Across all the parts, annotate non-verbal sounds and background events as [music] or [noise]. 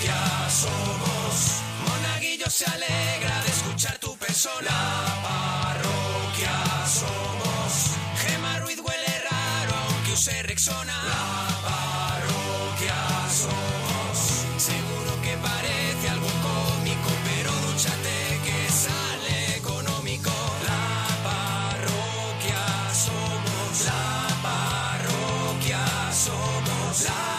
Um, somos. Monaguillo se alegra de escuchar tu persona. La parroquia somos. Gema Ruiz huele raro aunque use Rexona. La parroquia somos. Seguro que parece algo cómico, pero dúchate que sale económico. La parroquia somos. La parroquia somos. La parroquia somos. La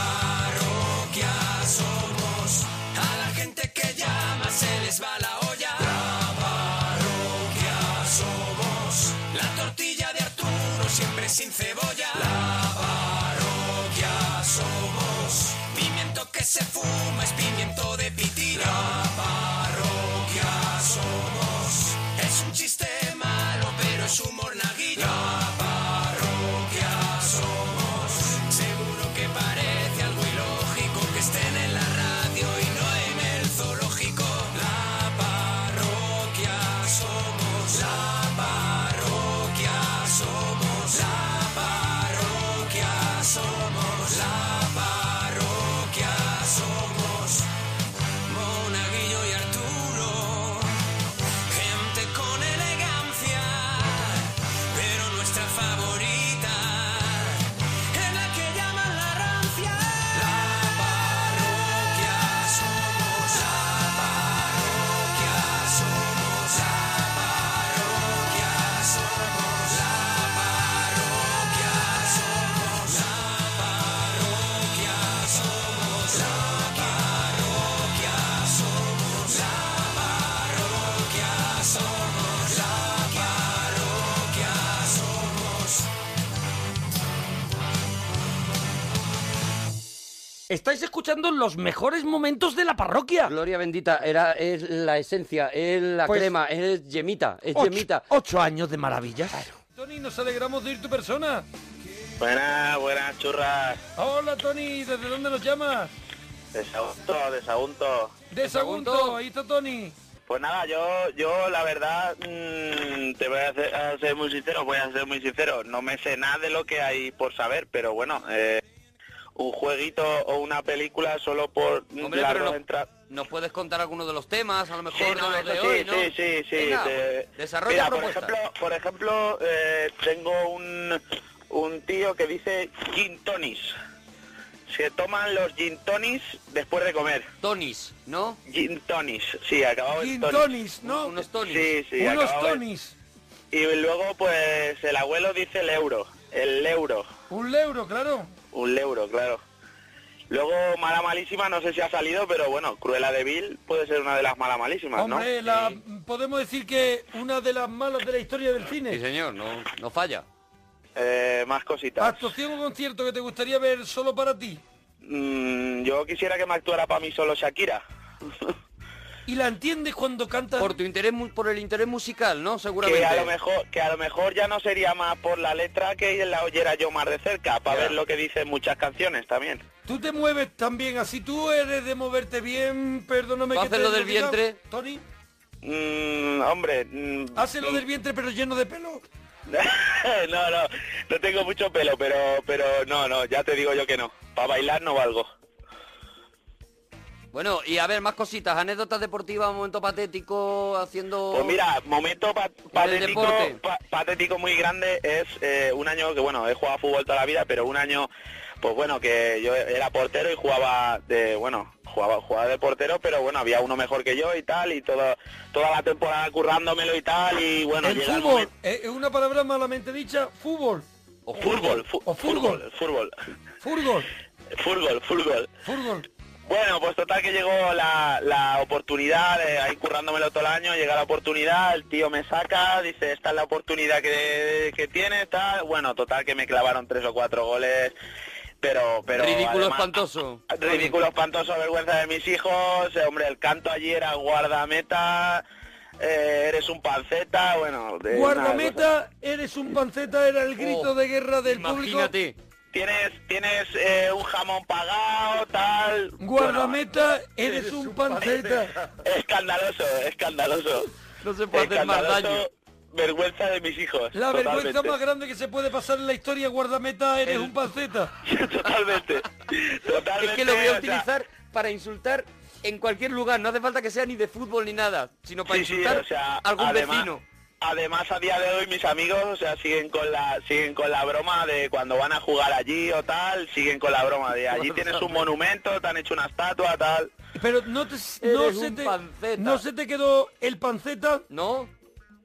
parroquia somos. A la gente que llama se les va la olla. La parroquia somos. La tortilla de Arturo siempre sin cebolla. La parroquia somos. Pimiento que se fuma es pimiento de pitilla. La parroquia somos. Es un chiste malo, pero es humor naguillo. La parroquia somos. Seguro que parece algo ilógico que estén en la radio y no en el zoológico. La parroquia somos. La parroquia somos. La parroquia somos. La parroquia somos. Monaguillo y Arturo. Gente con elegancia. Pero nuestra favorita es la que llaman la rancia. La parroquia somos, la parroquia somos, la parroquia somos, la parroquia somos, la parroquia somos, la parroquia somos, la parroquia somos, la parroquia somos. Estáis escuchando los mejores momentos de la parroquia. Gloria bendita, era, es la esencia, es la Pues- crema, es yemita, es Ocho- yemita. Ocho años de maravillas. Tony, nos alegramos de ir tu persona. Buenas, buenas churras. Hola, Tony, ¿desde dónde nos llamas? Desagunto, desagunto. De Sagunto, ahí está Tony. Pues nada, yo, yo la verdad, mm, te voy a, hacer- a ser muy sincero, voy a ser muy sincero. No me sé nada de lo que hay por saber, pero bueno, eh, un jueguito o una película solo por mm, Hombre, las pero dos no- entra- ¿Nos puedes contar alguno de los temas, a lo mejor Sí, de no, los eso de sí, hoy, no? sí, sí, sí, Venga, de- desarrolla Mira, por propuesta. ejemplo, por ejemplo eh, tengo un, un tío que dice gin tonis. Se toman los gin tonis después de comer. Tonis, ¿no? Gin tonis, sí, acabado en Gin tonis. Tonis, ¿no? Unos tonis. Sí, sí, Unos acabado en- Tonis. Y luego, pues, el abuelo dice el euro. El euro. Un euro, claro. Un euro, claro. Luego, mala malísima, no sé si ha salido, pero bueno, Cruella de Vil puede ser una de las mala malísimas, ¿no? Hombre, la- podemos decir que una de las malas de la historia del Sí, cine. señor, no, no falla. Eh, más cositas. Actuación o concierto que te gustaría ver solo para ti. Mm, yo quisiera que me actuara para mí solo Shakira. Y la entiendes cuando cantas. Por tu interés, mu- por el interés musical, ¿no? Que Seguramente. a, lo mejor, que a lo mejor ya no sería más por la letra que la oyera yo más de cerca, para Ya. ver lo que dicen muchas canciones también. Tú te mueves también así. Tú eres de moverte bien. Perdóname ¿Tú que haces te lo del diga, vientre? Tony, Mm, hombre... mm, haces lo del vientre pero lleno de pelo. [laughs] no, no, no tengo mucho pelo, pero, pero no, no, ya te digo yo que no. Para bailar no valgo. Bueno, y a ver, más cositas, anécdotas deportivas, momento patético, haciendo... Pues mira, momento pa- patético, deporte. pa- patético muy grande es eh, un año que, bueno, he jugado a fútbol toda la vida, pero un año, pues bueno, que yo era portero y jugaba de, bueno, jugaba, jugaba de portero, pero bueno, había uno mejor que yo y tal, y todo, toda la temporada currándomelo y tal, y bueno, el llega el fútbol, momento- es una palabra malamente dicha, fútbol, o Fútbol, fu- O fútbol. fútbol, fútbol, fútbol, fútbol, fútbol. fútbol. Bueno, pues total que llegó la, la oportunidad, eh, ahí currándomelo todo el año, llega la oportunidad, el tío me saca, dice, esta es la oportunidad que, que tienes, tal. Bueno, total que me clavaron tres o cuatro goles, pero... pero Ridículo además- ah, espantoso. Ridículo espantoso, vergüenza de mis hijos, eh, hombre, el canto allí era guardameta, eh, eres un panceta, bueno... de una cosa- Guardameta, eres un panceta, era el grito Oh, de guerra del público. Imagínate. Tienes, tienes eh, un jamón pagado, tal... Bueno, Guardameta, eres, un panceta. escandaloso, escandaloso. Oh, No se puede hacer más Escandaloso, daño. vergüenza de mis hijos. La vergüenza totalmente. más grande que se puede pasar en la historia, guardameta, eres un panceta. [laughs] Totalmente. Totalmente. Es que lo voy o a sea, utilizar para insultar en cualquier lugar. No hace falta que sea ni de fútbol ni nada, sino para sí, sí, insultar o sea, a algún además- vecino. Además a día de hoy mis amigos, o sea, siguen con la siguen con la broma de cuando van a jugar allí o tal, siguen con la broma de allí tienes un monumento, te han hecho una estatua, tal. Pero no te no Eres se un te panceta. no se te quedó el panceta. ¿No?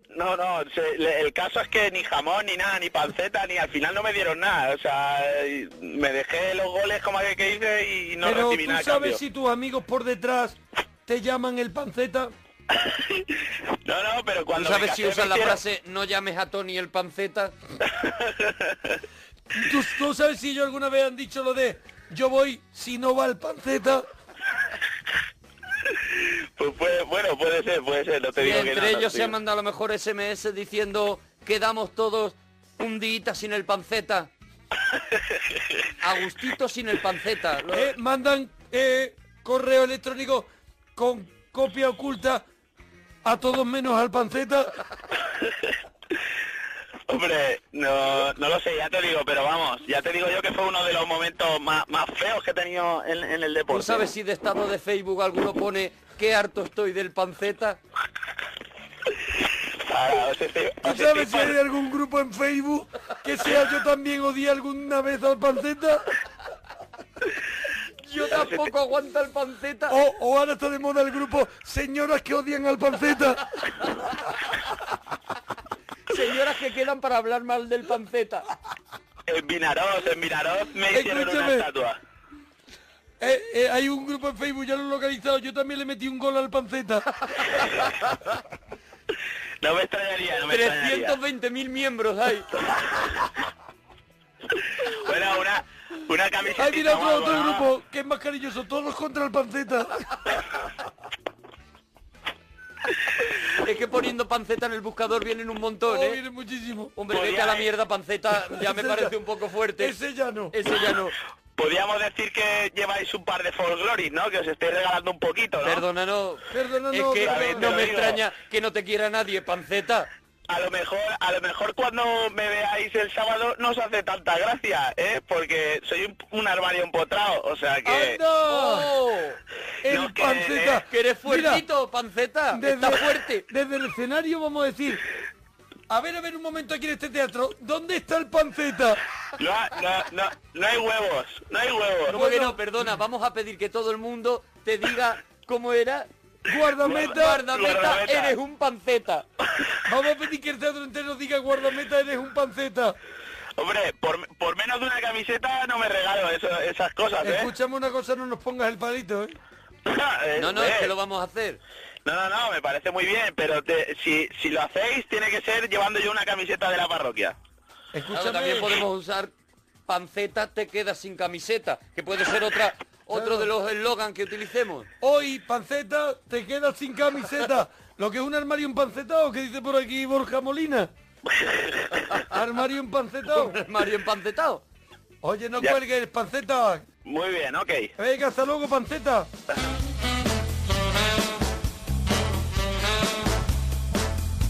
No, no, se- le- el caso es que ni jamón, ni nada, ni panceta, ni al final no me dieron nada. O sea, y me dejé los goles como aquel que hice y no pero recibí tú nada. a sabes cambio. si tus amigos por detrás te llaman el panceta. No, no, pero ¿Tú cuando sabes me si casé usas me la hicieron- frase no llames a Tony el panceta? ¿Tú, tú sabes si yo alguna vez han dicho lo de yo voy si no va el panceta. Pues puede- bueno, puede ser, puede ser, no te Y digo que entre nada, ellos se tío. han mandado a lo mejor SMS diciendo quedamos todos un día sin el panceta. Agustito sin el panceta. Lo- Eh, mandan eh, correo electrónico con copia oculta a todos menos al panceta. Hombre, no, no lo sé, ya te digo, pero vamos, ya te digo yo que fue uno de los momentos más, más feos que he tenido en, en el deporte. ¿Tú sabes si de estado de Facebook alguno pone qué harto estoy del panceta? Ahora, os estoy- ¿Tú os sabes si estoy- hay algún grupo en Facebook que sea yo también odié alguna vez al panceta? Yo tampoco aguanto el panceta. O, o ahora está de moda el grupo señoras que odian al panceta. Señoras que quedan para hablar mal del panceta. En Vinaroz, en Vinaroz me hicieron Escúchame. una estatua. Eh, eh, hay un grupo en Facebook, ya lo he localizado, yo también le metí un gol al panceta. [laughs] No me extrañaría, no me extrañaría. 320.000 miembros hay. Bueno, una, [laughs] una camiseta. Hay mira otro, otro grupo que es más cariñoso, todos contra el [laughs] panceta. Es que poniendo panceta en el buscador vienen un montón, Oh, ¿eh? viene muchísimo. Hombre, Pues vete ya, a la eh. mierda, panceta. Ya me Ese parece ya- un poco fuerte. Ese ya no. Ese ya no. Podríamos decir que Eh, lleváis un par de folgloris, ¿no? Que os estoy regalando un poquito, ¿no? Perdona, no. Perdona, es no, que otra vez te no lo me digo. extraña que no te quiera nadie, panceta. A lo mejor, a lo mejor cuando me veáis el sábado no os hace tanta gracia, ¿eh? Porque soy un, un armario empotrado, o sea que... ¡Anda! ¡Oh! El No, que- panceta. Que eres Mira, fuertito, panceta. Está fuerte. Desde el escenario vamos a decir, a ver, a ver un momento aquí en este teatro, ¿dónde está el panceta? No, ha- no, no, no hay huevos, no hay huevos. ¿Cómo que no? Perdona, vamos a pedir que todo el mundo te diga cómo era. Guardameta, Guardameta, guardameta. eres un panceta. vamos a pedir que el teatro entero diga guardameta, eres un panceta. Hombre, por, por menos de una camiseta no me regalo eso- esas cosas, ¿eh? Escuchame una cosa, no nos pongas el palito, ¿eh? [laughs] Eh, No, no, eh, es que lo vamos a hacer. no, no, no, me parece muy bien, pero te- si, si lo hacéis tiene que ser llevando yo una camiseta de la parroquia. Escúchame. Claro, también podemos usar panceta te quedas sin camiseta, que puede ser otra otro de los eslogan que utilicemos. Hoy, panceta, te quedas sin camiseta. Lo que es un armario empancetado, que dice por aquí Borja [laughs] Molina. Armario empancetado. Mario empancetado. Oye, no Ya. cuelgues, panceta. Muy bien, ok. Venga, hasta luego, panceta.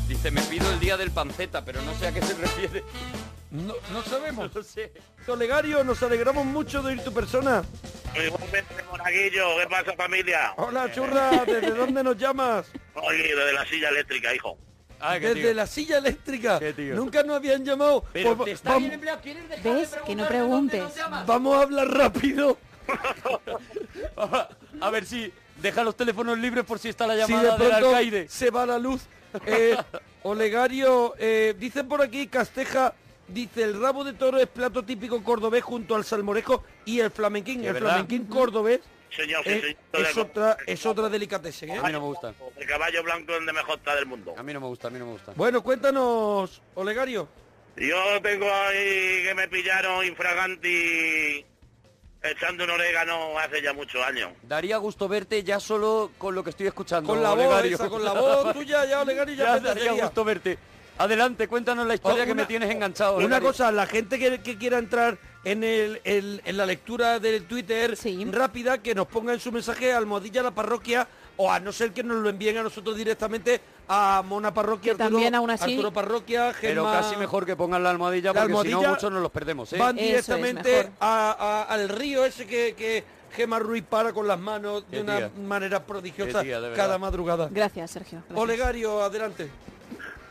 Dice, me pido el día del panceta, pero no sé a qué se refiere. No, no sabemos. [laughs] No sé. Olegario, nos alegramos mucho de oír tu persona. Igualmente, Monaguillo, ¿qué pasa, familia? Hola, churra, ¿desde dónde nos llamas? Oye, desde la silla eléctrica, hijo. Ah, que Desde tío. la silla eléctrica. Qué tío. Nunca nos habían llamado. Pero Pues te va- está vam- bien empleado, ¿quieres dejar ¿Ves? de Que no preguntarme dónde preguntes. nos llamas? vamos a hablar rápido. A ver si deja los teléfonos libres por si está la si llamada de del pronto alcaide. se va la luz. Eh, [laughs] Olegario, eh, dicen por aquí, Casteja, dice, el rabo de toro es plato típico cordobés junto al salmorejo y el flamenquín. Es El verdad. flamenquín cordobés Señor, sí, es, señor, estoy de es acuerdo. otra, es otra delicatessen, ¿eh? A mí no me gusta. El caballo blanco es donde mejor está del mundo. A mí no me gusta, a mí no me gusta. Bueno, cuéntanos, Olegario. Yo tengo ahí que me pillaron infraganti echando un orégano hace ya muchos años. Daría gusto verte ya solo con lo que estoy escuchando. Con la voz, Olegario. esa, con la voz tuya, ya, Olegario, ya, ya empezaría. daría gusto verte. Adelante, cuéntanos la historia que me Una- tienes enganchado. Una Olegario. cosa, la gente que, que quiera entrar en, el, el- en la lectura del Twitter Sí. rápida, que nos ponga en su mensaje almohadilla la parroquia o a no ser que nos lo envíen a nosotros directamente a Mona Parroquia, Arturo, también aún así- Arturo Parroquia, Pero Gemma- casi mejor que pongan la almohadilla La porque si no almohadilla muchos nos los perdemos, ¿eh? Van Eso es directamente mejor. a- a- al río ese que, que Gemma Ruiz para con las manos Qué de una tía. manera prodigiosa Qué tía, de verdad. cada madrugada. Gracias, Sergio. gracias. Olegario, adelante.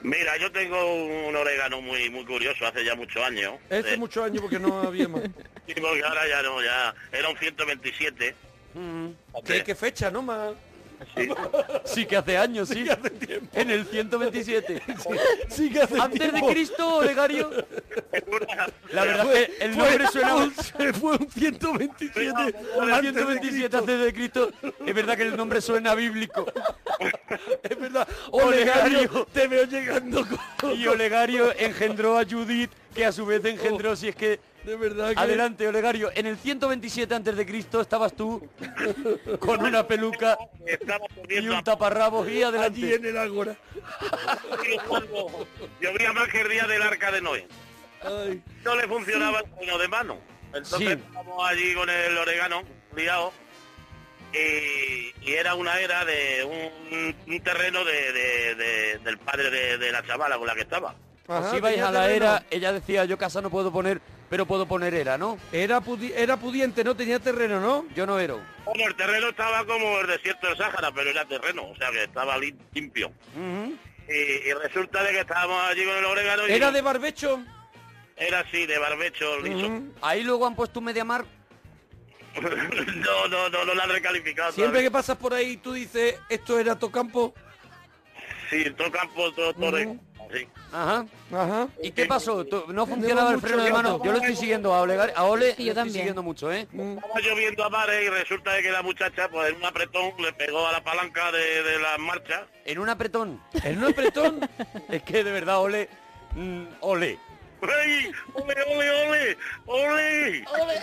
Mira, yo tengo un orégano muy muy curioso hace ya muchos años. Este Eh, muchos años porque no había [laughs] más. sí, porque ahora ya no, ya era un 127. Mm. ¿Qué, qué fecha, no más? [laughs] Sí que hace años, sí. En el 127. Sí que hace Antes de Cristo, Olegario. La verdad es que el Fue- nombre suena... un- se fue un 127. El 127 antes de Cristo. Es verdad que el nombre [laughs] suena bíblico. Es verdad. Olegario, te veo llegando con... Y Olegario engendró a Judith, que a su vez engendró, si es que... Oh. De verdad que... Adelante, Olegario. En el 127 antes de Cristo estabas tú [laughs] con una peluca Estaba y subiendo un taparrabos y Allí adelante. en el ágora. Llovía más que el día del arca de Noé. Ay. No le funcionaba el freno de mano. Entonces Sí. estábamos allí con el orégano liado y, y era una era de un, un terreno de, de- de- del padre de, de la chavala con la que estaba. Ajá, Así vais tenía a la terreno. era, ella decía, yo casa no puedo poner, pero puedo poner era, ¿no? Era, pudi- era pudiente, ¿no? Tenía terreno, ¿no? Yo no era. Bueno, el terreno estaba como el desierto de Sáhara, pero era terreno, o sea que estaba li- limpio. y, y resulta de que estábamos allí con el orégano y Era de barbecho. era así, de barbecho liso. Ahí luego han puesto un Mediamar. [laughs] no, no, no, no la han recalificado. Siempre todavía. que pasas por ahí tú dices, esto era Tocampo. Sí, todo campo, todo, todo sí. Ajá. Ajá. ¿Y qué pasó? ¿Tú- ¿No funcionaba el mucho freno de mano? rato. Yo lo estoy siguiendo a Olegar, a Ole, Sí, yo lo estoy también. siguiendo mucho, ¿eh? Mm. Estaba lloviendo a mares y resulta de que la muchacha, pues en un apretón, le pegó a la palanca de, de la marcha. En un apretón. En un [laughs] apretón. Es que de verdad, Ole, mm, Ole. ¡Ey! ¡Ole, ole, ole! ¡Ole!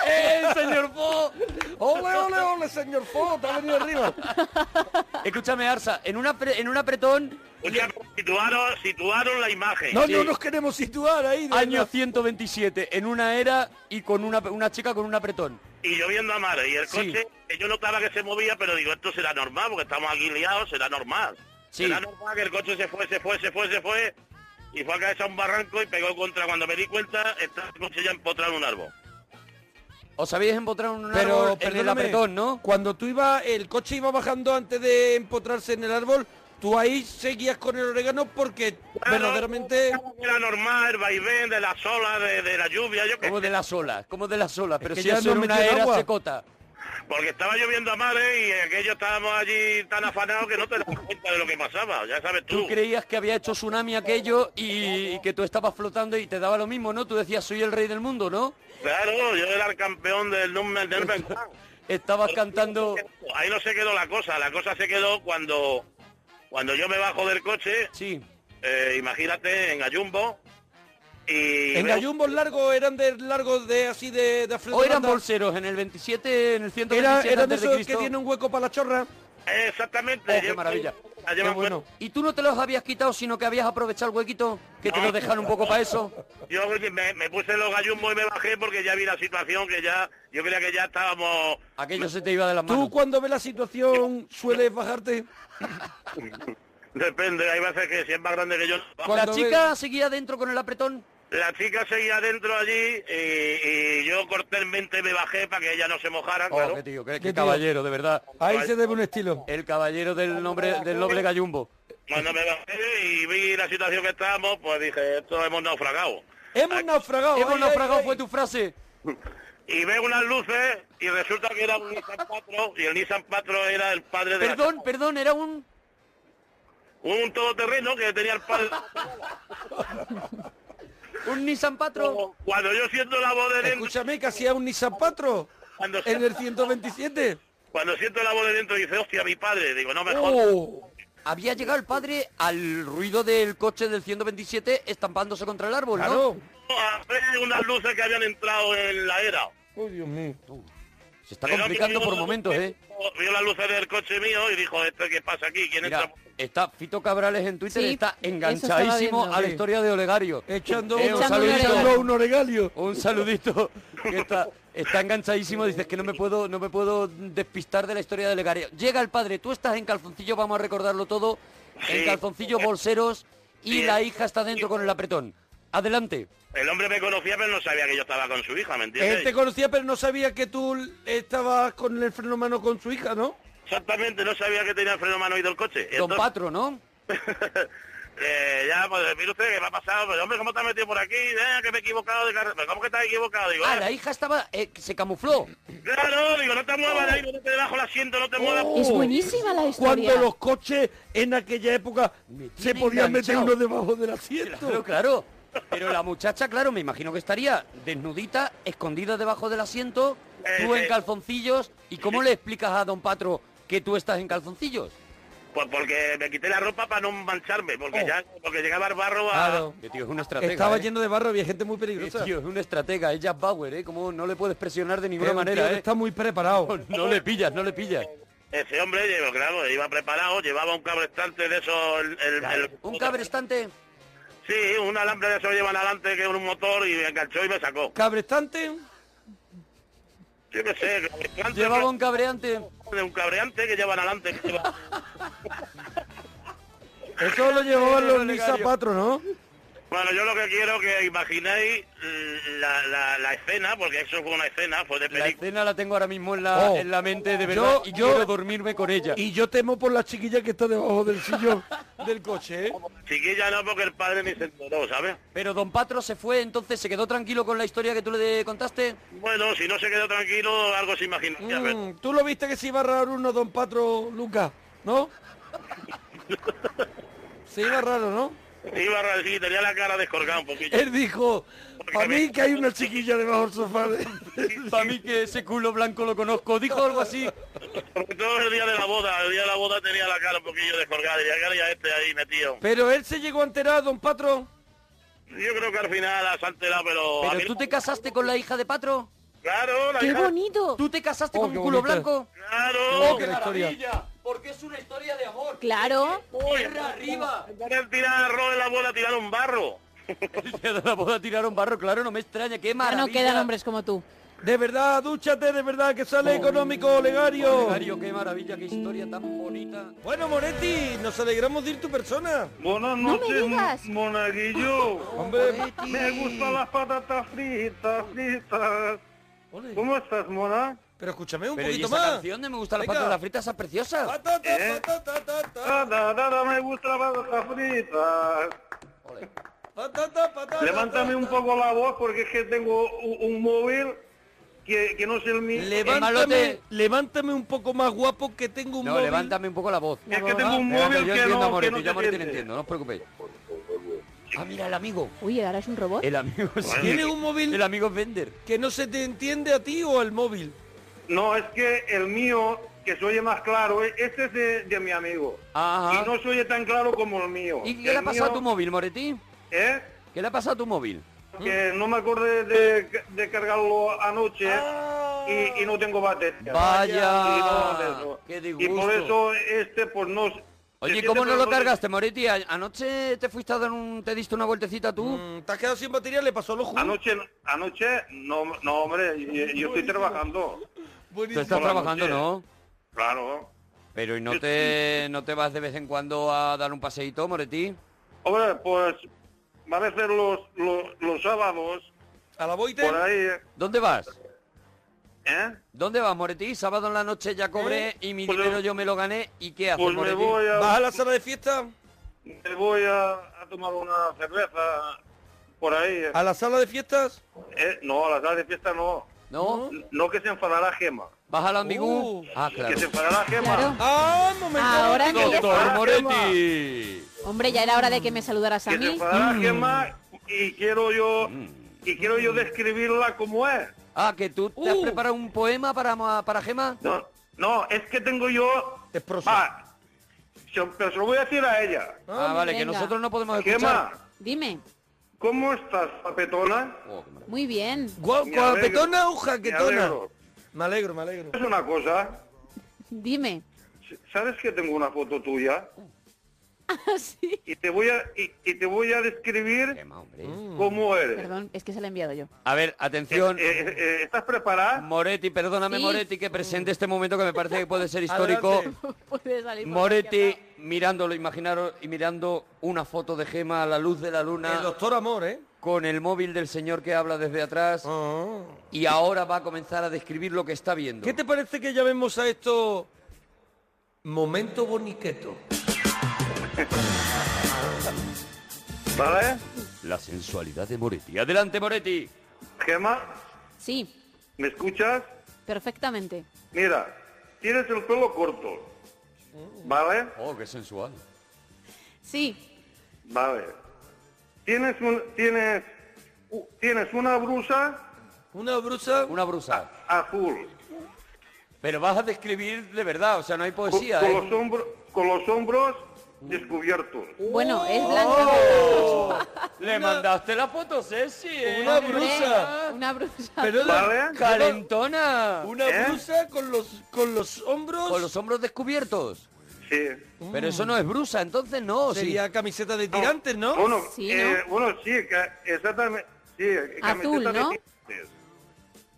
¡Eh, señor Fo! ¡Ole, ole, ole, señor Fo! ¡Te ha venido arriba! Escúchame, Arsa, en, una pre- en un apretón, O sea, situaron, situaron la imagen. No, Sí. no nos queremos situar ahí. de año verdad. 127, en una era y con una, una chica con un apretón. Y lloviendo a mares. Y el Sí. coche, que yo notaba que se movía, pero digo, esto será normal, porque estamos aquí liados, será normal. Sí. Será normal que el coche se fue, se fue, se fue, se fue. Y fue a caerse a un barranco y pegó contra. Cuando me di cuenta, estaba el coche ya empotrado en un árbol. Os habéis empotrado en un Pero árbol en el perdóname, apretón, ¿no? Cuando tú ibas, el coche iba bajando antes de empotrarse en el árbol, tú ahí seguías con el orégano porque verdaderamente... Era normal, el vaivén de las olas, de, de la lluvia, yo que Como de las olas, como de las olas. Pero que si ya nos eso en una metió en era agua. secota. Porque estaba lloviendo a mares y aquellos estábamos allí tan afanados que no te das cuenta de lo que pasaba, ya sabes tú. Tú creías que había hecho tsunami aquello y, y que tú estabas flotando y te daba lo mismo, ¿no? Tú decías, soy el rey del mundo, ¿no? Claro, yo era el campeón del Nürnberg. Nürnberg. Estabas cantando... Ahí no se quedó la cosa, la cosa se quedó cuando cuando yo me bajo del coche, Sí. eh, imagínate, en Ayumbo. Y En veo- gallumbos largos, eran de largos de así de... de Alfredo O eran Landa. bolseros en el 27, en el 127 Era, eran de antes de esos que Cristo. tienen un hueco para la chorra. Eh, Exactamente. Oh, qué yo- maravilla. la llevan Qué bueno. ¿Y tú no te los habías quitado, sino que habías aprovechado el huequito? Que te No. lo dejaron un poco para eso. Yo me, me puse los gallumbos y me bajé porque ya vi la situación que ya, yo creía que ya estábamos... Aquello se te iba de las manos. Tú cuando ves la situación sueles bajarte. Depende, hay veces que si es más grande que yo... ¿La cuando chica seguía dentro con el apretón? La chica seguía adentro allí y, y yo cortésmente me bajé para que ella no se mojara, Oh, claro. qué tío, qué, qué tío. caballero, de verdad. Ahí se debe un estilo. El caballero del nombre del noble gallumbo. Cuando me bajé y vi la situación que estábamos, pues dije, esto hemos naufragado. Hemos naufragado. Hemos ay, naufragado, ay, fue ay. tu frase. Y veo unas luces y resulta que era un Nissan Patro y el Nissan Patro era el padre de la- Perdón, perdón, era un... un todoterreno que tenía el padre. Un Nissan Patro. Cuando yo siento la voz de dentro, Escúchame, que hacía un Nissan Patro cuando, en el 127. cuando siento la voz de dentro dice, hostia, mi padre, digo, no me jodas. Oh, Había llegado el padre al ruido del coche del 127 estampándose contra el árbol, ¿no? claro. A ver unas luces que habían entrado en la era. Oh, Dios mío. Se está Pero complicando vio- por momentos, ¿eh? Vio las luces del coche mío y dijo, ¿esto qué pasa aquí? ¿Quién Mira, entra? Está Fito Cabrales en Twitter, Sí, está eso estaba enganchadísimo viendo. a la Sí. historia de Olegario. Echando Eh, un Echando un saludito oregalio. a un oregalio. Un saludito que está, está enganchadísimo, dices que no me puedo no me puedo despistar de la historia de Olegario. Llega el padre, tú estás en calzoncillo, vamos a recordarlo todo, en Sí. calzoncillos bolseros y Sí. la hija está dentro con el apretón. Adelante. El hombre me conocía, pero no sabía que yo estaba con su hija, ¿me entiendes? Él te Este conocía, pero no sabía que tú estabas con el freno en mano con su hija, ¿no? Exactamente, no sabía que tenía el freno manoído el coche. Don Entonces, Patro, ¿no? eh, ya, pues, mire usted, ¿qué me ha pasado? Pero, hombre, ¿cómo te has metido por aquí? Eh, que me he equivocado de carrera. ¿Cómo que te has equivocado? Digo, Ah, "Eh, la hija estaba, eh, se camufló. Claro, digo, no te muevas, ahí, no te debajo el asiento, no te muevas. Oh. Es buenísima la historia. Cuando los coches en aquella época se tiene podían meter enganchado. uno debajo del asiento. Claro, claro. Pero la muchacha, claro, me imagino que estaría desnudita, escondida debajo del asiento, tú Eh, en eh. calzoncillos. ¿Y cómo le explicas a don Patro que tú estás en calzoncillos? Pues porque me quité la ropa para no mancharme, porque Oh. ya, porque llegaba el barro a... Claro. Que tío es una estratega. Estaba ¿eh? lleno de barro, había gente muy Eh, peligrosa. tío, es una estratega, es Jack Bauer, ¿eh? Como no le puedes presionar de Era ninguna un manera, tío que ¿eh? Está muy preparado. [laughs] No le pillas, no le pillas. Ese hombre, llevo- claro, iba preparado, llevaba un cabrestante de esos... el- el- el- Un cabrestante. Sí, un alambre de esos llevan adelante que es un motor y me enganchó y me sacó. Cabrestante, Yo qué sé, cabrestante, Llevaba un cabreante. de un cabreante que llevan adelante. [laughs] que lleva- eso lo llevaban los Nissan Olegario. Patro, ¿no? Bueno, yo lo que quiero que imaginéis mm, la, la- la escena, porque eso fue una escena, fue de La película. escena la tengo ahora mismo en la, Oh. en la mente, de verdad. Yo- y yo- quiero dormirme con ella. Y yo temo por la chiquilla que está debajo del [laughs] sillón del coche, ¿eh? Chiquilla no, porque el padre ni se enteró, ¿sabes? Pero don Patro se fue, entonces se quedó tranquilo con la historia que tú le de- contaste. Bueno, si no se quedó tranquilo, algo se imagina. ya ves. Mm, Tú lo viste que se iba a raro uno, don Patro Lucas, [laughs] ¿no? Se iba raro, ¿no? Iba a decir, tenía la cara descolgada un Eh. poquillo. Él dijo, a mí que hay una chiquilla debajo del sofá. [laughs] Para mí que ese culo blanco lo conozco. Dijo algo así. Sobre todo el día de la boda, el día de la boda tenía la cara un poquillo descolgada y la cara ya este ahí metido. Pero él se llegó a enterar, don Patro. Yo creo que al final se ha enterado, pero... a mí Pero tú no- te casaste con la hija de Patro. Claro, la ¡Qué hija- bonito! ¿Tú te casaste Oh, con qué un culo bonita. blanco? Oh, Claro. qué maravilla, Porque es una historia de amor. Claro. Tierra arriba. Querer tirar arroz en la boda, tirar un [laughs] barro. El día de la boda tiraron barro, claro, no me extraña. Qué Ya maravilla. no quedan hombres como tú. De verdad, dúchate, de verdad, que sale económico, Olegario. Mario, qué maravilla, qué historia tan bonita. Bueno, Moretti, nos alegramos de ir tu persona. Buenas No me noches, digas. monaguillo. Hombre, Me gustan las patatas fritas, fritas. Ole. ¿Cómo estás, mona? pero escúchame un Pero ¿y poquito esa más. canción de Me gusta la Venga. patatas fritas esa preciosa? Patata, ¿Eh? patata, patata, Dada, dada, me gustan las patatas fritas. patata, patata, Levántame un poco la voz porque es que tengo un, un móvil que, que no es el mío. El Levántame, malote. levántame un poco más guapo que tengo un No, móvil. levántame un poco la voz. Es que tengo un Venga, que móvil yo que entiendo a no, que Moretti, no yo a se Moretti le siente. entiendo, no os preocupéis. Ah, mira, el amigo. Uy, ahora es un robot. El amigo, sí. Tiene un móvil El amigo es Bender. que no se te entiende a ti o al móvil. No, es que el mío, que se oye más claro, eh, este es de, de mi amigo. Ajá. Y no se oye tan claro como el mío. Ah. ¿Y qué le ha El pasado a mío, tu móvil, Moretti? ¿Eh? ¿Qué le ha pasado a tu móvil? Que no me acordé de, de cargarlo anoche y, y no tengo batería. Ah. Vaya, Y, no, de eso. qué Y por disgusto. eso este, pues no... se Oye, siente, ¿cómo no pero lo cargaste, Moretti? A- Anoche te fuiste a dar un... ¿Te diste una vueltecita tú? Mm, ¿Te has quedado sin batería? ¿Le pasó los ojos? Anoche, anoche, no, no hombre, y- y- yo, estoy trabajando. Tú estás Por la trabajando, noche. ¿no? Claro. Pero ¿y no te, no te vas de vez en cuando a dar un paseíto, Moretti? Hombre, pues va a ser los, los, los sábados, ¿A la boite? por ahí, ¿Dónde vas? ¿eh? ¿Dónde vas, Moretti? Sábado en la noche ya cobré y mi Pues dinero yo- yo me lo gané. ¿Y qué haces, Pues me Moretti? voy a... ¿Vas a la sala de fiesta? Me voy a, a tomar una cerveza por ahí. ¿A la sala de fiestas? Eh, no, a la sala de fiesta no. ¿No? No que se enfadará Gema. ¿Vas al ambigú? Uh. ah, Que claro. se enfadará Gema. Claro. ¡Ah, un momento! Ahora un que ya momento. está. Doctor Moretti. Hombre, ya era hora de que me saludaras a Que se mí. Mm. Mm. enfadará Gema y quiero yo y quiero yo describirla como es. Mm. Ah, que tú te has Uh. preparado un poema para, ma- para Gema. No, no, es que tengo yo. Es prosa. Ah, se- pero se lo voy a decir a ella. Ah, vale, que venga. nosotros no podemos escuchar. Gema, Dime. ¿cómo estás, papetona? Oh, qué maravilla. Muy bien. Guau, Me ¿Guapetona alegro, o me jaquetona? alegro. Me alegro, me alegro. Es una cosa. Dime. [laughs] ¿Sabes que tengo una foto tuya? Ah, Y te voy a, y, y te voy a describir cómo eres. Perdón, es que se la he enviado yo. A ver, atención. Eh, ¿Estás preparada? Moretti, perdóname Sí. Moretti que presente este momento que me parece que [laughs] puede ser histórico. [laughs] Puede salir por la Moretti izquierda. mirándolo, imaginaros, y mirando una foto de Gema a la luz de la luna. El doctor Amor, ¿eh? Con el móvil del señor que habla desde Ah, atrás. Y ahora va a comenzar a describir lo que está viendo. ¿Qué te parece que llamemos a esto momento boniqueto? ¿Vale? La sensualidad de Moretti. Adelante, Moretti. Gema, Sí, ¿me escuchas? perfectamente. Mira, tienes el pelo corto. ¿Vale? Oh, qué sensual. Sí, Vale. Tienes un, tienes, u- tienes una brusa Una brusa. Una brusa. azul. Pero vas a describir de verdad, o sea, no hay Con, poesía. con ¿eh? los hombros, con los hombros descubiertos. bueno, es blanco. Oh, [laughs] Le mandaste la foto, Ceci, ¿eh? Una brusa. Una brusa. Pero la- ¿Vale? Calentona. una ¿Eh? brusa con los con los hombros. Con los hombros descubiertos. Sí. Pero eso no es brusa, entonces no. sí. sería camiseta de tirantes, ¿no? Bueno, Sí, eh, bueno, sí, ca- exactamente. Sí, eh, Azul, camiseta ¿no? de tirantes.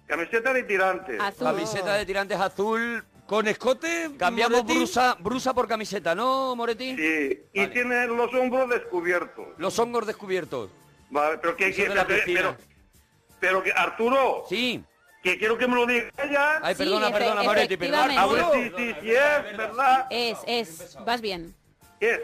Camiseta de tirantes. Azul. Camiseta de tirantes azul. Con escote. Cambiamos Moretti. brusa, brusa por camiseta, ¿no, Moretti? Sí. Y Vale. tienes los hombros descubiertos. Los hongos descubiertos. Vale, pero que, Eso que- de la pero, piscina. pero que Arturo, Sí. que quiero que me lo diga ella. Ay, Sí, perdona, efe- perdona, Moretti, perdona. A ver efectivamente. si, si, si es, ¿verdad? Es, es. Vas bien. Es,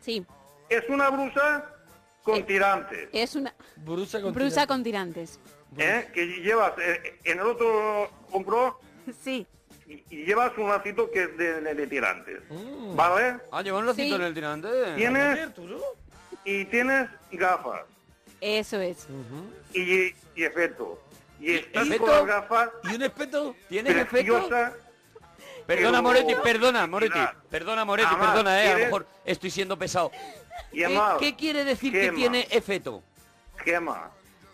Sí, es una brusa Eh, con tirantes, es una Brusa con brusa con tirantes. ¿eh? Que llevas eh, en el otro hombro [laughs] Sí. y, y llevas un lacito que es de, de- de tirantes, ¿vale? Ah, lleva un lacito Sí. en el tirante. Tienes, tirantes. y tienes gafas Eso es. y, y efecto. Y estás efecto? con las gafas ¿Y un espeto? ¿Tienes efecto? preciosa. Perdona, pero- Moretti, perdona, Moretti. Mira. Perdona, Moretti, Además, perdona, eh. A lo ¿quieres? mejor estoy siendo pesado. Y ¿Qué, además, qué quiere decir que Gema. tiene efeto? gema,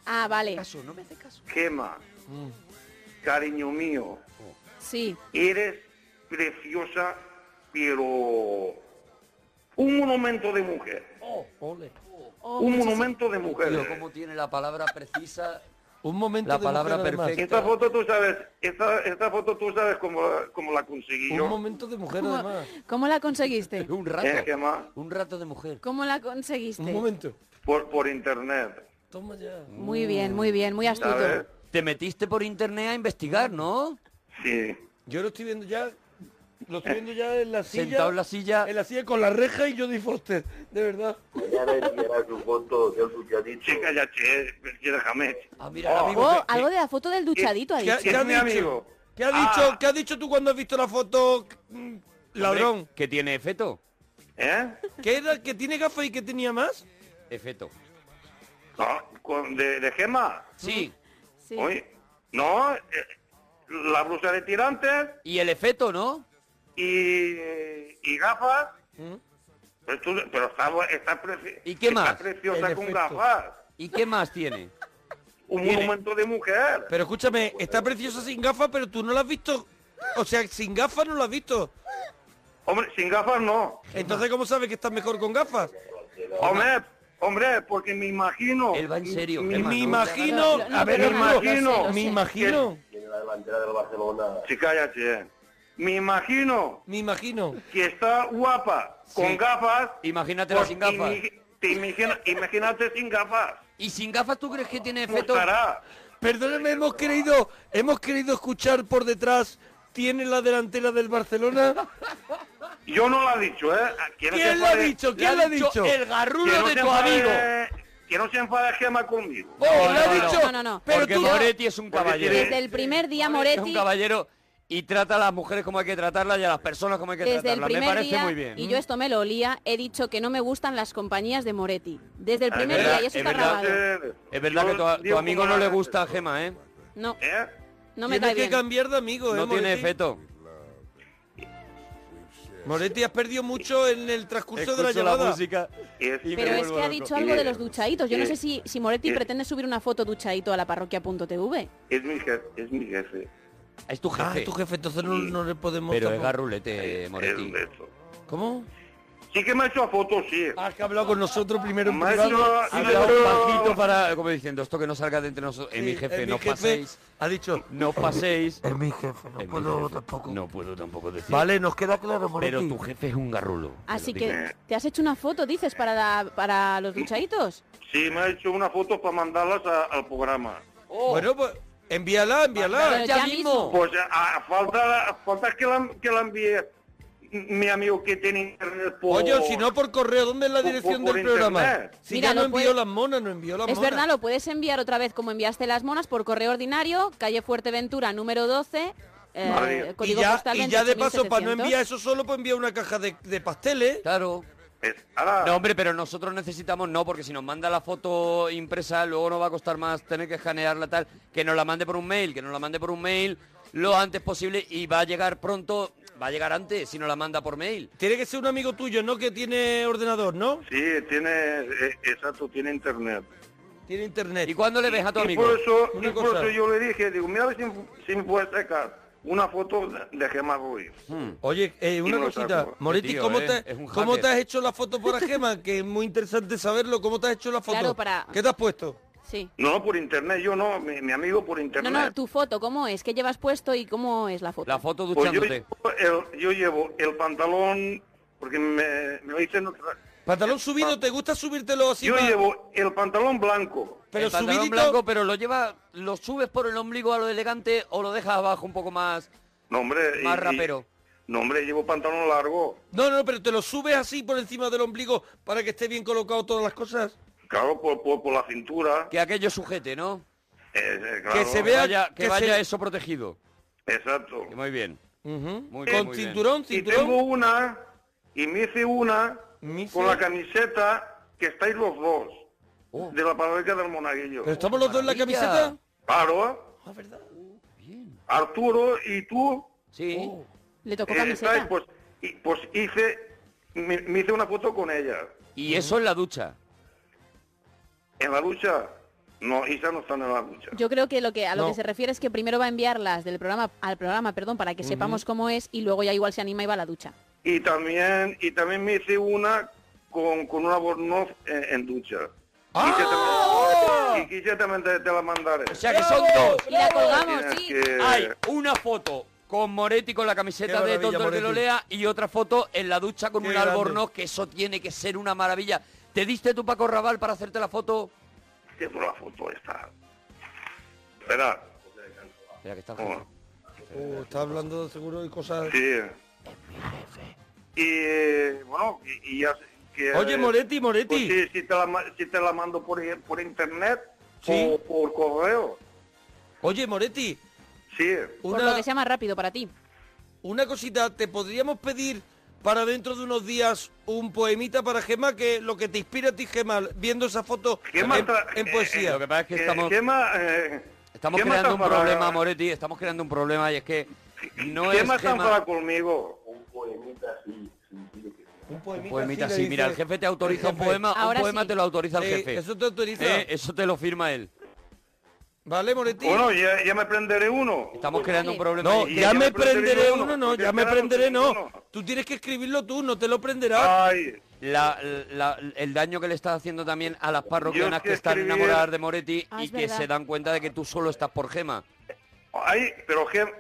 Ah, vale. gema, Mm. cariño mío. Sí. Eres preciosa, pero un monumento de mujer. Oh, un muchas- monumento de Pero mujer. cómo tiene la palabra precisa, Un momento la de palabra mujer, además. perfecta. Esta foto tú sabes, esta, esta foto tú sabes cómo, la- cómo la conseguí Un yo. momento de mujer, ¿Cómo, además. cómo la conseguiste? Un ¿Eh, rato, Gemma? un rato de mujer. ¿Cómo la conseguiste? Un momento. Por, por internet. Toma ya. Muy bien, muy bien, muy astuto. ¿Sabes? Te metiste por internet a investigar, ¿no? Sí. Eh. Yo lo estoy viendo ya. Lo estoy viendo ya en la silla. Sentado en la silla. En la silla con la reja y Jodie Foster. De verdad. Sí, cállate, eh, déjame. Ah, mira, la misma- Oh, algo de la foto del duchadito ha ¿Qué, ha- dicho. qué has mi dicho? amigo. ¿Qué has Ah. dicho? ¿Qué has dicho tú cuando has visto la foto? Ah. mm, Ladrón. Que tiene efeto. ¿Eh? ¿Qué era? ¿Que tiene gafas y que tenía más? Efeto. No, con- de, de Gema. Sí. Sí. Oye, no, eh, la blusa de tirantes Y el efeto, ¿no? y, y gafas. Pues tú- pero está, está preci- Mm. ¿Y qué está más? preciosa El con efecto. gafas. ¿Y qué más tiene? Un Tiene- monumento de mujer. Pero escúchame, está preciosa sin gafas, pero tú no la has visto. O sea, sin gafas no la has visto. Hombre, sin gafas no. Entonces, ¿cómo sabes que estás mejor con gafas? Hombre, hombre, porque me imagino. Él va en serio, Mi, Gemma. Me no, imagino, no, no, a ver, no, me no, no, imagino, no, me sí. imagino, sí, cállate. eh. Me imagino me imagino. que está guapa con gafas. Imagínatela sin gafas. imi- Te imagina- imagínate sin gafas. ¿Y sin gafas tú crees que tiene ¿Cómo efecto? estará? Perdóname, hemos querido, hemos querido escuchar por detrás. ¿Tiene la delantera del Barcelona? Yo no lo he dicho, ¿eh? Quiero que ¿Quién lo ha enfade- dicho? ¿Quién lo ha dicho? El que garrulo no de se tu amigo. enfade- Que no se enfade Gema conmigo. ¡Oh, lo ha no, no. dicho! No, no, no. Pero Porque tú, Moretti es un Porque caballero. tiene- Desde el primer día, Moretti Es un Moretti, caballero y trata a las mujeres como hay que tratarlas y a las personas como hay que desde el tratarlas. Me primer parece día, muy bien. y yo esto me lo olía, he dicho que no me gustan las compañías de Moretti. Desde el Ah, primer es verdad, día, y eso es está verdad. grabado. Es verdad Yo que tu, a- tu digo amigo como no le la- gusta a Gema, ¿eh? No, ¿Eh? no me Tienes cae que bien. cambiar de amigo, ¿eh, No tiene Moretti? efecto. Moretti, has perdido mucho en el transcurso de la Escucho la llamada. música. Es- Y me Pero es vuelvo que ha loco. dicho algo de Eh, los duchaditos. Yo no eh, sé si, si Moretti eh. pretende subir una foto duchadito a la parroquia.tv. Es mi jefe, es mi jefe. Es tu Ah, jefe. tu jefe, entonces no, no le podemos... Pero es tampoco- garrulete, Es Moretti. de eso. ¿Cómo? Sí que me ha hecho fotos, sí. Has Ah, que hablado con nosotros primero en Maestro, privado. ha Hablaba bajito para, como diciendo, esto que no salga de entre nosotros. es Sí, mi jefe, es mi no jefe. paséis. Ha dicho. No os paséis. Es mi jefe, no Es mi puedo jefe. tampoco. No puedo tampoco decir. Vale, nos queda claro, Pero Moretti. tu jefe es un garrulo. te lo Así digo. que, ¿te has hecho una foto, dices, para, la- para los luchaditos? Sí, me ha hecho una foto para mandarlas a- al programa. Bueno, pues envíala, envíala. Pero ya mismo. Pues a, a falta, a falta que, la, que la envíe mi amigo que tiene internet por... Oye, si no por correo, ¿dónde es la por- dirección por del programa? internet. Si Mira, ya no lo envió puede- las monas, no envió las Es monas. verdad, lo puedes enviar otra vez como enviaste las monas por correo ordinario, calle Fuerteventura, número 12, eh, Madre. código y ya, postal y ya de paso, para no 28.700. enviar eso solo, pues envía una caja de, de pasteles. Claro. Es- ahora- No, hombre, pero nosotros necesitamos no, porque si nos manda la foto impresa, luego nos va a costar más tener que escanearla tal. Que nos la mande por un mail, que nos la mande por un mail lo antes posible y va a llegar pronto, va a llegar antes si nos la manda por mail. Tiene que ser un amigo tuyo, ¿no? Que tiene ordenador, ¿no? Sí, tiene, eh, exacto, tiene internet. Tiene internet. ¿Y cuándo le ves a tu Y amigo? por eso, Una y por cosa. eso yo le dije, digo, mira a ver si, si me puedes sacar una foto de, de Gemma Ruiz. Oye, eh, una no lo cosita, saco. Moretti, Tío, ¿cómo, Hmm. eh, te, es un ¿cómo hacker. te has hecho la foto para Gema? que es muy interesante saberlo, ¿cómo te has hecho la foto? Claro, para- ¿Qué te has puesto? Sí. No, por internet, yo no, mi, mi amigo por No, internet. no, tu foto, ¿cómo es? ¿Qué llevas puesto y cómo es la foto? La foto Pues yo, duchándote. llevo el, yo llevo el pantalón, porque me, me lo hice en otra... Pantalón subido, ¿te gusta subírtelo así? yo más? llevo el pantalón blanco. Pero el pantalón subidito, blanco, pero lo lleva, lo subes por el ombligo a lo elegante o lo dejas abajo un poco más, No, hombre... y- más y- rapero. no, hombre, llevo pantalón largo. No, no, pero te lo subes así por encima del ombligo para que esté bien colocado todas las cosas. Claro, por, por, por la cintura. Que aquello sujete, ¿no? eh, eh, claro, se vea- Vaya- que, que se- vaya eso protegido. Exacto. Que Muy bien. Muy bien, Con muy bien. cinturón, Y cinturón. tengo una, y me hice una Me hice- con la camiseta que estáis los dos, Oh. de la parroquia del Monaguillo. ¿Pero estamos los dos en la Maravilla. Uh, camiseta? Claro, Ah, verdad. Arturo y tú Sí. Oh. Le tocó eh, estáis, camiseta. pues, y- pues hice, me, me hice una foto con ella, Y eso en la ducha. en la lucha. No, Isa no está en la lucha. Yo creo que lo que a lo No. que se refiere es que primero va a enviarlas del programa al programa, perdón, para que sepamos cómo es y luego ya igual se anima y va a la ducha. Y también, y también me hice una con, con una bornoz en, en ducha. Y que ¡Ah, también- y quise también te, te la mandaré. ¡Oh! O sea que son dos. Y la colgamos, Tienes sí. que- Hay una foto con Moretti con la Qué camiseta de maravilla, Tonto el que lo Moretti. lea y otra foto en la ducha con Qué un grande. albornoz, que eso tiene que ser una maravilla. ¿Te diste tu Paco Raval para hacerte la foto? Que por la foto está. Espera. Espera, que está el jefe. Oh, Oh, está hablando seguro de cosas... sí. Y bueno, y, y ya sé que... Oye, Moretti, Moretti. Pues sí, si te la, ma- si te la mando por, i- por internet Sí. o por correo. Oye, Moretti, Sí. Por lo una, que sea más rápido para ti. una cosita, ¿te podríamos pedir para dentro de unos días un poemita para Gema que lo que te inspira a ti, Gema, viendo esa foto Gemma en, está- en eh, poesía? Lo que pasa es que Eh, estamos, Gemma, eh, estamos Gemma creando un está enfadada. problema, Moretti. Estamos creando un problema y es que no es Gemma está Gemma- enfadada conmigo. un poemita, un poemita le así. dice- Mira, el jefe te autoriza el un jefe. poema, un Ahora poema sí. te lo autoriza el Eh, jefe. Eso te autoriza. Eh, eso te lo firma él. ¿Vale, Moretti? Bueno, ya, ya me prenderé uno. Estamos creando un Vale. problema. no, ahí. y ya ella me me prenderé prenderé uno, uno, no, porque ya me ahora no prenderé, tengo no. uno. Tú tienes que escribirlo tú, no te lo prenderás. Ay, La- la- el daño que le estás haciendo también a las parroquianas Yo que están escribí- enamoradas de Moretti Ah, y es que verdad. se dan cuenta de que tú solo estás por Gema. ay, pero Gem-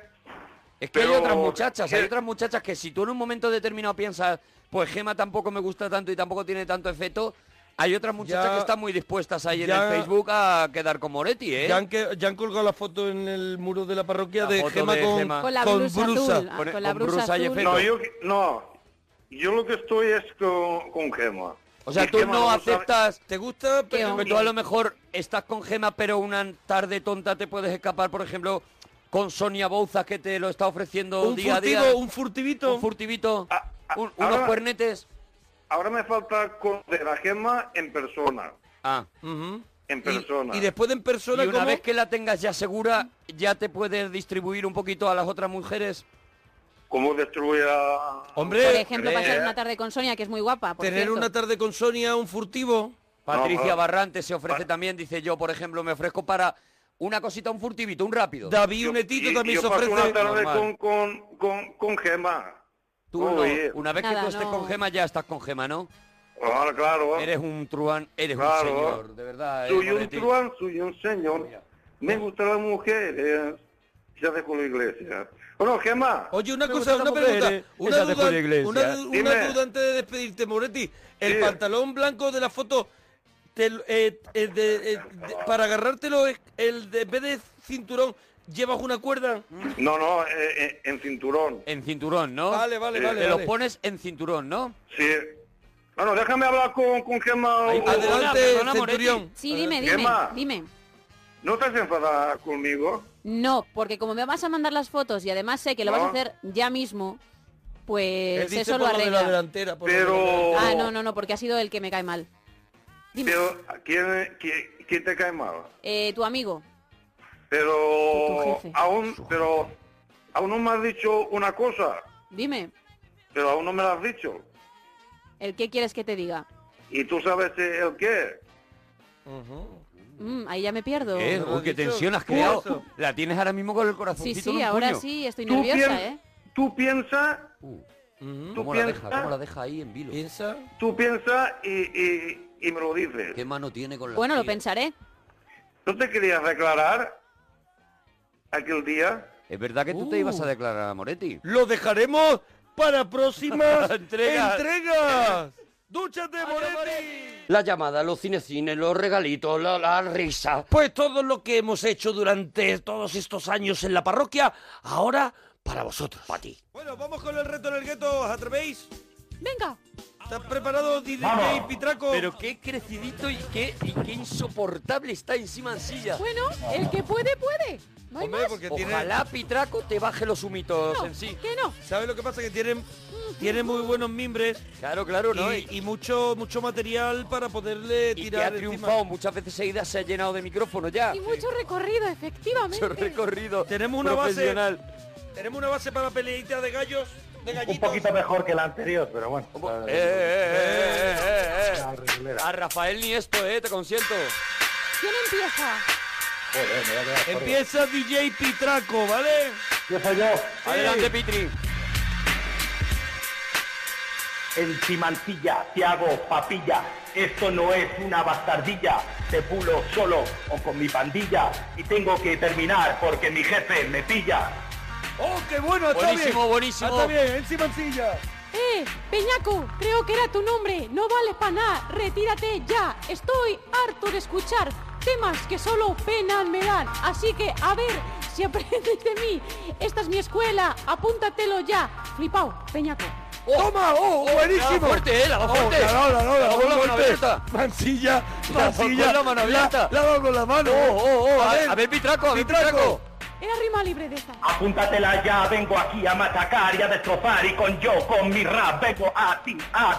Es que hay Pero- otras muchachas, hay ¿Qué? otras muchachas que si tú en un momento determinado piensas, pues Gema tampoco me gusta tanto y tampoco tiene tanto efecto, hay otras muchachas Ya- que están muy dispuestas ahí ya- en el Facebook a quedar con Moretti, ¿eh? Ya, han, que- ya han colgado la foto en el muro de la parroquia La de foto Gema de con, Gemma. Con la con blusa, blusa. azul. ah, Con- Con, la con blusa, blusa y azul. efecto. No, yo que- no. Yo lo que estoy es con, con Gema. O sea, Y tú Gema no sabe- aceptas... ¿Te gusta? Qué Pero que tú a lo mejor estás con Gema, pero una tarde tonta te puedes escapar, por ejemplo, con Sonia Bouzas, que te lo está ofreciendo un día furtivo, a día. un furtivito. un furtivito, Ah, ah, un- unos ahora- cuernetes. Ahora me falta conocer a Gema en persona. Ah, Ujú. En Y- persona. Y, después de en y persona, una ¿cómo? vez que la tengas ya segura, ya te puedes distribuir un poquito a las otras mujeres. ¿Cómo destruir a... Hombre, Por ejemplo, Eh, pasar eh. una tarde con Sonia, que es muy guapa. Por tener cierto. una tarde con Sonia, un furtivo. Patricia no. Barrante se ofrece Pa- también, dice yo, por ejemplo, me ofrezco para una cosita, un furtivito, un rápido. David Yo- Unetito y- también yo se paso ofrece. una tarde Normal. con, con, con, con Gema. Tú Muy no. bien. Una vez Nada, que tú estés no. con Gema, ya estás con Gema, ¿no? Claro, Ah, claro. Eres un truán, eres Claro. un señor, de verdad. eh, Soy un Moretti. truán, soy un señor. Me gustan las mujeres. Se hace con eh, la iglesia. Bueno, Gemma, Oye, una Me cosa, gustan una las pregunta. mujeres, Una esas de duda, Julio Iglesias. una, du- una Dime. duda antes de despedirte, Moretti. El Sí. pantalón blanco de la foto, te lo- eh, eh, de- eh, de- para agarrártelo, es- el de, en vez de cinturón, llevas una cuerda. no, no, eh, eh, en cinturón. En cinturón, ¿no? Vale, vale, Te vale, los vale. pones en cinturón, ¿no? Sí. Bueno, déjame hablar con, con Gemma. Ahí, o- adelante. Adelante, perdona, Moretti. centurión. Sí, dime, ¿Qué dime, más? dime. ¿No estás enfadada conmigo? No, porque como me vas a mandar las fotos y además sé que lo vas a No. hacer ya mismo, Él pues dice eso lo por lo de la arregla. delantera. por lo de la Pero... Ah, no, no, no, porque ha sido el que me cae mal. Dime, Pero, ¿quién, quién, quién te cae mal? eh, tu amigo. Tu Pero jefe. aún, pero aún no me has dicho una cosa, Dime, pero aún no me la has dicho. ¿el qué quieres que te diga? Y tú sabes el qué. Mm, ahí ya me pierdo. ¿Qué? no lo Uy, qué has dicho. tensión has ¿Qué creado. eso? La tienes ahora mismo con el Sí, corazoncito en sí, un ahora puño. sí, estoy Tú, nerviosa, piensas, ¿eh? tú piensa, Uh, delantera. tú ¿Cómo la deja? piensa, ¿Cómo la deja ahí en vilo? Piensa. tú piensa y, y- y me lo dices. ¿Qué mano tiene con la Bueno, lo tía? pensaré. ¿No te querías declarar aquel día? Es verdad que tú te Uh. ibas a declarar a Moretti. Lo dejaremos para [laughs] próximas Entregas. entregas. ¡Dúchate, Moretti! La llamada, los cinecines, los regalitos, la, la risa. Pues todo lo que hemos hecho durante todos estos años en la parroquia, ahora para vosotros. Para ti. Bueno, vamos con el reto en el gueto. ¿Os atrevéis? Venga. ¿Estás preparado, DJ Pitraco? Pero qué crecidito y qué, y qué insoportable está encima en silla. Bueno, el que puede, puede. No hay Hombre, más. porque tiene... Ojalá Pitraco te baje los humitos No, en sí. que no. ¿Sabes lo que pasa? Que tienen, tienen muy buenos mimbres Claro, claro, ¿no? y, y mucho mucho material para poderle Y que ha tirar triunfado encima. muchas veces seguidas, se ha llenado de micrófono ya. Y mucho recorrido, Mucho efectivamente. recorrido. Tenemos una base profesional. tenemos una base para peleita de gallos, de gallitos. Un poquito mejor que la anterior, pero bueno. Eh, eh, eh, eh, eh. La regulera. A Rafael ni esto, eh, te consiento. ¿Quién empieza? Joder, me voy a quedar sordo. Empieza DJ Pitraco, ¿vale? Empiezo yo. Adelante, Pitri. En Timantilla te Oh, hago papilla. Esto no es una bastardilla. Te pulo solo o con mi pandilla. Y tengo que terminar porque mi jefe me pilla. ¡Oh, qué bueno! Está Buenísimo, bien. buenísimo. Está bien, encima encilla. Eh, Peñaco, creo que era tu nombre. No vale para nada. Retírate ya. Estoy harto de escuchar temas que solo pena me dan. Así que, a ver si aprendes de mí. Esta es mi escuela. Apúntatelo ya. Flipao, Peñaco. ¡Toma! ¡Oh, La buenísimo! fuerte, eh, la Oh, fuerte. la ha dado, la ha dado, la ha La dado con la un mano golpe. abierta. Mansilla, La ha dado con mansilla. la mano la- abierta. La ha dado con la mano. Oh, oh, oh, a, ver, a ver, Pitraco, a ver, Pitraco. Era rima libre de esta. Apúntatela ya, vengo aquí a machacar y a destrozar y con yo, con mi rap, vengo a ti a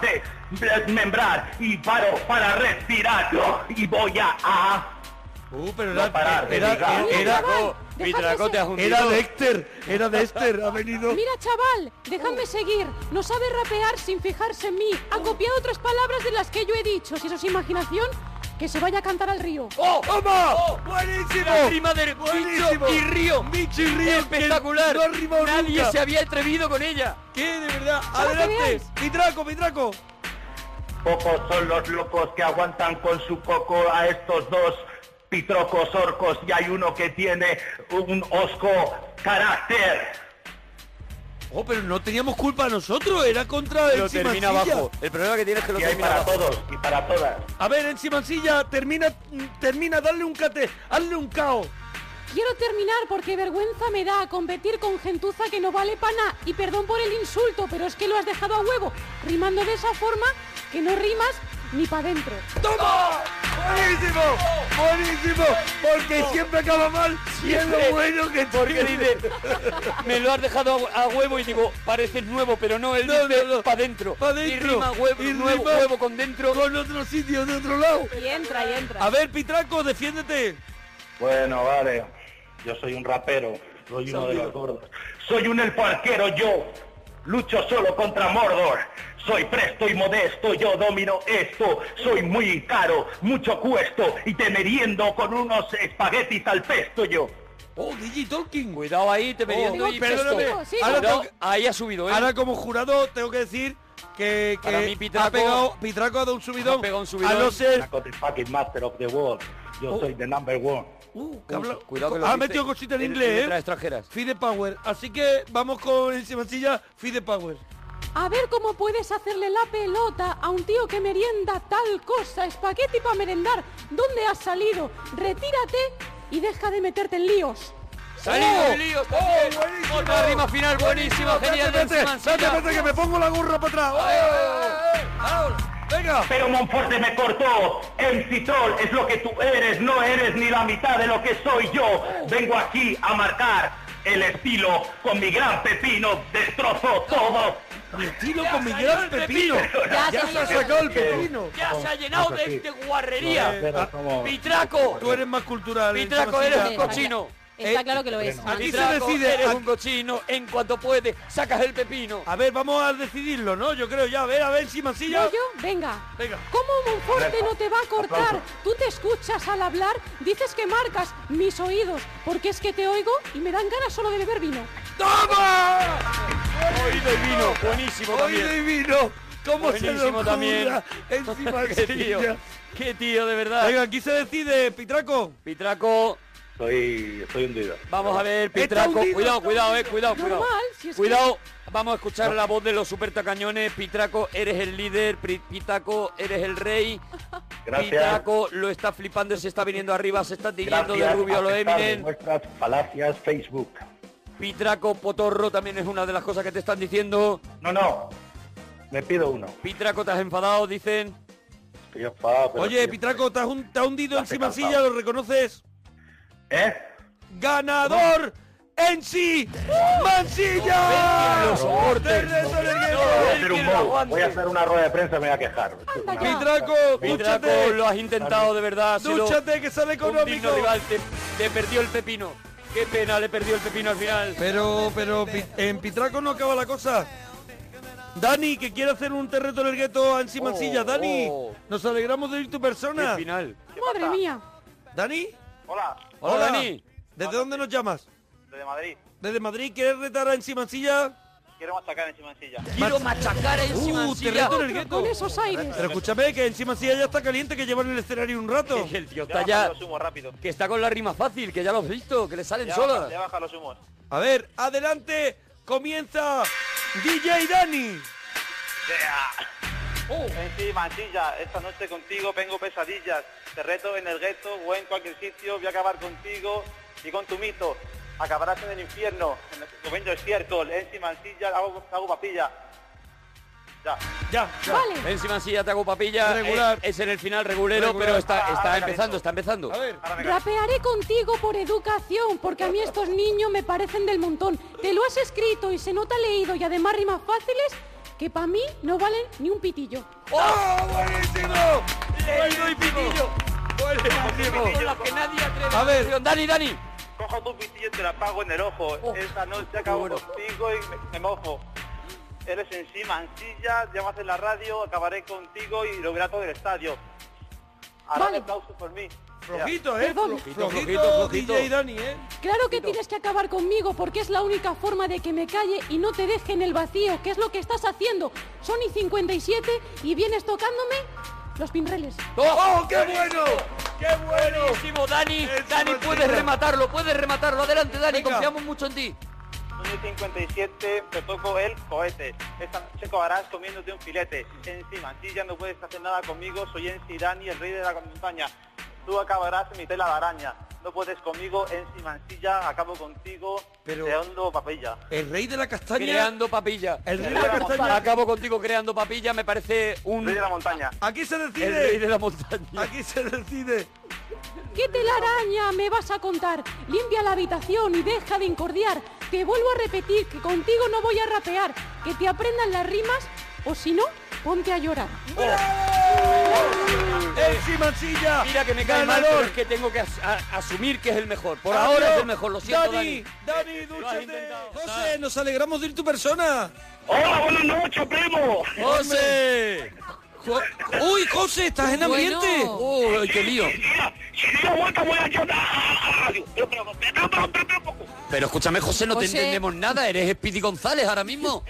desmembrar y paro para respirarlo y voy a... a- Uh, pero No era, parar de era, ligar. era- era- Pitraco, Déjate Pitraco, ser. te has hundido. era Dexter, era Dexter, ha venido. Mira, chaval, dejadme seguir. No sabe rapear sin fijarse en mí. Ha copiado otras palabras de las que yo he dicho. Si eso es imaginación, que se vaya a cantar al río. ¡Oh! ¡Toma! ¡Buenísimo! La rima de Buenísimo. Micho y Río. Micho y Río, Espectacular. que no ha rimado Nadie nunca. se había atrevido con ella. ¿Qué? De verdad. Para que Adelante. veáis. Pitraco, Pitraco. Pocos son los locos que aguantan con su coco a estos dos pitrocos orcos y hay uno que tiene un osco carácter. Oh, pero no teníamos culpa nosotros, era contra Lo encima termina Mansilla. abajo. El problema que tiene es que lo Y hay termina para abajo. todos y para todas. A ver, encima Mansilla, termina, termina, dale un cate, hazle un cao. Quiero terminar porque vergüenza me da competir con gentuza que no vale para nada. Y perdón por el insulto, pero es que lo has dejado a huevo, rimando de esa forma que no rimas ni para dentro. ¡Toma! ¡Buenísimo! ¡Buenísimo! Porque siempre acaba mal y es lo bueno que Porque tiene. dice, me lo has dejado a a huevo y digo, pareces nuevo, pero no, él No, dice, no, no. pa' dentro. Pa' Y dentro. rima huevo, Y nuevo, rima- huevo con dentro. Con otro sitio, de otro lado. Y entra, y entra. A ver, Pitraco, defiéndete. Bueno, vale. Yo soy un rapero. Soy uno de los gordos. Soy un elfo arquero yo. Lucho solo contra Mordor. Soy presto y modesto, yo domino esto. Soy muy caro, mucho cuesto y te meriendo con unos espaguetis al pesto yo. Oh, DJ Tolkien. Cuidado ahí, te pedí metí en tu Perdóname. incesto. Sigo, Ahora sigo. tengo que- ahí ha subido, ¿eh? Ahora como jurado tengo que decir que, que Para mí Pitraco- ha pegado, Pitraco ha dado un subidón. A no no ser... the fucking master of the world. Yo Oh. Uh, soy the number one. que habla- Cuidado que lo ha dice metido cosita en en- en inglés, letras ¿eh? extranjeras. Fide Power. Así que vamos con encima silla Fide Power. A ver cómo puedes hacerle la pelota a un tío que merienda tal cosa, espagueti para merendar. ¿Dónde has salido? Retírate y deja de meterte en líos. ¡Oh! Salido de líos también. Otra rima final buenísima, genial de Vete, Encima vete, Encina. vete, que me pongo la gorra para atrás. Venga. Pero Monforte me cortó. El Citol es lo que tú eres, no eres ni la mitad de lo que soy yo. Vengo aquí a marcar el estilo con mi gran pepino. Destrozo todo. Mi estilo con mi gran pepino. Ya Ya se se ha ha sacado el pepino. Ya se ha llenado de, de guarrería. Joder, Ah, Pitraco. Tú eres más cultural. Pitraco, encima eres silla. un cochino. Está claro que lo es. Eh, Aquí se Pitraco, decide. Eres aquí- un cochino. En cuanto puedes, sacas el pepino. A ver, vamos a decidirlo, ¿no? Yo creo ya, a ver, a ver, encima silla. ¿No yo? Venga. Venga. ¿Cómo Monforte no te va a cortar? Tú te escuchas al hablar, dices que marcas mis oídos, porque es que te oigo y me dan ganas solo de beber vino. ¡Toma! Oído y vino. Buenísimo ¡Oído también. y vino! ¿Cómo se lo Buenísimo también. Encima [laughs] Qué tío. silla. Qué tío, de verdad. Venga, aquí se decide, Pitraco. Pitraco. Soy, estoy hundido. Vamos a ver, Está Pitraco. hundido, cuidado, está cuidado, eh, hundido. cuidado, cuidado. Normal, si es que- cuidado. Vamos a escuchar la voz de los supertacañones. Pitraco, eres el líder. Pri- Pitaco, eres el rey. [laughs] Gracias. Pitaco lo está flipando, se está viniendo arriba, se está tirando de Gracias rubio a a lo pesar de Eminem. Vuestras falacias Facebook. Pitraco, potorro también es una de las cosas que te están diciendo. No, no. Me pido uno. Pitraco, te has enfadado, dicen. Estoy enfadado, pero Oye, estoy- Pitraco, te has, un- te has hundido Ya se encima cansado. silla, ¿lo reconoces? ¿Eh? ¡Ganador! ¡En sí! ¡Mansilla! Los soportes. Terres No, Oleguero. Voy a el hacer que un lo bow. aguante. Voy a hacer una rueda de prensa y me voy a quejar. Anda ya. Pitraco, Pitraco, dúchate. lo has intentado de verdad. ha sido Dúchate, que sale un digno económico. rival, te, te perdió el pepino. Qué pena, le perdió el pepino al final. Pero, pero, pi- en Pitraco no acaba la cosa. Dani, que quiere hacer un terreto en el gueto a encima Oh, silla. Dani, oh. nos alegramos de ir tu Qué persona. final. Madre mía. Dani, Ah, Hola, Hola, Dani. ¿Desde dónde nos llamas? desde Madrid. ¿Desde Madrid? ¿Quieres retar a encima silla? Quiero machacar encima de silla. Quiero machacar encima Uh, silla. terreto en el Otro con gueto. esos aires. Pero escúchame, que encima silla ya está caliente, que llevan en el escenario un rato. Que el tío Le está baja ya... los humos rápido. Que está con la rima fácil, que ya lo has visto, que le salen Le baja, le solas. baja los humos. A ver, adelante, comienza DJ Dani. Oh. Encima, silla, esta noche contigo vengo pesadillas. Te reto en el gueto o en cualquier sitio, voy a acabar contigo y con tu mito. Acabarás en el infierno, en el convento de estiércol, encima, silla, hago, hago papilla. Ya. Ya, ya. Vale. Encima sí, ya te hago papilla. Eh, Regular. Es, es en el final regulero, Regular. pero está, Ah, está ahora empezando, caliento. está empezando. A ver. Ahora me callo. Rapearé contigo por educación, porque a mí estos niños me parecen del montón. Te lo has escrito y se nota leído y además rimas fáciles que para mí no valen ni un pitillo. ¡Oh, buenísimo! Oído y pitillo. Buenísimo. Con las que nadie atreve. A ver. Dani, Dani. Cojo tu pitillo y te la pago en el ojo. Oh, Esta noche acabo bueno. contigo y me, me mojo. Eres encima, mansilla, llamas en la radio, acabaré contigo y lo grato del estadio. Ahora Vale. aplausos por mí. Ya. Flojito, eh. Perdón. Flojito, Flojito, flojito. DJ Dani, eh. Claro que tienes que acabar conmigo, porque es la única forma de que me calle y no te deje en el vacío, que es lo que estás haciendo. Son y 57 y vienes tocándome los pinreles. ¡Oh, qué bueno! ¡Qué bueno! Buenísimo, Dani. Eso, Dani, Martín. puedes rematarlo, puedes rematarlo. Adelante, Dani, Venga. confiamos mucho en ti. 2057 te toco el cohete. Esta noche cobarás comiéndote un filete. Encima, a ti ya no puedes hacer nada conmigo. Soy Encirani, el rey de la montaña. Tú acabarás en mi tela de araña. No puedes conmigo, encima, mansilla, acabo contigo, Pero- te hondo papilla. El rey de la castaña. Creando papilla. El rey de la castaña. Acabo contigo creando papilla, me parece un... Rey de la montaña. Aquí se El rey decide. de la montaña. Aquí se decide. ¿Qué telaraña me vas a contar? Limpia la habitación y deja de incordiar. Te vuelvo a repetir que contigo no voy a rapear, que te aprendan las rimas o si no, ponte a llorar. Oh. Encima silla. Mira que me cae mal, pero Ganador. es que tengo que as- a- asumir que es el mejor. Por Adiós. ahora es el mejor, lo siento, Dani. Dani, Lo has dúchate. intentado. José, nos alegramos de ir tu persona. Hola, buenas noches, primo. ¡José! Jo- Uy, José, estás en ambiente. ¡Uy, qué lío! Mira, Si digo vuelta voy a llorar a la radio. Pero, pero, pero, pero, pero, pero, Pero escúchame, José, no José. te entendemos nada. Eres Speedy González ahora mismo.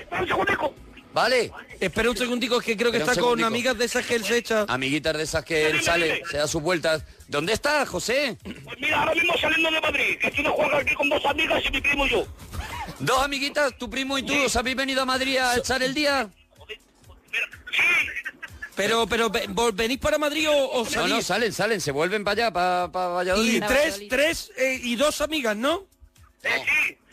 Vale. Espera un segundico, que creo que está con amigas de esas que él se echa. Amiguitas de esas que él sale, se da sus vueltas. ¿Dónde estás, José? Pues mira, ahora mismo saliendo de Madrid, que tú no juegas aquí con dos amigas y mi primo y yo. Dos amiguitas, tu primo y tú, ¿os habéis venido a Madrid a echar el día? Pero, pero, ve- vol- ¿venís para Madrid o, o No, salís? no, salen, salen, se vuelven para allá, para, Valladolid. y tres, tres eh, y dos amigas, ¿no?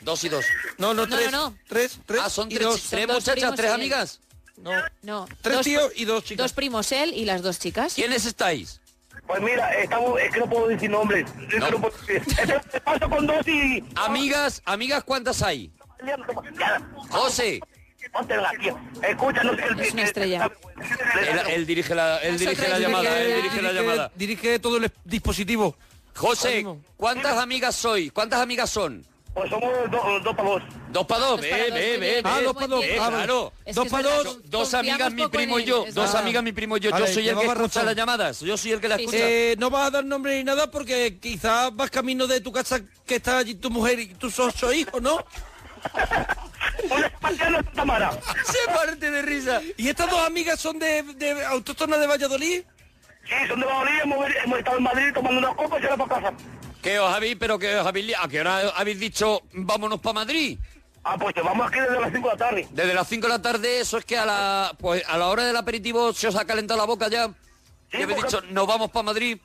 Dos y dos. No, no, No, tres. no, no. Tres, tres. Ah, son y tres- dos. tres Son dos muchachas, primos tres y él. amigas. No. No. Tres dos- tíos y dos chicas. Dos primos él y las dos chicas. ¿Quiénes [laughs] estáis? Pues mira, estamos, es que no puedo decir nombres. Es que No. puedo decir. Este- te paso con dos y... Amigas, amigas, ¿cuántas hay? José. Escúchanos. Es una estrella. Él, él dirige la, él dirige la llamada, él dirige la llamada. Dirige todo el dispositivo. José, ¿cuántas amigas soy? ¿Cuántas amigas son? Pues somos dos dos para dos. Dos para dos, para ve, dos, ve, ve. muy bien. Ah, ve. dos para dos, Eh, ah, vale. claro. Es que es verdad, dos. Dos amigas, confiamos mi poco en primo y él, yo. es Dos verdad. amigas, mi primo y yo. Vale, Yo soy el que llevabas escucha razón. las llamadas. Yo soy el que las escucha. Eh, no vas a dar nombre ni nada porque quizás vas camino de tu casa que está allí tu mujer y tus ocho hijos, ¿no? Se parte de risa. ¿Y estas dos amigas son de, de autóctonas de Valladolid? Sí, son de Valladolid, hemos, ven- hemos estado en Madrid tomando unas copas y ahora para casa. ¿Qué os habéis, pero que os habéis, li- a qué hora habéis dicho vámonos para Madrid? Ah, pues te vamos aquí desde las 5 de la tarde. Desde las 5 de la tarde, eso es que a la, pues, a la hora del aperitivo se os ha calentado la boca ya. Y habéis dicho, nos vamos para Madrid.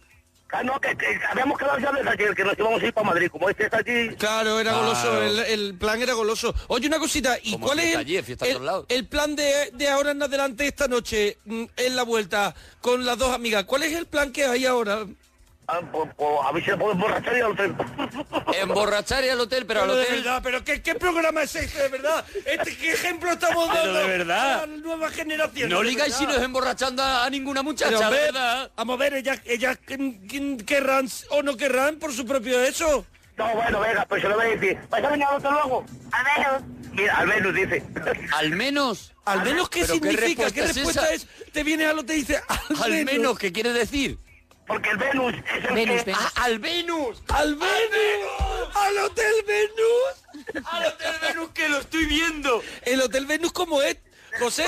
Ah, no, que, que habíamos quedado ya desde ayer, que nos íbamos a ir para Madrid. Como este está allí... Claro, era Claro. goloso, el, el plan era goloso. Oye, una cosita, ¿y Como cuál es fiesta el, allí, fiesta a el- todos lados. el plan de, de ahora en adelante esta noche mm, en la vuelta con las dos amigas? ¿Cuál es el plan que hay ahora? Ah, pues, pues, a mí se le puede emborrachar y al hotel. [laughs] Emborrachar y al hotel, pero al Pero de hotel. verdad, pero ¿qué, qué programa es este, de verdad? Este, ¿Qué ejemplo estamos Pero dando de verdad. a la nueva generación? No de ligáis verdad. si no es emborrachando a, a ninguna Pero, muchacha, de hombre, verdad. Vamos a ver, ellas, ellas qu- qu- querrán o no querrán por su propio eso. No, bueno, venga, pues se lo voy a decir. ¿Vas a venir al hotel luego? Al menos. Mira, al menos dice. Al menos. Ah, Al menos, ¿qué ¿Pero significa? ¿Qué respuesta, esa? es? Te vienes a lo te dice, al, Al menos. menos, ¿qué quiere decir? Porque el Venus es el Venus, que... Venus. ¡Ah, ¡Al Venus! ¡Al Venus! ¡Al Hotel Venus! ¡Al Hotel Venus que lo estoy viendo! ¿El Hotel Venus cómo es, José?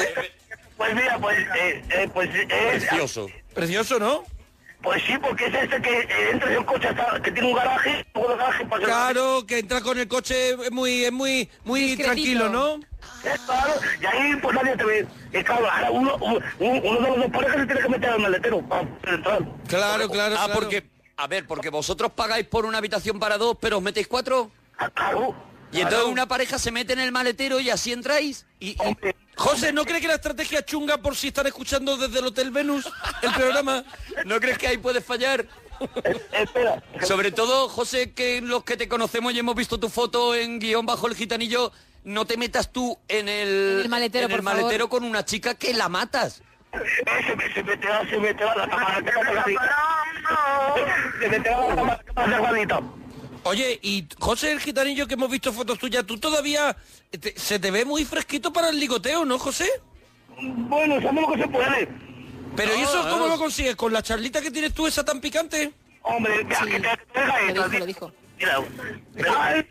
Pues mira, pues... Eh, eh, pues es... Precioso. Precioso, ¿no? Pues sí, porque es este que eh, entra en un coche hasta- que tiene un garaje, luego del garaje pasa... Claro, que entra con el coche es muy, es muy, muy Discretito. tranquilo, ¿no? Eh, claro, y ahí pues nadie te ve. Y claro, ahora uno, un- un- uno de los dos parejas se tiene que meter al maletero para entrar. Claro, claro, ah, claro. porque. A ver, porque vosotros pagáis por una habitación para dos, pero os metéis cuatro. Ah, Claro. Y entonces una pareja se mete en el maletero y así entráis. Y, y- Hombre, José, ¿no crees que la estrategia chunga por si están escuchando desde el Hotel Venus el programa? ¿No crees que ahí puedes fallar? eh, espera. Sobre todo, José, que los que te conocemos y hemos visto tu foto en guión bajo el gitanillo, no te metas tú en el, En el maletero, en el por maletero con una chica que la matas. Eh, se, me- se meterá, se meterá la camaraca de la Se meterá la camaraca cerradita. Oye, y José el gitanillo que hemos visto fotos tuyas, tú todavía te- se te ve muy fresquito para el ligoteo, ¿no, José? Bueno, sabemos que se puede. Pero ¿y No, Ah, eso cómo no. lo consigues? ¿Con la charlita que tienes tú esa tan picante? Hombre, mira, que te que te deja esto. Lo dijo, lo di- dijo. Dile algo. Dile algo,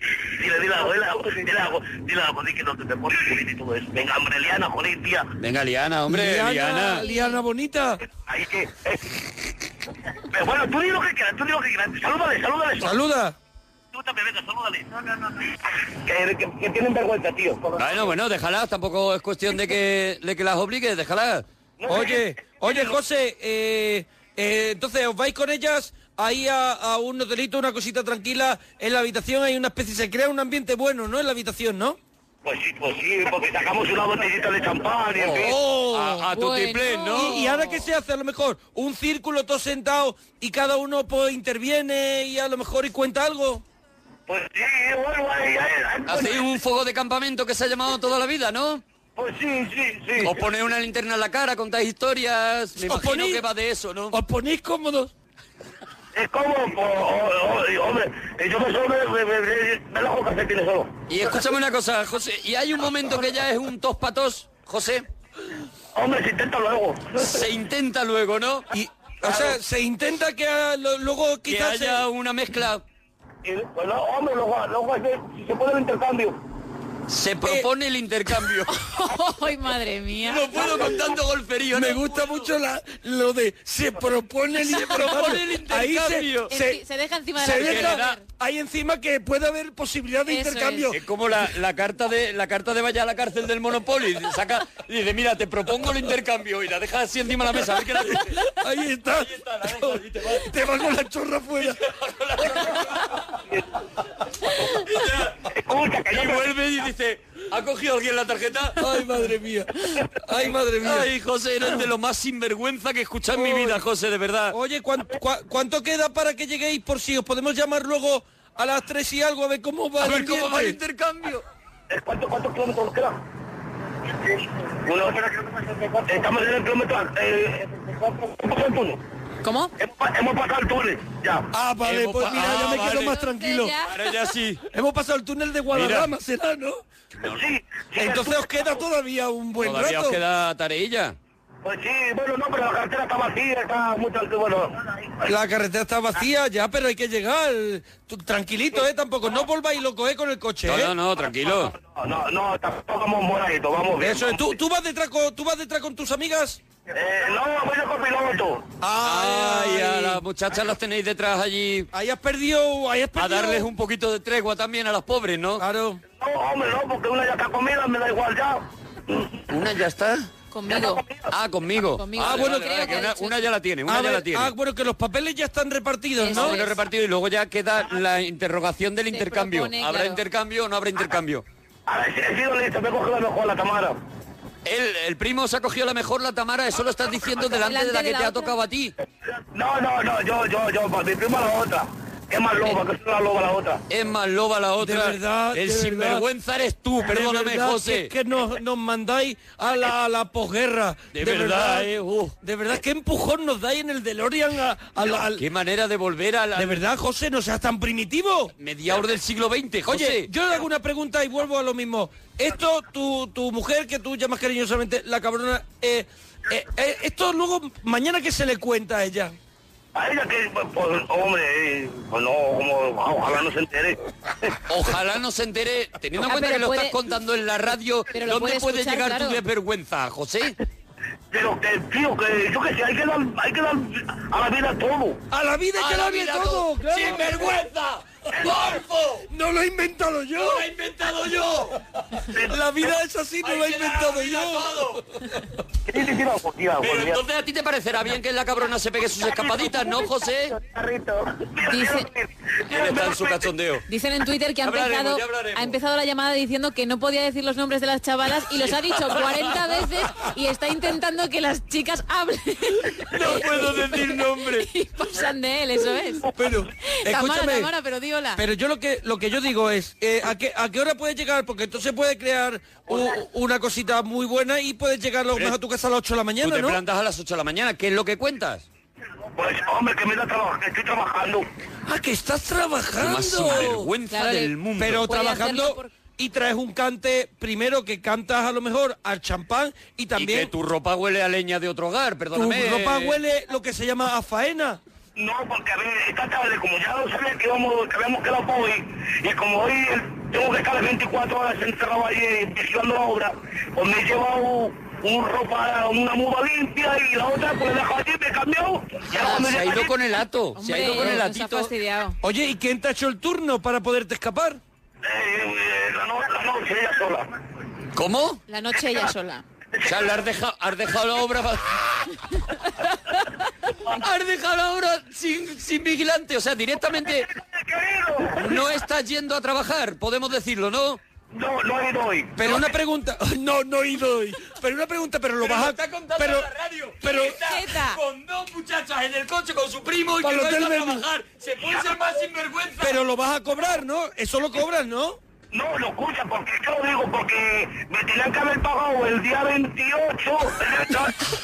dile dile algo, dile algo, dile algo, dile algo, di que no te te pones bien y todo eso. Venga, hombre, Liana, joder, tía. Venga, Liana, hombre, Liana. Liana, Liana bonita. Ahí que. eh. [laughs] Pero bueno, tú di lo que quieras, tú di lo que quieras. Salúdale, salúdale. Saluda. Tú también, venga, salúdale. No, no, no. Que, que- que tienen vergüenza, tío. Bueno, bueno, déjalas, tampoco es cuestión de que, de que las obligues, déjalas. Oye, oye, José, eh, eh, entonces os vais con ellas ahí a, a un hotelito, una cosita tranquila. En la habitación hay una especie, se crea un ambiente bueno, ¿no? En la habitación, ¿no? Pues sí, pues sí, porque sacamos una botellita de champán y en fin. Oh, a, a tu bueno. tiplén, ¿no? Y, y ahora que se hace a lo mejor un círculo todos sentados y cada uno pues interviene y a lo mejor y cuenta algo. Pues sí, bueno, ahí, ahí, ahí, ¿eh? Hacéis un fuego de campamento que se ha llamado toda la vida, ¿no? Pues sí, sí, sí. Os ponéis una linterna en la cara, contáis historias. Me Os imagino ponéis- que va de eso, ¿no? Os ponéis cómodos. Es como, pues, oh, oh, hombre, eh, yo me solo me, me, me, me, me lajo calcetines solo. Y escúchame una cosa, José. ¿Y hay un momento que ya es un tos patos, José? Hombre, si intenta luego. Se intenta luego, ¿no? Y, O sea, se intenta que ah, lo- luego Que quizás... haya una mezcla. Pues no, hombre, los los hay que- si se puede el intercambio. Eh. Se propone el intercambio. [laughs] ¡Ay, madre mía! No puedo con tanto golferío. Me gusta mucho la, lo de se propone el Se intercambio. propone el Ahí se- intercambio. se, Enci- se deja encima de se la mesa. deja- Hay encima que puede haber posibilidad de Eso intercambio. Es como la, la carta de la carta de vaya a la cárcel del Monopoly. Saca y dice, mira, te propongo el intercambio y la dejas así encima de la mesa. A ver qué la dice. Ahí está. Te vas con la chorra fuera. Y vuelve y dice, ¿ha cogido alguien la tarjeta? Ay, madre mía. Ay, madre mía. Ay, José, eres de lo más sinvergüenza que escuchas en mi Uy. vida, José, de verdad. Oye, ¿cuán- cua- ¿cuánto queda para que lleguéis por si os podemos llamar luego a las tres y algo a ver cómo va A el ver cómo va el ambiente? intercambio. ¿Cuántos cuántos kilómetros quedan? Uno, estamos en el kilómetro. Eh, hemos pasado el túnel. ¿Cómo? Hemos, pa- hemos pasado el túnel. Ya. Ah, vale, Hemos pues pa- mira, ya ah, me quedo vale. más tranquilo. Entonces Ahora ya sí. Hemos pasado el túnel de Guadarrama, será, ¿no? Sí, sí, Entonces os queda todavía un buen Todavía rato. os queda tareilla. Pues sí, bueno, no, pero la carretera está vacía, está muy tranquila. Bueno, La carretera está vacía ya, pero hay que llegar. Tú- Tranquilito, ¿eh? Tampoco, no volváis loco, ¿eh? Con el coche, No, ¿eh? no, no, tranquilo. no, no, no, tampoco vamos moraditos, vamos bien. Eso es, ¿tú, tú vas detrás con, tú vas detrás con tus amigas? Eh, no, voy de copiloto. Ay, a las muchachas las tenéis detrás allí. Ahí has perdido, ahí has A perdido. darles un poquito de tregua también a las pobres, ¿no? Claro. No, hombre, no, porque una ya está comida, me da igual ya. Una ya está. Conmigo. Ah, conmigo. Conmigo. Ah, bueno, Creo que, que ha una, dicho una eso. ya la tiene, una A ya ver, la tiene. Ah, bueno, que los papeles ya están repartidos, Eso ¿no? es. Ah, Bueno, repartido y luego ya queda la interrogación del intercambio. propone, ¿Habrá claro. intercambio o no habrá intercambio? A ver, si he sido listo, me he cogido mejor la Tamara. El, el primo se ha cogido la mejor la Tamara, eso lo estás diciendo delante, Delante de la de que la te ha otra. tocado a ti. No, no, no, yo, yo, yo, pa- mi prima la otra. Que es más loba, que es una loba la otra. Eh, Es más loba la otra. De verdad, el de verdad. sinvergüenza eres tú, De perdóname, verdad, José. Que, es que nos, nos mandáis a la, a la posguerra. De verdad, eh, uh. De verdad, qué empujón nos dais en el DeLorean a, a la... al- Qué manera de volver a la De verdad, José, no seas tan primitivo. mediador del siglo XX, José. Oye, yo le hago una pregunta y vuelvo a lo mismo. Esto, tu, tu mujer, que tú llamas cariñosamente la cabrona, eh, eh, eh, esto luego, mañana que se le cuenta a ella. A ella que, pues, hombre, eh, pues no, como, ojalá no se entere. Ojalá no se entere, teniendo en Ah, cuenta pero que lo puede- estás contando en la radio, [laughs] Pero lo ¿dónde puede puede, escuchar, llegar claro. tu desvergüenza, José? [laughs] Pero que, tío, que yo que sé, hay que dar, hay que dar a la vida todo. A la [laughs] vida ¡A que la la vida vida todo, todo! claro. ¡Sinvergüenza! ¡Golfo! No lo he inventado yo. ¡Lo he inventado yo! La vida es así, no Hay lo he que dar inventado la vida yo. [laughs] todo. ¿Qué te hicieron? Pues, tía, pues, Pero mira. entonces a ti te parecerá bien que la cabrona se pegue sus escapaditas, ¿no, José? Dice- Él está en su cachondeo. Dicen en Twitter que ha Ya hablaremos, empezado, ya hablaremos. ha empezado la llamada diciendo que no podía decir los nombres de las chavalas y los ha [laughs] dicho 40 veces y está intentando que las chicas hablen. No puedo decir nombres. Y pasan de él, [laughs] eso es. Pero, Tamara, escúchame. Tamara, pero di hola. Pero yo lo que lo que yo digo es, eh, ¿a, qué, ¿a qué hora puedes llegar? Porque entonces puede crear u- una cosita muy buena y puedes llegar a lo mejor a tu casa a las 8 de la Tú mañana, te ¿no? plantas a las 8 de la mañana, ¿qué es lo que cuentas? Pues, hombre, que me da trabajo, que estoy trabajando. Ah, que estás Lo trabajando. más sinvergüenza Claro, del mundo. Pero Puede trabajando hacerlo por- y traes un cante primero que cantas a lo mejor al champán y Y que también tu ropa huele a leña de otro hogar, tu perdóname. ropa huele lo que se llama a faena. No, porque a ver, esta tarde, como ya lo sabía que, íbamos, que habíamos quedado para hoy, y como hoy tengo que estar 24 horas encerrado ahí eh, vigilando la obra, pues me he llevado un ropa, una muda limpia y la otra pues la he dejado allí, me he cambiado. Y ahora Ah, cuando se ha llego ido allí, con el hato, se ha Hombre, ido con el este. nos ha hatito. fastidiado. Oye, ¿y quién te ha hecho el turno para poderte escapar? eh, eh, la novia, la noche, ella sola. ¿Cómo? La noche ella sola. O sea, le has dejado, has dejado la obra... pa- [laughs] has dejado la obra sin, sin vigilante, o sea, directamente Querido, no estás yendo a trabajar, podemos decirlo, ¿no? no, no he ido hoy. Pero una pregunta, [laughs] no, no he ido hoy. Pero una pregunta, pero lo vas a pero radio. pero- Zeta. con dos muchachas en el coche con su primo y Para el hotel Belmont. Se puede ser más sinvergüenza. pero lo vas a cobrar, ¿no? Eso lo cobras, ¿no? No, lo escucha, porque yo lo digo, porque me tenían que haber pagado el día 28 [laughs]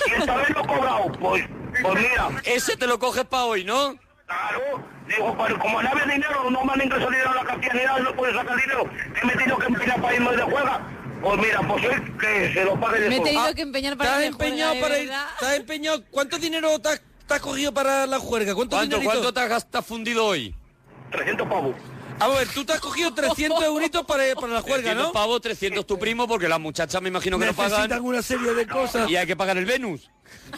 y esta vez lo he cobrado. Pues, pues mira, Ese te lo coges para hoy, ¿no? claro, digo, pero como no había dinero, no me han ingresado dinero a la cantidad ni nada, no puedo sacar dinero, he metido que empinar para irme de juega. Pues mira, pues hoy que se lo pague Me he de tenido solo. Ah, que empeñar ¿Te para has que me juegue, empeñado de para ir? verdad. ¿Te has empeñado? ¿Cuánto dinero te has te has cogido para la juerga? ¿Cuánto, ¿Cuánto- dinerito? cuánto te has gastado fundido hoy? 300 pavos. A ver, tú te has cogido 300 euritos para, para la juerga, 300 ¿no? pavos, 300 tu primo, porque las muchachas me imagino que no Necesitan pagan. una serie de cosas. Y hay que pagar el Venus. [laughs]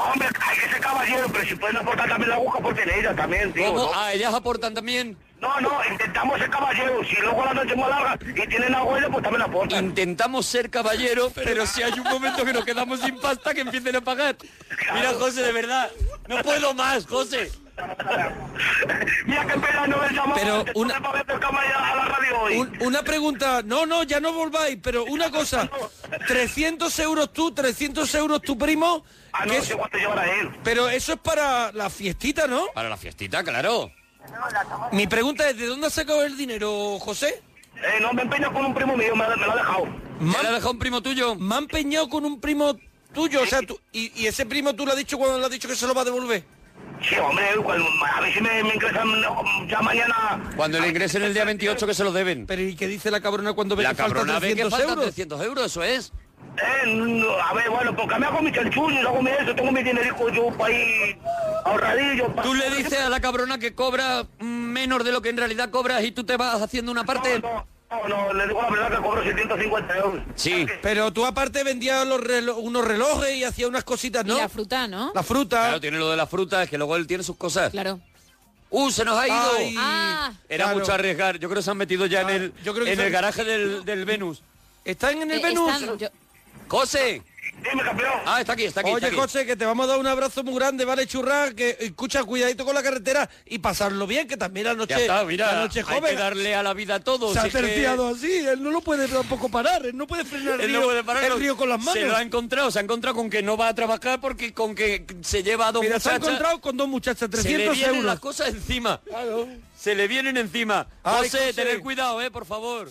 Hombre, hay que ser caballero, pero si pueden aportar también la aguja, porque ellas también, tío. ¿Cómo? ¿no? Ah, ellas aportan también. No, no, intentamos ser caballeros. Si luego la noche es muy larga y tienen agüero, pues también aportan. Intentamos ser caballeros, pero si hay un momento que nos quedamos sin pasta, que empiecen a pagar. Mira, José, de verdad, no puedo más, José. Mira qué pena no me llamó. Pero Te una- toca para ver tu cámara a la radio hoy. Un- una pregunta, no, no, ya no volváis, pero una cosa, 300 euros tú, 300 euros tu primo, Ah, no, que no es- sé cuánto llevará él. pero eso es para la fiestita, ¿no? Para la fiestita, claro. Mi pregunta es, ¿de dónde has sacado el dinero, José? Eh, no me empeño con un primo mío, me, me lo ha dejado. ¿Me Me la ha han- dejado un primo tuyo? me han empeñado con un primo tuyo, o sea, tú- y, y ese primo tú le has dicho cuando le has dicho que se lo va a devolver. Sí, hombre, igual, a ver si me, me ingresan no, ya mañana. Cuando le ingresen el día 28 que se lo deben. Pero ¿y qué dice la cabrona cuando ve La que faltan cabrona ve que 300 faltan euros? 300 euros, eso es. Eh, no, a ver, bueno, porque me hago mi chanchullo, luego me eso, tengo mi dinerico yo para ir ahorradillo. pa- Tú le dices a la cabrona que cobra mm, menos de lo que en realidad cobras y tú te vas haciendo una parte. No, no, no, le digo la verdad que cobro 750 euros. Sí. Pero tú aparte vendías los relo- unos relojes y hacías unas cositas, ¿no? Y la fruta, ¿no? La fruta. Claro, tiene lo de las frutas, es que luego él tiene sus cosas. Claro. ¡Uh, se nos ha ido! Ay, Ah. Era claro. mucho arriesgar. Yo creo que se han metido ya en Ah, el, yo creo que en se- el garaje del, del Venus. ¿Están en el Eh, Venus? están- yo- ¡José! Dime, campeón. Ah, está aquí, está aquí. está Oye, aquí. José, que te vamos a dar un abrazo muy grande, ¿vale, churra? Que escucha, cuidadito con la carretera y pasarlo bien, que también la noche, Ya está, mira. la noche Hay que joven. darle a la vida a todos. Se ha es que- terciado así, él no lo puede tampoco parar, él no puede frenar el Él río, no puede pararlo. el río con las Se lo ha manos. encontrado, se ha encontrado con que no va a trabajar porque con que se lleva a dos Mira, se ha muchachas, encontrado con dos muchachas, se le 300 vienen las euros. cosas encima. Claro. Ah, Se le vienen encima. Ay, José, José. tener cuidado, eh, por favor.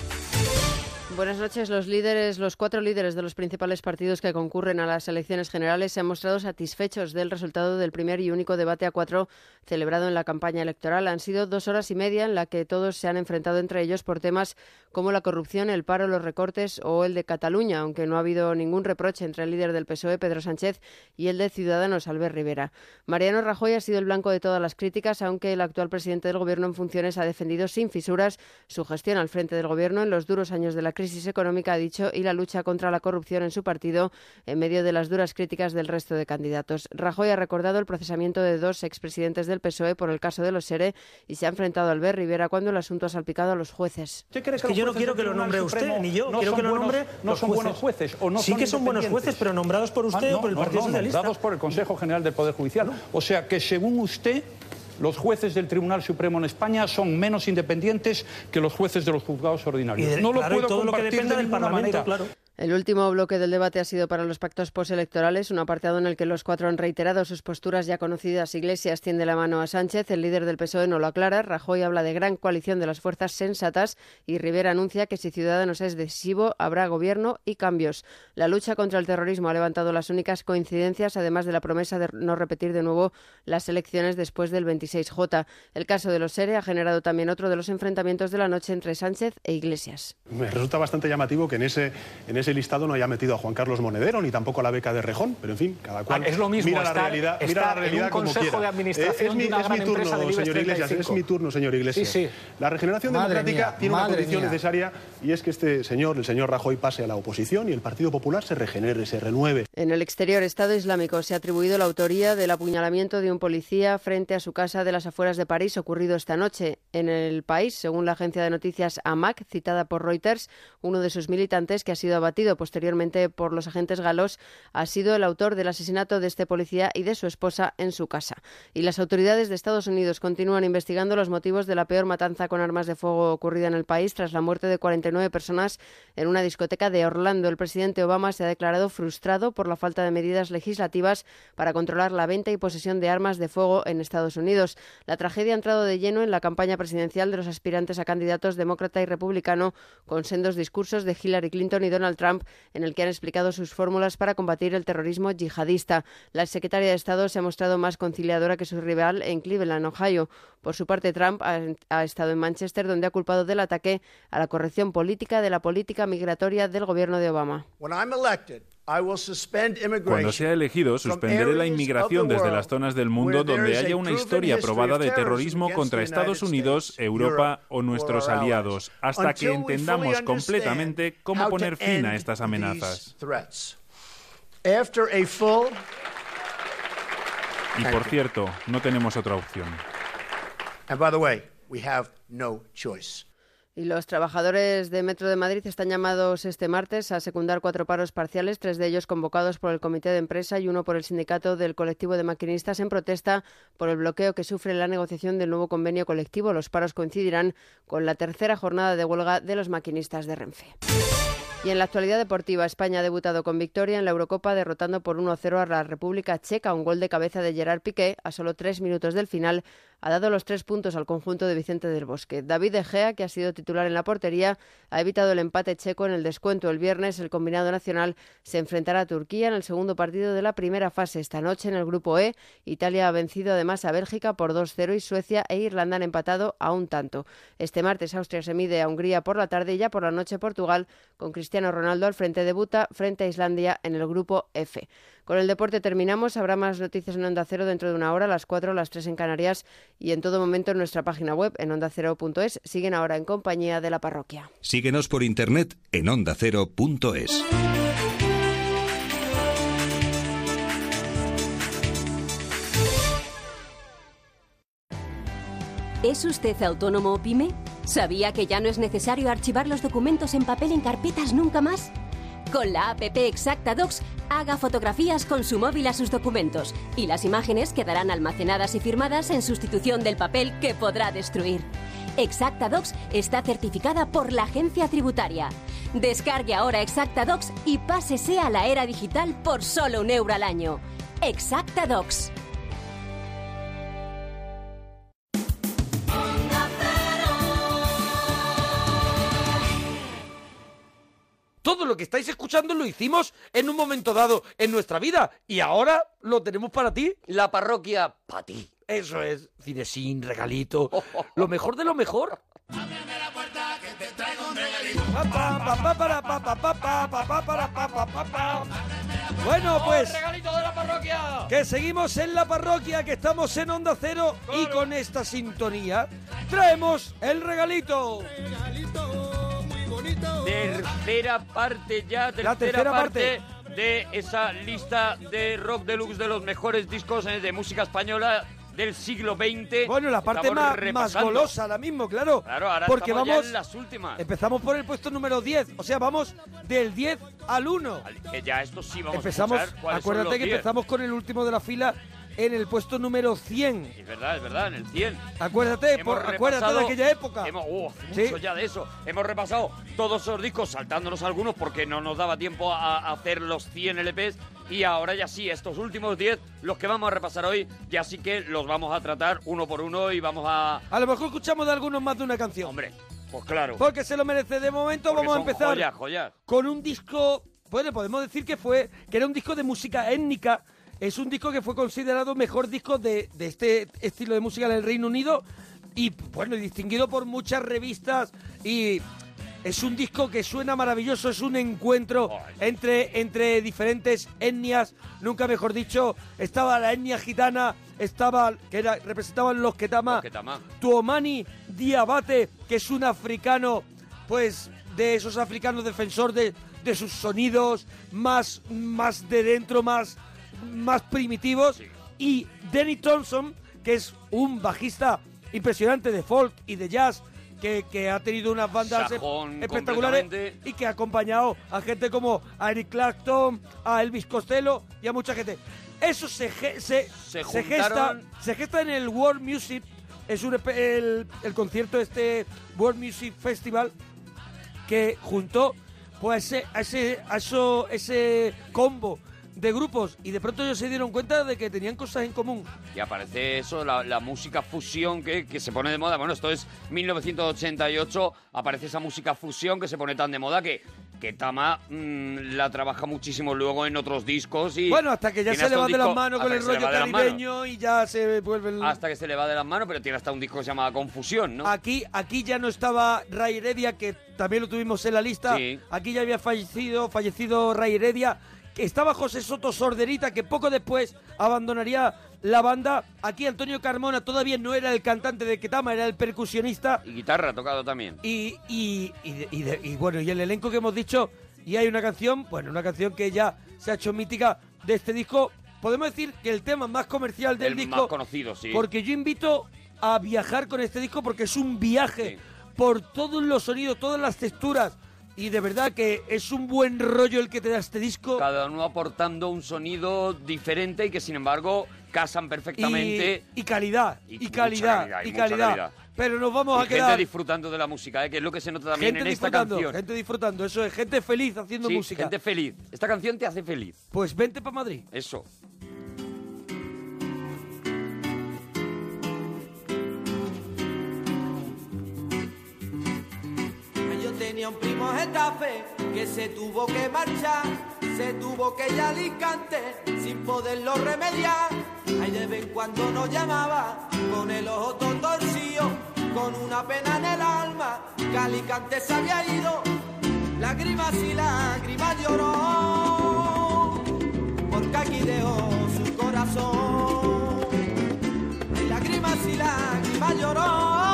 Buenas noches. Los líderes, los cuatro líderes de los principales partidos que concurren a las elecciones generales se han mostrado satisfechos del resultado del primer y único debate a cuatro celebrado en la campaña electoral. Han sido dos horas y media en la que todos se han enfrentado entre ellos por temas como la corrupción, el paro, los recortes o el de Cataluña, aunque no ha habido ningún reproche entre el líder del PSOE, E, Pedro Sánchez, y el de Ciudadanos, Albert Rivera. Mariano Rajoy ha sido el blanco de todas las críticas, aunque el actual presidente del Gobierno en funciones ha defendido sin fisuras su gestión al frente del Gobierno en los duros años de la crisis económica, ha dicho, y la lucha contra la corrupción en su partido en medio de las duras críticas del resto de candidatos. Rajoy ha recordado el procesamiento de dos expresidentes del PSOE E por el caso de los SERE y se ha enfrentado a Albert Rivera cuando el asunto ha salpicado a los jueces. Es que yo no quiero que lo nombre usted, ni yo. no quiero son que lo buenos- nombre no los son buenos jueces o no sí son que son buenos jueces, independientes. pero nombrados por usted Ah, no, o por el no, Partido no, Socialista. Dados por el Consejo General del Poder Judicial. O sea que, según usted, los jueces del Tribunal Supremo en España son menos independientes que los jueces de los juzgados ordinarios. Y de- no lo claro, y puedo todo lo que compartir dependa de del ninguna Parlamento, manera. claro. El último bloque del debate ha sido para los pactos postelectorales, un apartado en el que los cuatro han reiterado sus posturas ya conocidas. Iglesias tiende la mano a Sánchez, el líder del PSOE E no lo aclara, Rajoy habla de gran coalición de las fuerzas sensatas y Rivera anuncia que si Ciudadanos es decisivo habrá gobierno y cambios. La lucha contra el terrorismo ha levantado las únicas coincidencias, además de la promesa de no repetir de nuevo las elecciones después del 26J. El caso de los SERE ha generado también otro de los enfrentamientos de la noche entre Sánchez e Iglesias. Me resulta bastante llamativo que en ese, en ese listado no haya metido a Juan Carlos Monedero ni tampoco a la beca de Rejón, pero en fin, cada cual Ah, es lo mismo mira la estar- realidad, mira estar la en realidad un como consejo quiera. de administración es mi, de una es gran mi empresa del turno, IBEX señor Iglesias, es 35. mi turno, señor Iglesias. Sí, sí. La regeneración Madre democrática mía, tiene una madre condición mía. necesaria y es que este señor, el señor Rajoy, pase a la oposición y el Partido Popular se regenere, se renueve. En el exterior, Estado Islámico se ha atribuido la autoría del apuñalamiento de un policía frente a su casa de las afueras de París ocurrido esta noche. En el país, según la agencia de noticias AMAC, citada por Reuters, uno de sus militantes, que ha sido abatido posteriormente por los agentes galos, ha sido el autor del asesinato de este policía y de su esposa en su casa. Y las autoridades de Estados Unidos continúan investigando los motivos de la peor matanza con armas de fuego ocurrida en el país tras la muerte de 49 personas en una discoteca de Orlando. El presidente Obama se ha declarado frustrado por la falta de medidas legislativas para controlar la venta y posesión de armas de fuego en Estados Unidos. La tragedia ha entrado de lleno en la campaña presidencial de los aspirantes a candidatos demócrata y republicano con sendos discursos de Hillary Clinton y Donald Trump en el que han explicado sus fórmulas para combatir el terrorismo yihadista. La secretaria de Estado se ha mostrado más conciliadora que su rival en Cleveland, Ohio. Por su parte, Trump ha, ha estado en Manchester, donde ha culpado del ataque a la corrección política de la política migratoria del gobierno de Obama. When I'm elected, I will suspend Cuando immigration. sea elegido, suspenderé la inmigración desde las zonas del mundo donde haya una historia probada de terrorismo contra Estados Unidos, Europa o nuestros aliados, hasta que entendamos completamente cómo poner fin a estas amenazas. Threats. After a full Y por cierto, no tenemos otra opción. and by the way, we have no choice. Y los trabajadores de Metro de Madrid están llamados este martes a secundar cuatro paros parciales, tres de ellos convocados por el Comité de Empresa y uno por el sindicato del colectivo de maquinistas en protesta por el bloqueo que sufre la negociación del nuevo convenio colectivo. Los paros coincidirán con la tercera jornada de huelga de los maquinistas de Renfe. Y en la actualidad deportiva, España ha debutado con victoria en la Eurocopa, derrotando por 1-0 a la República Checa. Un gol de cabeza de Gerard Piqué, a solo tres minutos del final, ha dado los tres puntos al conjunto de Vicente del Bosque. David De Gea, que ha sido titular en la portería, ha evitado el empate checo en el descuento. El viernes, el combinado nacional se enfrentará a Turquía en el segundo partido de la primera fase. Esta noche, en el grupo E, Italia ha vencido además a Bélgica por 2-0 y Suecia e Irlanda han empatado a un tanto. Este martes, Austria se mide a Hungría por la tarde y ya por la noche Portugal, con Cristiano Ronaldo al frente debuta frente a Islandia en el grupo F. Con el deporte terminamos. Habrá más noticias en Onda Cero dentro de una hora, a las 4, a las 3 en Canarias y en todo momento en nuestra página web en ondacero.es. Siguen ahora en compañía de la parroquia. Síguenos por internet en ondacero.es. ¿Es usted autónomo o pyme? ¿Sabía que ya no es necesario archivar los documentos en papel en carpetas nunca más? Con la app Exactadocs, haga fotografías con su móvil a sus documentos y las imágenes quedarán almacenadas y firmadas en sustitución del papel que podrá destruir. Exactadocs está certificada por la agencia tributaria. Descargue ahora Exactadocs y pásese a la era digital por solo un euro al año. Exactadocs. Todo lo que estáis escuchando lo hicimos en un momento dado en nuestra vida y ahora lo tenemos para ti. La parroquia para ti. Eso es, cine sin regalito. [laughs] Lo mejor de lo mejor. Oh, Bueno, pues regalito de la parroquia! que seguimos en la parroquia, que estamos en Onda Cero y con esta sintonía traemos el regalito. Tercera parte ya, tercera, La tercera parte, de esa lista de rock deluxe de los mejores discos eh, de música española del siglo XX. Bueno, la parte Estamos más, más repasando. golosa ahora mismo, claro. Claro, ahora porque estamos ya vamos en las últimas. Empezamos por el puesto número 10, o sea, vamos del 10 al 1. Que eh, ya esto sí vamos empezamos, a escuchar cuáles son acuérdate los que 10. empezamos con el último de la fila en el puesto número 100. Es verdad, es verdad, en el 100. Acuérdate, Hemos por- acuérdate repasado- de aquella época. Hemos, uh, hace Sí. mucho ya de eso. Hemos repasado todos esos discos, saltándonos algunos porque no nos daba tiempo a, a hacer los 100 LPs. Y ahora ya sí, estos últimos 10, los que vamos a repasar hoy, ya sí que los vamos a tratar uno por uno y vamos a... A lo mejor escuchamos de algunos más de una canción. Hombre, pues claro. Porque se lo merece. De momento Porque vamos a son empezar joyas, joyas. con un disco. Bueno, podemos decir que fue. que era un disco de música étnica. Es un disco que fue considerado mejor disco de, de este estilo de música en el Reino Unido. Y bueno, y distinguido por muchas revistas. Y. Es un disco que suena maravilloso, es un encuentro entre, entre diferentes etnias, nunca mejor dicho, estaba la etnia gitana, estaba que era, representaban los ketama, Tuomani Diabate, que es un africano, pues de esos africanos defensor de, de sus sonidos más, más de dentro, más, más primitivos. Y Danny Thompson, que es un bajista impresionante de folk y de jazz, que, que ha tenido unas bandas Sajón espectaculares completamente. y que ha acompañado a gente como a Eric Clapton, a Elvis Costello y a mucha gente. Eso se, ge- se, Se se gesta, juntaron- se gesta en el World Music, es un, espe- el, el concierto este World Music Festival que juntó pues ese, a ese, a eso- ese combo de grupos y de pronto ellos se dieron cuenta de que tenían cosas en común. Y aparece eso, la, la música fusión que, que se pone de moda. Bueno, esto es 1988, aparece esa música fusión que se pone tan de moda que, que Tama mm, la trabaja muchísimo luego en otros discos y... Bueno, hasta que ya tiene se le hasta va un de las disco- manos con hasta el que se le rollo va de las manos. caribeño y ya se vuelve el... Hasta que se le va de las manos, pero tiene hasta un disco que se llama Confusión, ¿no? Aquí, aquí ya no estaba Ray Heredia, que también lo tuvimos en la lista. Sí. Aquí ya había fallecido, fallecido Ray Heredia. Que Estaba José Soto Sorderita, que poco después abandonaría la banda. Aquí Antonio Carmona todavía no era el cantante de Ketama, era el percusionista. Y guitarra ha tocado también. Y, y- y de- y de- y bueno, y el elenco que hemos dicho, y hay una canción, bueno, una canción que ya se ha hecho mítica de este disco. Podemos decir que el tema más comercial del el disco. más conocido, sí. Porque yo invito a viajar con este disco porque es un viaje por todos los sonidos, todas las texturas. Y de verdad que es un buen rollo el que te da este disco. Cada uno aportando un sonido diferente y que, sin embargo, casan perfectamente. Y, y calidad, Y y, mucha calidad, calidad, y y mucha calidad. calidad. Pero nos vamos Y a quedar. gente disfrutando de la música, ¿eh? que es lo que se nota también gente en esta disfrutando, canción. gente disfrutando, eso es, gente feliz haciendo Sí, música. gente feliz. Esta canción te hace feliz. Pues vente para Madrid. Eso. Yo tenía un primo en Getafe que se tuvo que marchar, se tuvo que ir a Alicante sin poderlo remediar. Ahí de vez en cuando nos llamaba con el ojo todo torcido, con una pena en el alma, que a Alicante se había ido. Lágrimas y lágrimas lloró, porque aquí dejó su corazón. Ay, Lágrimas y lágrimas lloró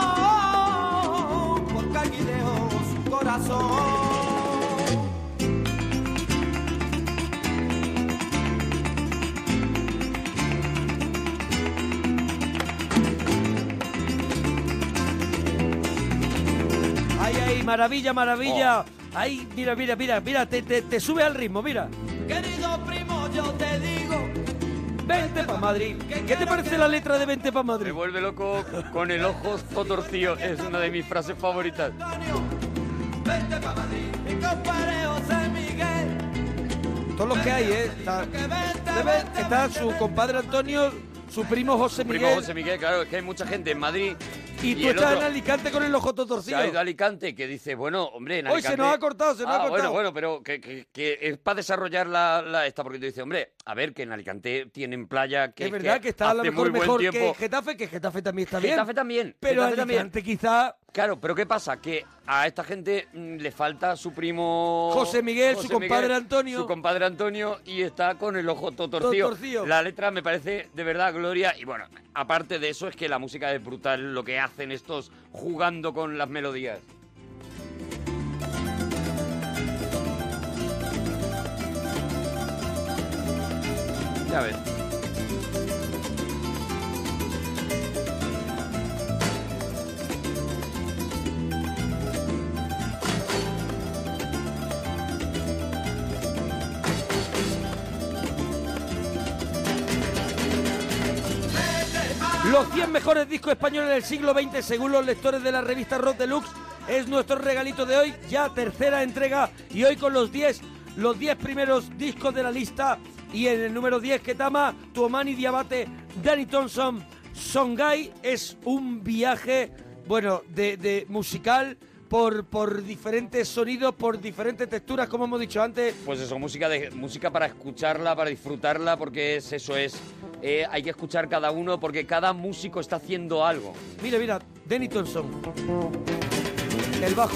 porque aquí dejó su corazón. Ay, ay, maravilla, maravilla. Oh. Ay, mira, mira, mira, mira, te, te, te sube al ritmo, mira. Querido primo, yo te digo, Vente para Madrid. ¿Qué te parece la letra de Vente para Madrid? Me vuelve loco con el ojo todo [laughs] torcido. Es una de mis frases favoritas. vente pa' Madrid, mi compadre José Miguel, Todos los que hay, ¿eh? Está, está su compadre Antonio, su primo José Primo Miguel. José Miguel, claro, es que hay mucha gente en Madrid Y tú el estás otro- en Alicante con el ojo todo Se torcido. ha ido a Alicante, que dice, bueno, hombre, en Hoy se Alicante- nos ha cortado, se nos Ah, ha cortado. Bueno, bueno, pero que, que- que es para desarrollar la, la esta, porque tú dices, hombre, a ver, que en Alicante tienen playa que es verdad que está a lo hace mejor muy mejor buen que tiempo. Getafe, que Getafe también está bien. Getafe también. Pero Getafe también. Alicante quizá... Claro, pero ¿qué pasa? Que a esta gente mm, le falta su primo... José Miguel, su compadre Antonio. Su compadre Antonio y está con el ojo todo torcido. torcido. La letra me parece de verdad gloria. Y bueno, aparte de eso es que la música es brutal, lo que hacen estos jugando con las melodías. Ya ves. Los 100 mejores discos españoles del siglo XX según los lectores de la revista Rock Deluxe es nuestro regalito de hoy, ya tercera entrega y hoy con los 10, los 10 primeros discos de la lista y en el número 10 Ketama, Tuomani Diabate, Danny Thompson, Songai es un viaje, bueno, de, de musical por, por diferentes sonidos, por diferentes texturas, como hemos dicho antes, Pues eso, música, de, música para escucharla, para disfrutarla, porque es, eso es. Eh, hay que escuchar cada uno porque cada músico está haciendo algo. Mira, mira, Denny Thompson. El bajo.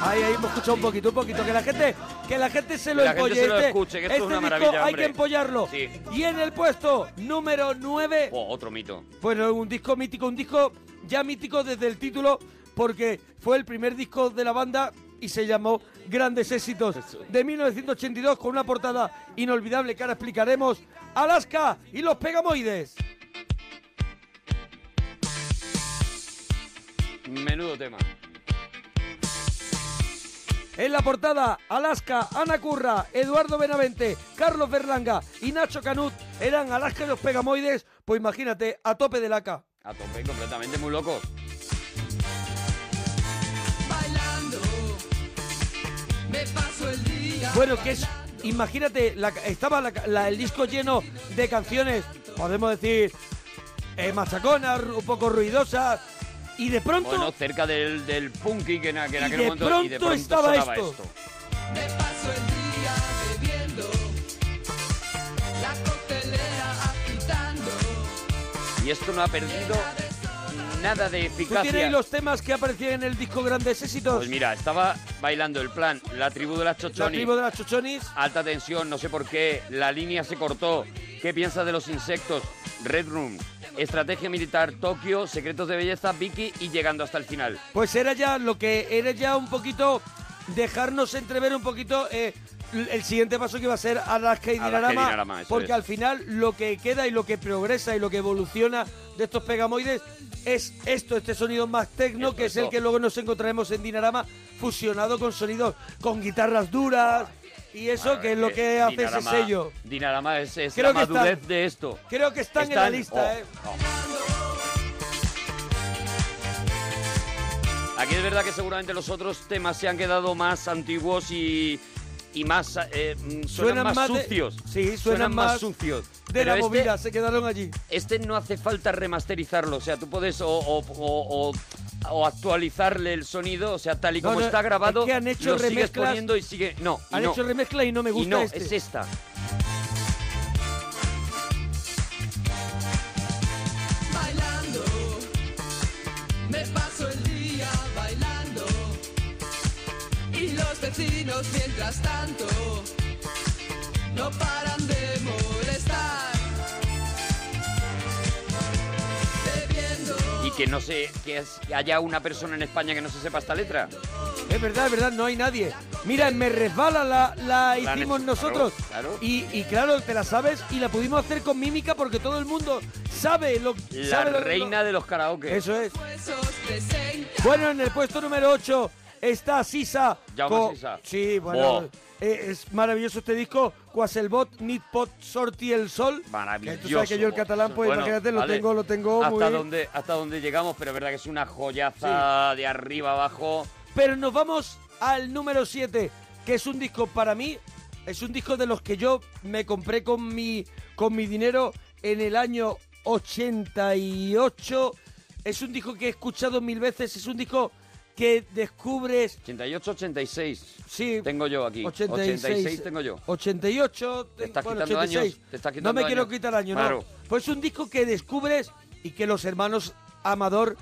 Ahí, ahí hemos escuchado un poquito, un poquito. Que la gente, que la gente se lo Que la gente empolle. se lo Este- escuche, que esto es este una disco maravilla, hay hombre. que empollarlo. Sí. Y en el puesto número 9. Oh, otro mito. Bueno, un disco mítico, un disco ya mítico desde el título, porque fue el primer disco de la banda y se llamó Grandes Éxitos de 1982 con una portada inolvidable que ahora explicaremos. Alaska y los Pegamoides. Menudo tema. En la portada, Alaska, Ana Curra, Eduardo Benavente, Carlos Berlanga y Nacho Canut eran Alaska y los Pegamoides, pues imagínate, a tope de laca. A tope, completamente muy loco. Bailando, me paso el día. Bueno, que es, imagínate, la- estaba la- la- el disco lleno de canciones, podemos decir, eh, machaconas, un poco ruidosas, y de pronto... Bueno, cerca del, del punky que en, aqu- que en Y aquel de momento. y de pronto pronto estaba sonaba esto. Me paso el día bebiendo, la coctelera agitando. Y esto no ha perdido nada de ¿Tú eficacia. tienes Pues ahí los temas que aparecían en el disco Grandes Éxitos? Pues mira, estaba bailando el plan, la tribu de las la chochonis. tribu de las chochonis. Alta tensión, no sé por qué, la línea se cortó. ¿Qué piensas de los insectos? Red Room, estrategia militar, Tokio, secretos de belleza, Vicky y llegando hasta el final. Pues era ya lo que era ya un poquito dejarnos entrever un poquito eh, l- el siguiente paso que va a ser Alaska y Alaska y Dinarama, Dinarama, eso porque es. al final lo que queda y lo que progresa y lo que evoluciona de estos pegamoides es esto, este sonido más tecno que es el eso. que luego nos encontraremos en Dinarama fusionado con sonidos con guitarras duras y eso que es lo que hace ese eh, Dinarama- sello. Dinarama es, es Creo la que están- madurez de esto. creo que están en la lista, ¿eh? oh. Aquí es verdad que seguramente los otros temas se han quedado más antiguos y, y más eh, mm, suenan, más, de- sucios. sí, suenan, más sucios. De la Pero este- movida, se quedaron allí. este no hace falta remasterizarlo, o sea, tú puedes o, o- o- o- o actualizarle el sonido, o sea, tal y No, como no, está grabado, es que han hecho lo sigues remezclas- poniendo y sigue... No, y Han no. hecho remezcla y no me Y gusta no, este. es esta. Bailando, me paso el día bailando. Y los vecinos, mientras tanto, no paran de molestar. Bebiendo, Y que no sé, que es- que haya una persona en España que no se sepa esta letra. Es verdad, es verdad, no hay nadie. Mira, en me resbala la, la La han hicimos hecho, nosotros. claro, claro. Y, y claro, te la sabes y la pudimos hacer con mímica porque todo el mundo sabe lo que. La reina de los karaoke. Eso es. esos presentes. Bueno, en el puesto número 8 está Sisa. Jaume con- Sisa. Sí, bueno. Buah. eh, es maravilloso este disco. Quaselbot, Nitpot, Sorti el Sol. Que tú sabes que yo el catalán, pues Bueno, imagínate, lo vale. tengo, lo tengo hasta muy. Donde, hasta donde llegamos, pero es verdad que es una joyaza de arriba abajo. Pero nos vamos al número 7, que es un disco para mí, es un disco de los que yo me compré con mi, con mi dinero en el año 88. Es un disco que he escuchado mil veces, es un disco que descubres... 88, 86. Sí. Tengo yo aquí. 86, tengo yo. 88, Te estás bueno, quitando 86. años. Te estás No quitando me quiero años. quitar años, Claro. no. Pues un disco que descubres y que los hermanos Amador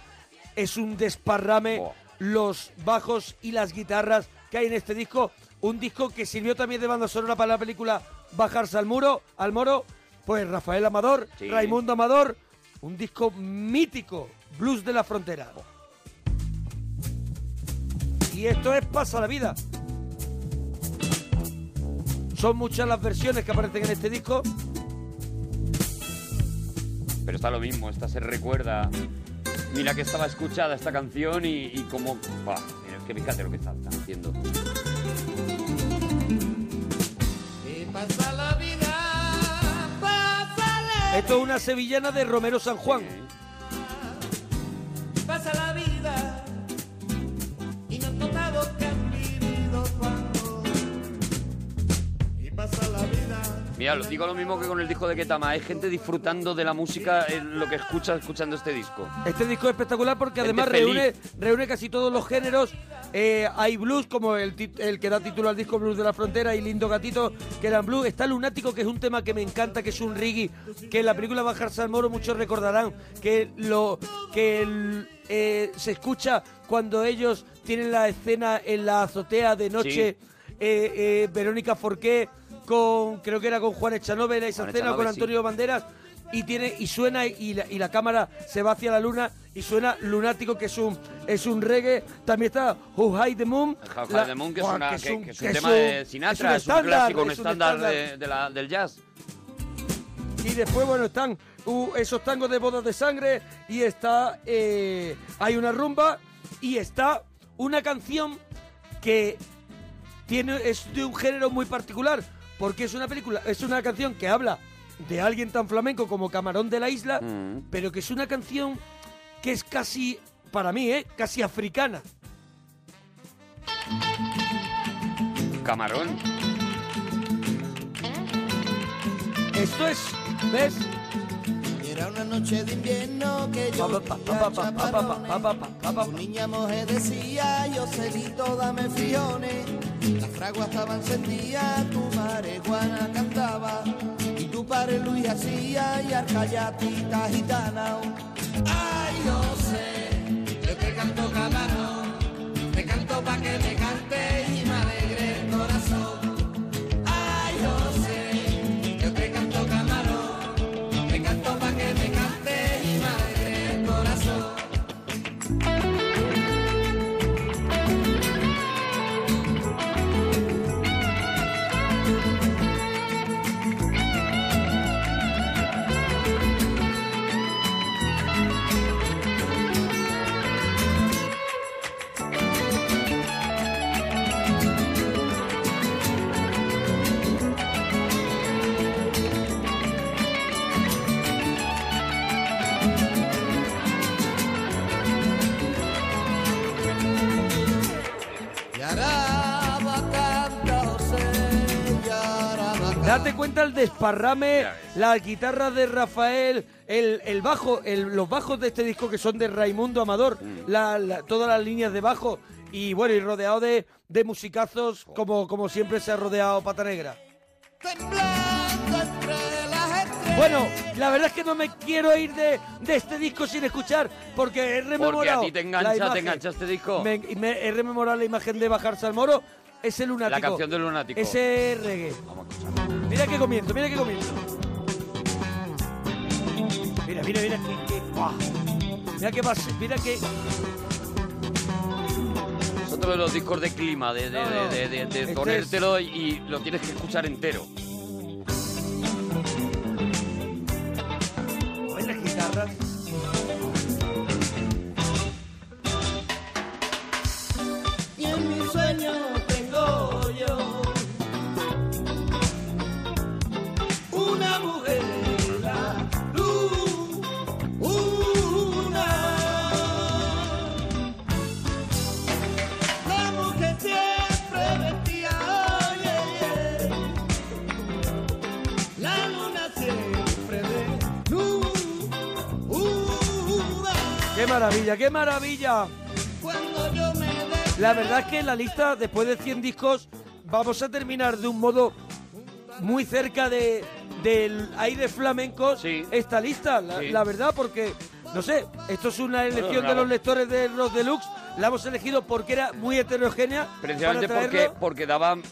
es un desparrame. Los bajos y las guitarras que hay en este disco. Un disco que sirvió también de banda sonora para la película Bajarse al muro, al moro. Pues Rafael Amador, Sí. Raimundo Amador. Un disco mítico, Blues de la Frontera. Y esto es Pasa la Vida. Son muchas las versiones que aparecen en este disco. Pero está lo mismo, esta se recuerda. Mira que estaba escuchada esta canción y, y como... Buah, mira, es que fíjate lo que están, están haciendo. Y pasa la vida, pasa la, Esto es una sevillana de Romero San Juan. pasa la vida. Y no has notado que han vivido cuando. Y pasa la vida. Mira, lo digo lo mismo que con el disco de Ketama. Hay gente disfrutando de la música en lo que escucha escuchando este disco. Este disco es espectacular porque Gente además feliz. reúne, reúne casi todos los géneros. Eh, hay blues, como el, tit- el que da título al disco Blues de la Frontera, y Lindo Gatito, que eran blues. Está Lunático, que es un tema que me encanta, que es un reggae, que en la película Bajarse al Moro muchos recordarán, que, lo, que el- eh, se escucha cuando ellos tienen la escena en la azotea de noche. Eh, eh, Verónica Forqué, con, creo que era con Juan Echanove, era esa Juan escena, con Echanove, sí. Antonio Banderas y tiene y suena y la, y la cámara se va hacia la luna y suena lunático que es un es un reggae también está Who Hide the Moon How High la- the Moon, que, Buah, es, una- que que- que es un que tema de Sinatra, es un, clásico, un es un estándar, de- estándar. de la- del jazz. y después bueno están uh, esos tangos de bodas de sangre y está eh, hay una rumba y está una canción que tiene es de un género muy particular porque es una película es una canción que habla de alguien tan flamenco como Camarón de la Isla pero que es una canción que es casi para mí eh casi africana Camarón. esto es ves Era una noche de invierno que yo vivía chaparrones. Tu niña mujer decía, yo celito dame frijones. Las fraguas estaban encendidas, tu marihuana cantaba. Y tu padre Luis hacía y arcayatita gitana. Ay, no sé, yo te canto camarón. Te canto pa' que me cante y me alegre el corazón. Ay, yo sé, yo te canto camarón. Me canto pa' que me cante y me alegre el corazón. Date cuenta el desparrame, las guitarras de Rafael, el, el bajo, el- los bajos de este disco que son de Raimundo Amador, Mm. la- la- todas las líneas de bajo y bueno, y rodeado de, de musicazos como, como siempre se ha rodeado Pata Negra. Bueno, la verdad es que no me quiero ir de, de este disco sin escuchar porque he rememorado Porque a ti te la engancha, imagen. te engancha este disco. Me, me- he rememorado la imagen de Bajarse al Moro, ese lunático. La canción del lunático. Ese reggae. Mira que comienzo, mira que comienzo. Mira, mira, mira que, que- ¡buah! Mira que pase, mira que Es otro de los discos de clima, de, de, de, de- de- de Este ponértelo y- y lo tienes que escuchar entero. Joder, las guitarras. Y en mi sueño tengo yo una mujer, la luz, una. La mujer siempre vestía, oye, maravilla, qué maravilla. La verdad es que la lista, después de 100 discos, vamos a terminar de un modo muy cerca de, del aire flamenco esta lista, la, Sí. la verdad, porque, no sé, esto es una elección de bravo. los lectores de los deluxe, la hemos elegido porque era muy heterogénea. para Precisamente traerlo. porque, porque daban,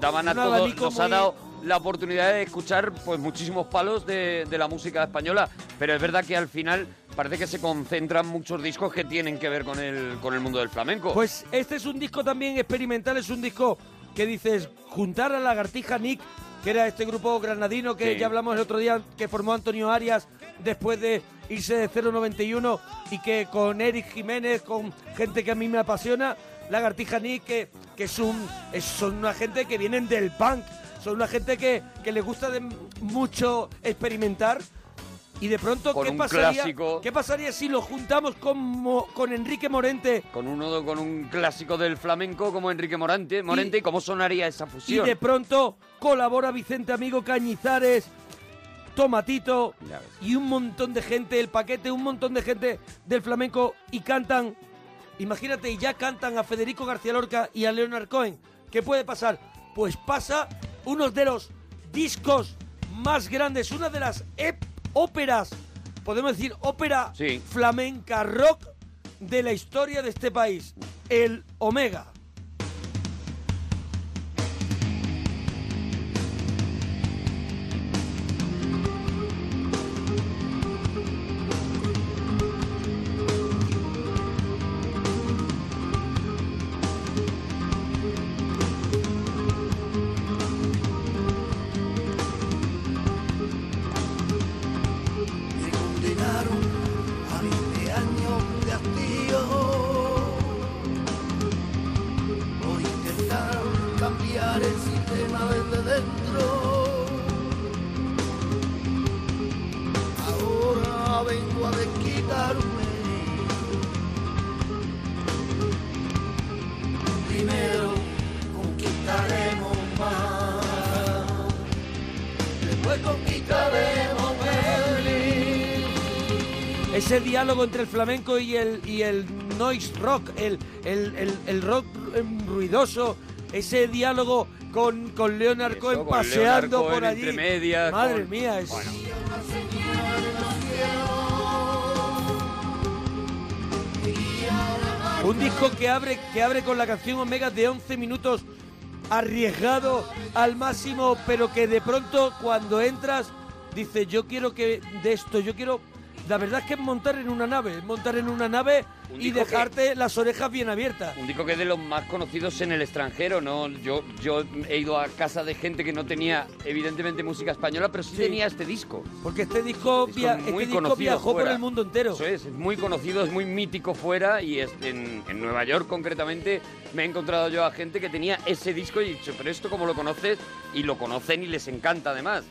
daban a Un todos, abanico nos ha muy- dado la oportunidad de escuchar pues muchísimos palos de, de la música española, pero es verdad que al final parece que se concentran muchos discos que tienen que ver con el, con el mundo del flamenco. Pues este es un disco también experimental, es un disco que dices, juntar a Lagartija Nick, que era este grupo granadino que Sí. ya hablamos el otro día, que formó Antonio Arias después de irse de 091 y que con Eric Jiménez, con gente que a mí me apasiona, Lagartija Nick, que, que es un, es- son una gente que vienen del punk, son una gente que, que les gusta de mucho experimentar. Y de pronto, Con ¿qué un pasaría, clásico. ¿qué pasaría si lo juntamos con, Mo- con Enrique Morente, Con uno con un clásico del flamenco como Enrique Morante, Morente y, cómo sonaría esa Y fusión. de pronto colabora Vicente Amigo Cañizares, Tomatito y un montón de gente, el paquete, un montón de gente del flamenco y cantan, imagínate, y ya cantan a Federico García Lorca y a Leonard Cohen. ¿Qué puede pasar? Pues pasa uno de los discos más grandes, una de las ep- óperas, podemos decir ópera Sí. flamenca rock de la historia de este país, el Omega. me condenaron a 20 años de hastío por intentar cambiar el sistema desde dentro. Ahora vengo a desquitarme. Primero conquistaremos más. Después conquistaremos Berlín. Ese diálogo entre el flamenco y el, y el noise rock, el, el, el- el rock em, ruidoso, ese diálogo con, con Leonard Cohen con Leonard paseando Cohen por allí. entre medias, Madre con- mía, es... Bueno. Un disco que abre, que abre con la canción Omega de 11 minutos, arriesgado al máximo, pero que de pronto cuando entras dices, yo quiero que de esto, yo quiero... La verdad es que es montar en una nave, es montar en una nave Un y disco que- dejarte las orejas bien abiertas. Un disco que es de los más conocidos en el extranjero, ¿no? Yo, yo he ido a casa de gente que no tenía, evidentemente, música española, pero sí, tenía este disco. Porque este disco, Disco via- muy este disco conocido viajó fuera. por el mundo entero. Eso es, es muy conocido, es muy mítico fuera y es, en, en Nueva York concretamente me he encontrado yo a gente que tenía ese disco y he dicho, pero esto como lo conoces y lo conocen y les encanta además.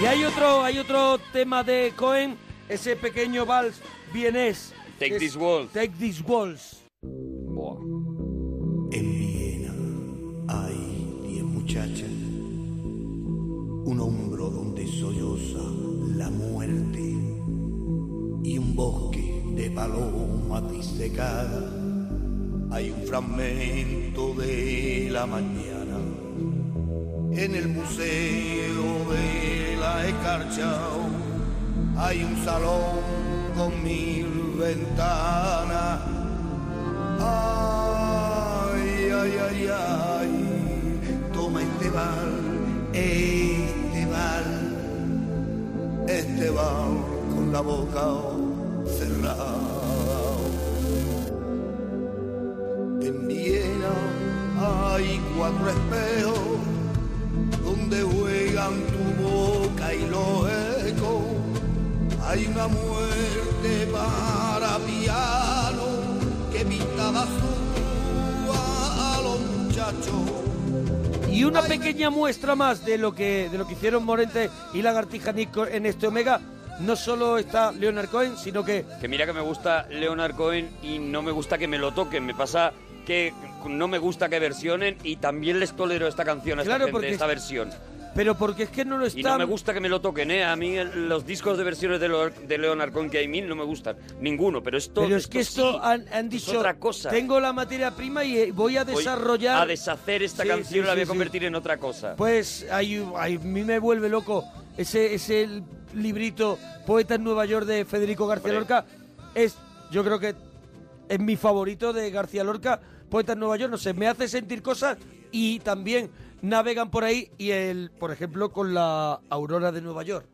Y hay otro, hay otro tema de Cohen, ese pequeño vals vienés. Take Es- this waltz. Take this waltz. En Viena hay diez muchachas, un hombro donde solloza la muerte y un bosque de palomas disecadas. Hay un fragmento de la mañana en el museo de la escarcha. Hay un salón con mil ventanas. Ay, ay, ay, ay, toma este bar, este bar, este bar con la boca cerrada. En Viena hay cuatro espejos donde juegan tu boca y los ecos. Hay una muerte para piano que pintaba su a los muchachos. Y una pequeña muestra más de lo que de lo que hicieron Morente y Lagartija Nico en este Omega. No solo está Leonard Cohen, sino que Que mira que me gusta Leonard Cohen y no me gusta que me lo toquen. Me pasa que no me gusta que versionen y también les tolero esta canción a esta Claro, gente, porque- esta versión. Pero porque es que no lo están... Y no me gusta que me lo toquen, ¿eh? A mí el- los discos de versiones de, Leo- de Leonard Cohen que hay mil no me gustan. Ninguno, pero esto... Pero es que esto sí. han, han dicho, otra cosa. tengo la materia prima y eh, voy a Voy desarrollar... a deshacer esta Sí, canción sí, la voy a sí, sí. convertir en otra cosa. Pues ahí- ahí a mí me vuelve loco ese, ese librito Poeta en Nueva York de Federico García Hombre. Lorca. Es, yo creo que es mi favorito de García Lorca, Poeta en Nueva York. No sé, me hace sentir cosas y también navegan por ahí y el, por ejemplo, con la aurora de Nueva York.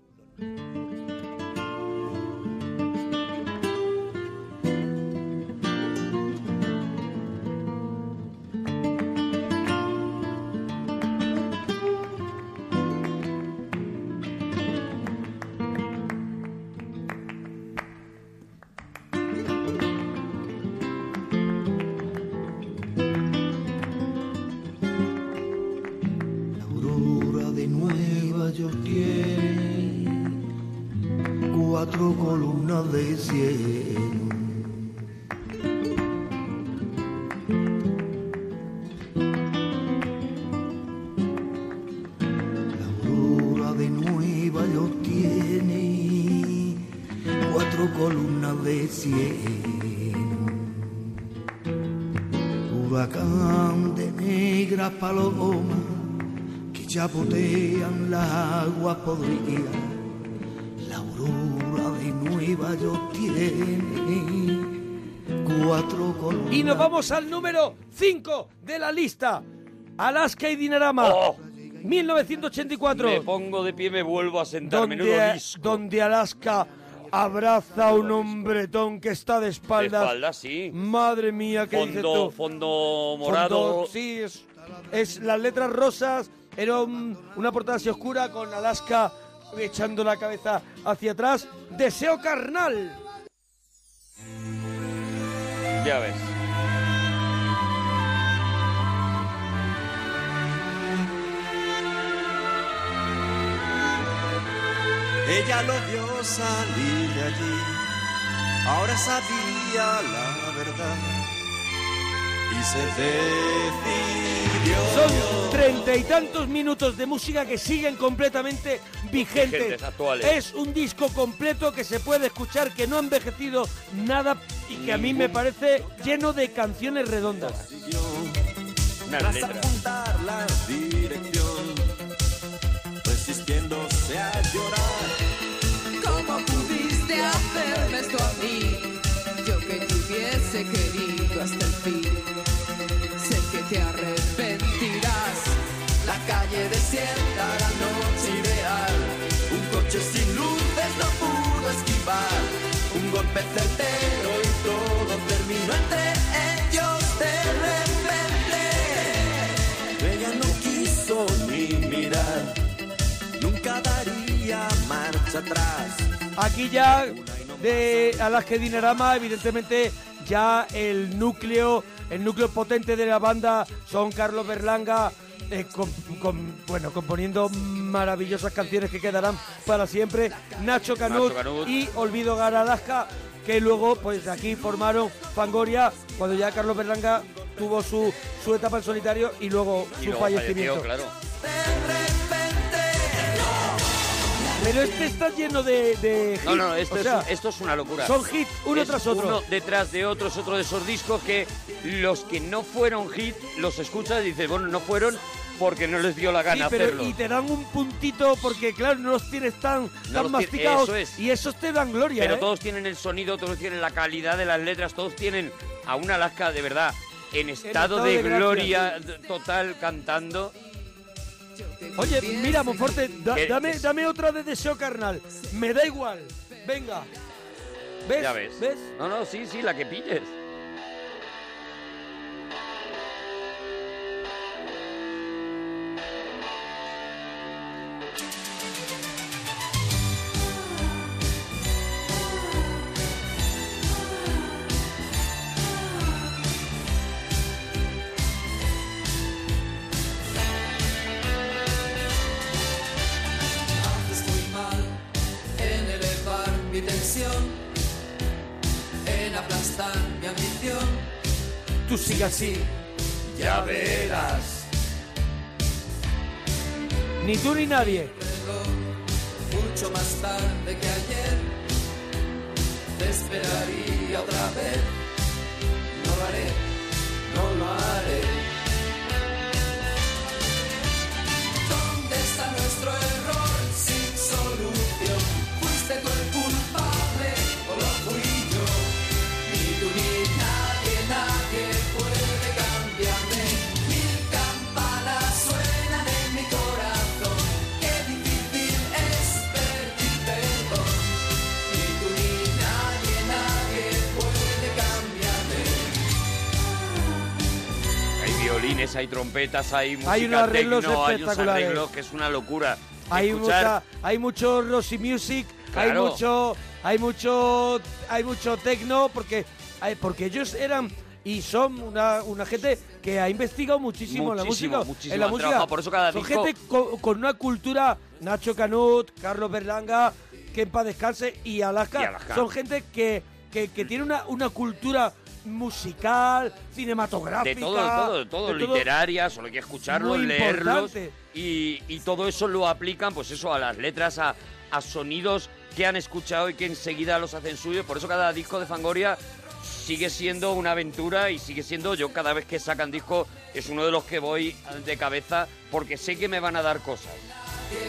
aurora de Nueva York tiene cuatro columnas de cielo. La aurora de Nueva York tiene cuatro columnas de cielo. Huracán de negras palomas que chapotean las aguas podridas. La aurora de Nueva York tiene cuatro columnas. Y nos vamos al número 5 de la lista. Alaska y Dinarama. Oh, 1984. Me pongo de pie, me vuelvo a sentar, donde, menudo disco. donde Alaska abraza a un hombretón que está de De espaldas. espalda, sí. Madre mía, qué dices Fondo, tú. fondo Fondo, morado. sí, es, es las letras rosas. Era un- una portada así oscura con Alaska echando la cabeza hacia atrás. Deseo carnal. Ya ves. Ella lo vio salir de allí, ahora sabía la verdad y se decidió. Son treinta y tantos minutos de música que siguen completamente vigentes. Vigentes, actuales. Es un disco completo que se puede escuchar, que no ha envejecido nada y que a mí me parece lleno de canciones redondas. Tras apuntar la dirección, resistiéndose a llorar. ¿Cómo pudiste hacerme esto a mí? Yo que te hubiese querido hasta el fin. Sé que te arrepentirás. La calle desierta, la noche ideal. Un coche sin luces no pudo esquivar. Un golpe certero y todo terminó entre ellos de repente. Ella no quiso ni mirar, nunca daría marcha atrás. Aquí ya de Alaska y Dinarama, evidentemente ya el núcleo, el núcleo potente de la banda son Carlos Berlanga, eh, con- con- bueno, componiendo maravillosas canciones que quedarán para siempre, Nacho Canut, Nacho Canut. y Olvido Gara Alaska, que luego pues aquí formaron Fangoria, cuando ya Carlos Berlanga tuvo su, su etapa en solitario y luego Y su luego fallecimiento. falleció, claro. Pero este está lleno de... de No, no, hits, esto, o sea, es, esto es una locura. Son hits uno Es tras otro. Uno detrás de otro es otro de esos discos que los que no fueron hit los escuchas y dices, bueno, no fueron porque no les dio la Sí, gana pero hacerlo. y te dan un puntito porque claro, no los tienes tan, los tan tien- masticados eso es. y esos te dan gloria. Pero ¿eh? todos tienen el sonido, todos tienen la calidad de las letras, todos tienen a una Alaska de verdad en estado, estado de, de gracia, gloria d- total cantando. Oye, mira, Monforte, da- Que- dame, dame otra de deseo carnal. Me da igual. Venga. ¿Ves? Ya ves. ¿Ves? No, no, sí, sí, la que pilles. Estoy mal en elevar mi tensión, en aplastar mi ambición. Tú sigue así, ya verás. Ni tú ni nadie. mucho más tarde que ayer. Te esperaría otra vez. No lo haré, no lo haré. ¿Dónde está nuestro error sin solución? ¿Fuiste tú el culpable o lo fui yo? Ni tú ni nadie, nadie puede cambiarme. Mil campanas suenan en mi corazón. Qué difícil es pedir perdón. Ni tú ni nadie, nadie puede cambiarme. Hay violines, hay trompetas, hay música Hay unos arreglos techno, hay unos espectaculares. arreglos que es una locura. Hay Escuchar mucha, hay mucho Rosy Music, Claro. hay mucho, hay mucho, hay mucho techno, porque, ay, porque ellos eran y son una, una gente que ha investigado muchísimo, en la Muchísimo, música, muchísimo en la han música. trabajado, por eso cada son disco- gente co- con, una cultura, Nacho Canut, Carlos Berlanga, que en paz descanse y Alaska, Y Alaska. son gente que, que, que tiene una, una cultura musical, cinematográfica, de todo, de todo, de todo, literaria, solo hay que escucharlos, Muy leerlos. importante. Y, y todo eso lo aplican, pues eso, a las letras, a, a sonidos que han escuchado y que enseguida los hacen suyos. Por eso cada disco de Fangoria sigue siendo una aventura y sigue siendo, yo cada vez que sacan disco es uno de los que voy de cabeza porque sé que me van a dar cosas.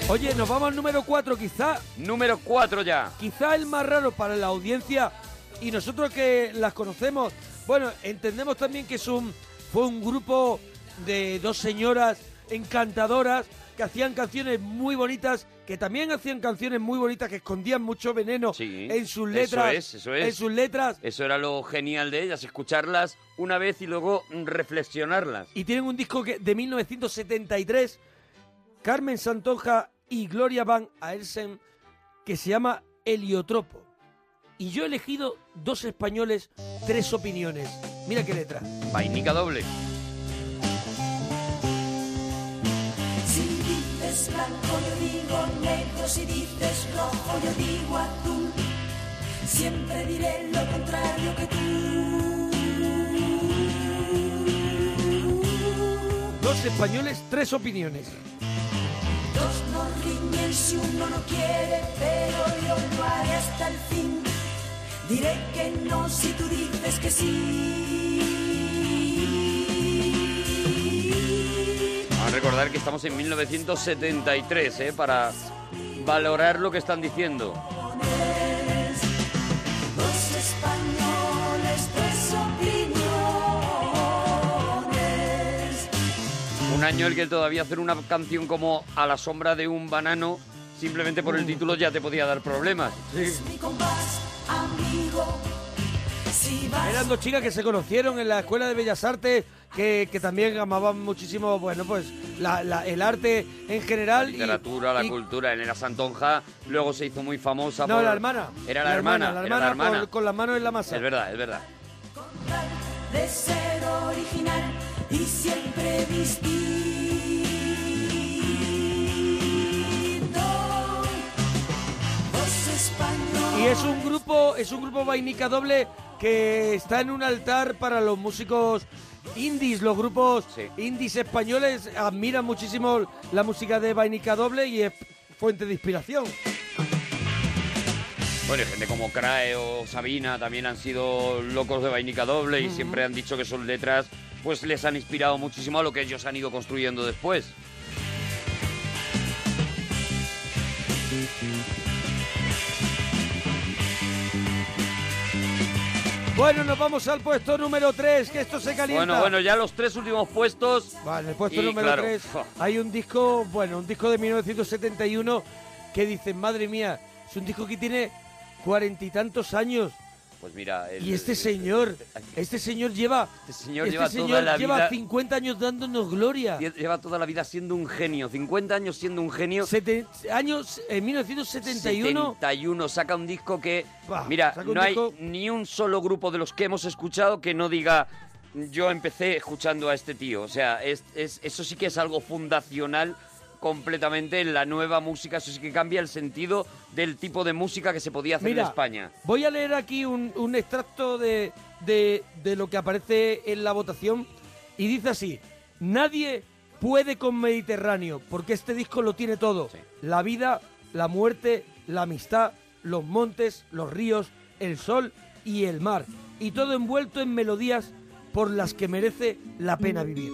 Oye, nos vamos al número 4, quizá. Número 4 ya. Quizá el más raro para la audiencia y nosotros que las conocemos. Bueno, entendemos también que es un, fue un grupo de dos señoras encantadoras que hacían canciones muy bonitas, que también hacían canciones muy bonitas que escondían mucho veneno en sus letras. Eso es, eso es. En sus letras. Eso era lo genial de ellas, escucharlas una vez y luego mm, reflexionarlas. Y tienen un disco que, de 1973, Carmen Santoja y Gloria Van Aersen, que se llama Heliotropo. Y yo he elegido dos españoles, tres opiniones. Mira qué letra. Vainica doble. Si dices blanco yo digo negro, si dices rojo yo digo azul. Siempre diré lo contrario que Dos españoles, tres opiniones. dos no riñen si uno no quiere, pero yo lo haré hasta el fin. Diré que no si tú dices que sí. A recordar que estamos en 1973, ¿eh? Para valorar lo que están diciendo. Dos españoles, tres opiniones. Un año en el que todavía hacer una canción como A la sombra de un banano, simplemente Mm. por el título ya te podía dar problemas. Mi compás, amigo. Si vas Eran dos chicas que se conocieron en la Escuela de Bellas Artes, que, que también amaban muchísimo, bueno, pues la- la- el arte en general. La y- literatura, la y- cultura. Elena Santonja luego se hizo muy famosa No, por... la hermana. Era la, hermana, era la hermana. Con, con las manos en la masa. Es verdad, es verdad. de ser original y siempre distinto. Dos españoles. Y es un grupo, es un grupo vainica doble que está en un altar para los músicos indies, los grupos indies españoles admiran muchísimo la música de vainica doble y es fuente de inspiración. Bueno, y gente como Crae o Sabina también han sido locos de vainica doble y Ujú. siempre han dicho que sus letras pues les han inspirado muchísimo a lo que ellos han ido construyendo después. Bueno, nos vamos al puesto número 3, que esto se calienta. Bueno, bueno, ya los tres últimos puestos. Vale, el puesto Y, número claro, 3. jo, Hay un disco, bueno, un disco de 1971 que dicen, madre mía, es un disco que tiene cuarenta y tantos años. Pues mira, el- Y este señor, este señor lleva, este señor este lleva señor toda la lleva vida 50 años dándonos gloria. lleva toda la vida siendo un genio, 50 años siendo un genio. Sete- años eh, en 1971 71, saca un disco que Bah, mira, Ah, saca un no hay disco- ni un solo grupo de los que hemos escuchado que no diga yo empecé escuchando a este tío, o sea, es, es- eso sí que es algo fundacional completamente en la nueva música, eso sí que cambia el sentido del tipo de música que se podía hacer Mira, en España. Voy a leer aquí un, un extracto de, de- de lo que aparece en la votación y dice así, nadie puede con Mediterráneo, porque este disco lo tiene todo. La vida, la muerte, la amistad, los montes, los ríos, el sol y el mar. Y todo envuelto en melodías por las que merece la pena vivir.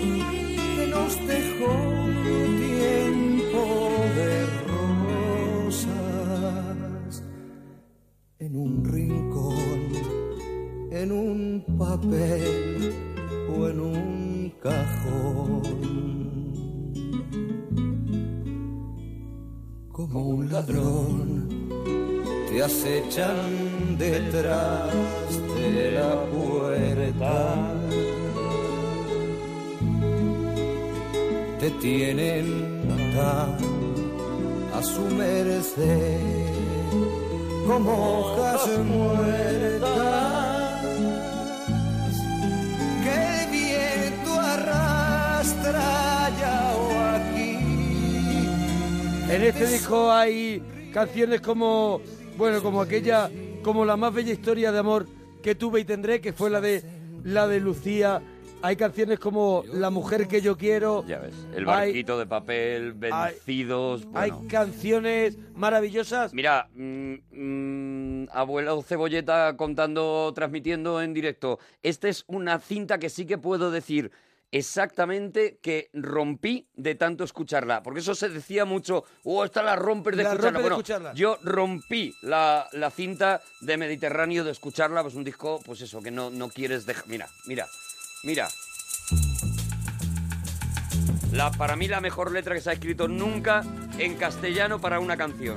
que nos dejó un tiempo de rosas en un rincón, en un papel o en un cajón. Como un ladrón te acechan detrás de la puerta. Te tienen tan a su merced como hojas muertas que el viento arrastra ya o aquí. En este disco hay canciones como, bueno, como aquella, como la más bella historia de amor que tuve y tendré, que fue la de la de Lucía. Hay canciones como La mujer que yo quiero. Ya ves, Pues, el Hay- barquito de papel, vencidos. Hay bueno. canciones maravillosas. Mira, mm, mm, abuelo Cebolleta contando, transmitiendo en directo. Esta es una cinta que sí que puedo decir exactamente que rompí de tanto escucharla. Porque eso se decía mucho, oh, esta la rompes de La escucharla. rompe de bueno, escucharla. yo rompí la, la cinta de Mediterráneo de escucharla, pues un disco, pues eso, que no, no quieres dejar. Mira, mira, mira. La, para mí la mejor letra que se ha escrito nunca en castellano para una canción.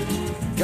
que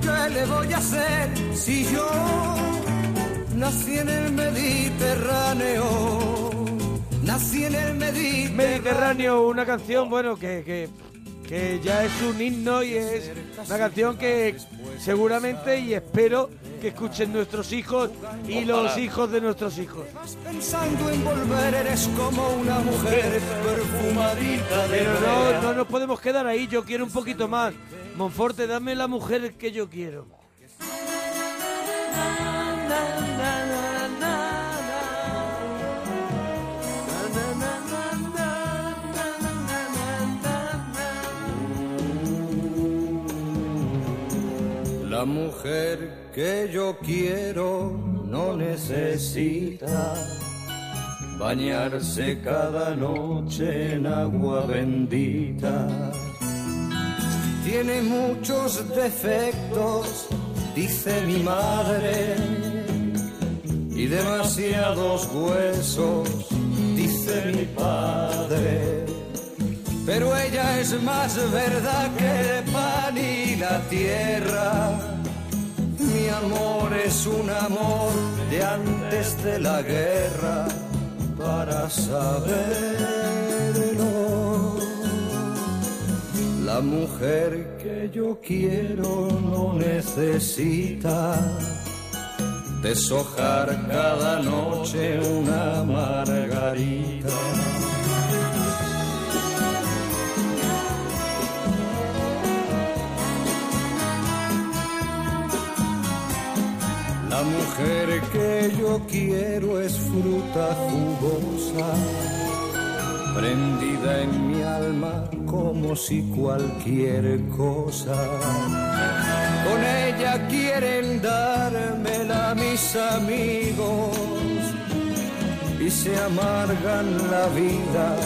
¿Qué le voy a hacer si yo nací en el Mediterráneo? Nací en el Mediterráneo. Mediterráneo, una canción, bueno, que, que, que ya es un himno y es una canción que seguramente y espero que escuchen nuestros hijos y los Ojalá. hijos de nuestros hijos. Pensando en volver, eres como una mujer perfumadita de Pero brea. no, no nos podemos quedar ahí, yo quiero un poquito más. Monforte, dame la mujer que yo quiero. La mujer que yo quiero no necesita bañarse cada noche en agua bendita. Tiene muchos defectos, dice mi madre, y demasiados huesos, dice mi padre. Pero ella es más verdad que el pan y la tierra. Mi amor es un amor de antes de la guerra para saber La mujer que yo quiero no necesita deshojar cada noche una margarita. La mujer que yo quiero es fruta jugosa prendida en mi alma como si cualquier cosa. Con ella quieren dármela mis amigos y se amargan la vida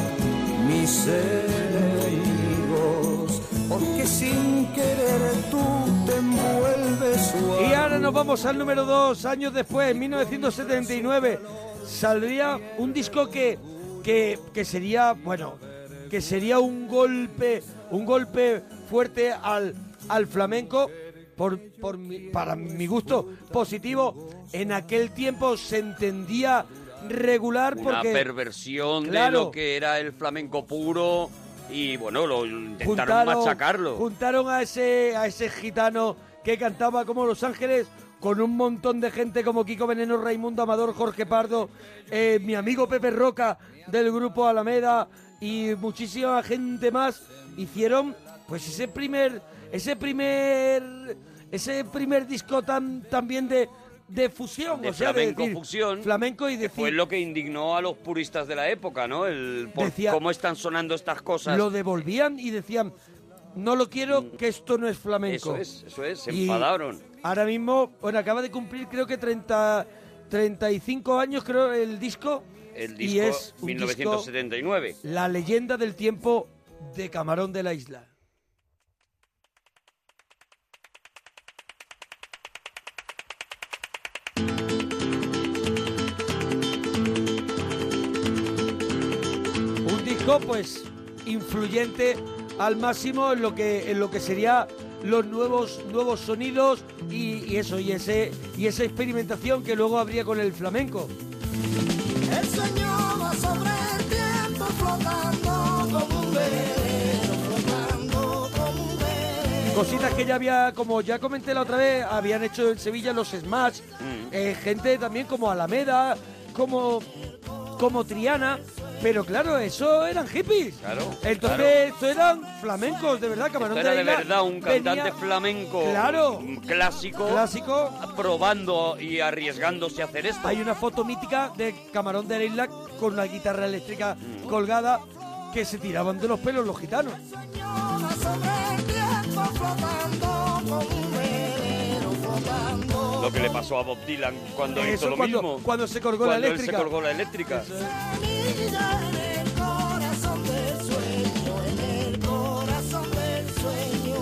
mis enemigos, porque sin querer tú te envuelves su Y ahora nos vamos al número 2, años después, en 1979, saldría un disco que, que, que sería, bueno, que sería un golpe, un golpe fuerte al, al flamenco, por, por mi- para mi gusto positivo. En aquel tiempo se entendía regular Una porque... perversión de Claro. lo que era el flamenco puro y bueno, lo intentaron machacarlo. Juntaron a ese, a ese gitano que cantaba como Los Ángeles con un montón de gente como Kiko Veneno, Raimundo Amador, Jorge Pardo, eh, mi amigo Pepe Roca del grupo Alameda y muchísima gente más hicieron pues ese primer ese primer ese primer disco tan también de, de fusión, De o sea, flamenco de decir, fusión. flamenco y que decir fue lo que indignó a los puristas de la época, ¿no? El por Decía- cómo están sonando estas cosas. lo devolvían y decían, no lo quiero, que esto no es flamenco. Eso es, eso es, se Y enfadaron. Ahora mismo, bueno, acaba de cumplir creo que 30, 35 años, creo, el disco. El y disco es un 1979. disco, la leyenda del tiempo de Camarón de la Isla. un disco pues influyente al máximo en lo que en lo que sería los nuevos nuevos sonidos y, y eso y ese y esa experimentación que luego habría con el flamenco El sueño va sobre el tiempo flotando como un velero, flotando como un velero. cositas que ya había como ya comenté la otra vez habían hecho en Sevilla los Smash Mm. eh, gente también como Alameda como como Triana pero claro eso eran hippies Claro. entonces claro. esto eran flamencos de verdad camarón Esto era de, de la Isla verdad un venía- cantante flamenco Claro. mm, clásico, Clásico. probando y arriesgándose a hacer esto. Hay una foto mítica de Camarón de la Isla con una guitarra eléctrica Mm. colgada que se tiraban de los pelos los gitanos. Va sobre el tiempo flotando como un velero, flotando. Lo que le pasó a Bob Dylan cuando Eso hizo lo cuando- mismo. cuando se colgó la Cuando él eléctrica. se colgó la eléctrica. Semilla en el corazón del sueño, en el corazón del sueño.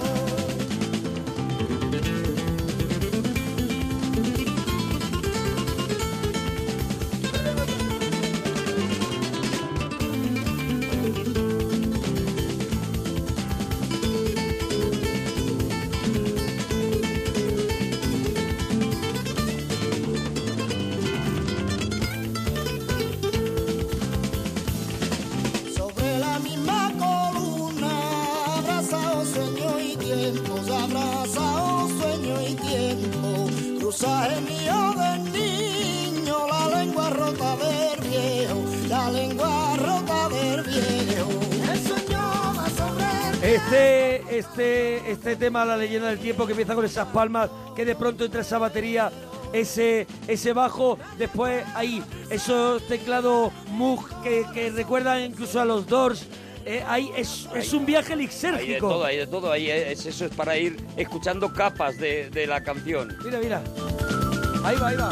Sobre la misma columna, abrazado sueño y tiempos, abrazado sueño y tiempo. Cruzaje mío de niño, la lengua rota del viejo, la lengua rota del viejo. El sueño va sobre el Este, este, este tema, la leyenda del tiempo, que empieza con esas palmas, que de pronto entra esa batería, ese, ese bajo, después ahí, esos teclados Moog que, que recuerdan incluso a los Doors. Eh, ahí es, es un viaje Hay de elixérgico. todo, hay de todo. Ahí es, eso es para ir escuchando capas de, de la canción. Mira, mira. Ahí va, ahí va.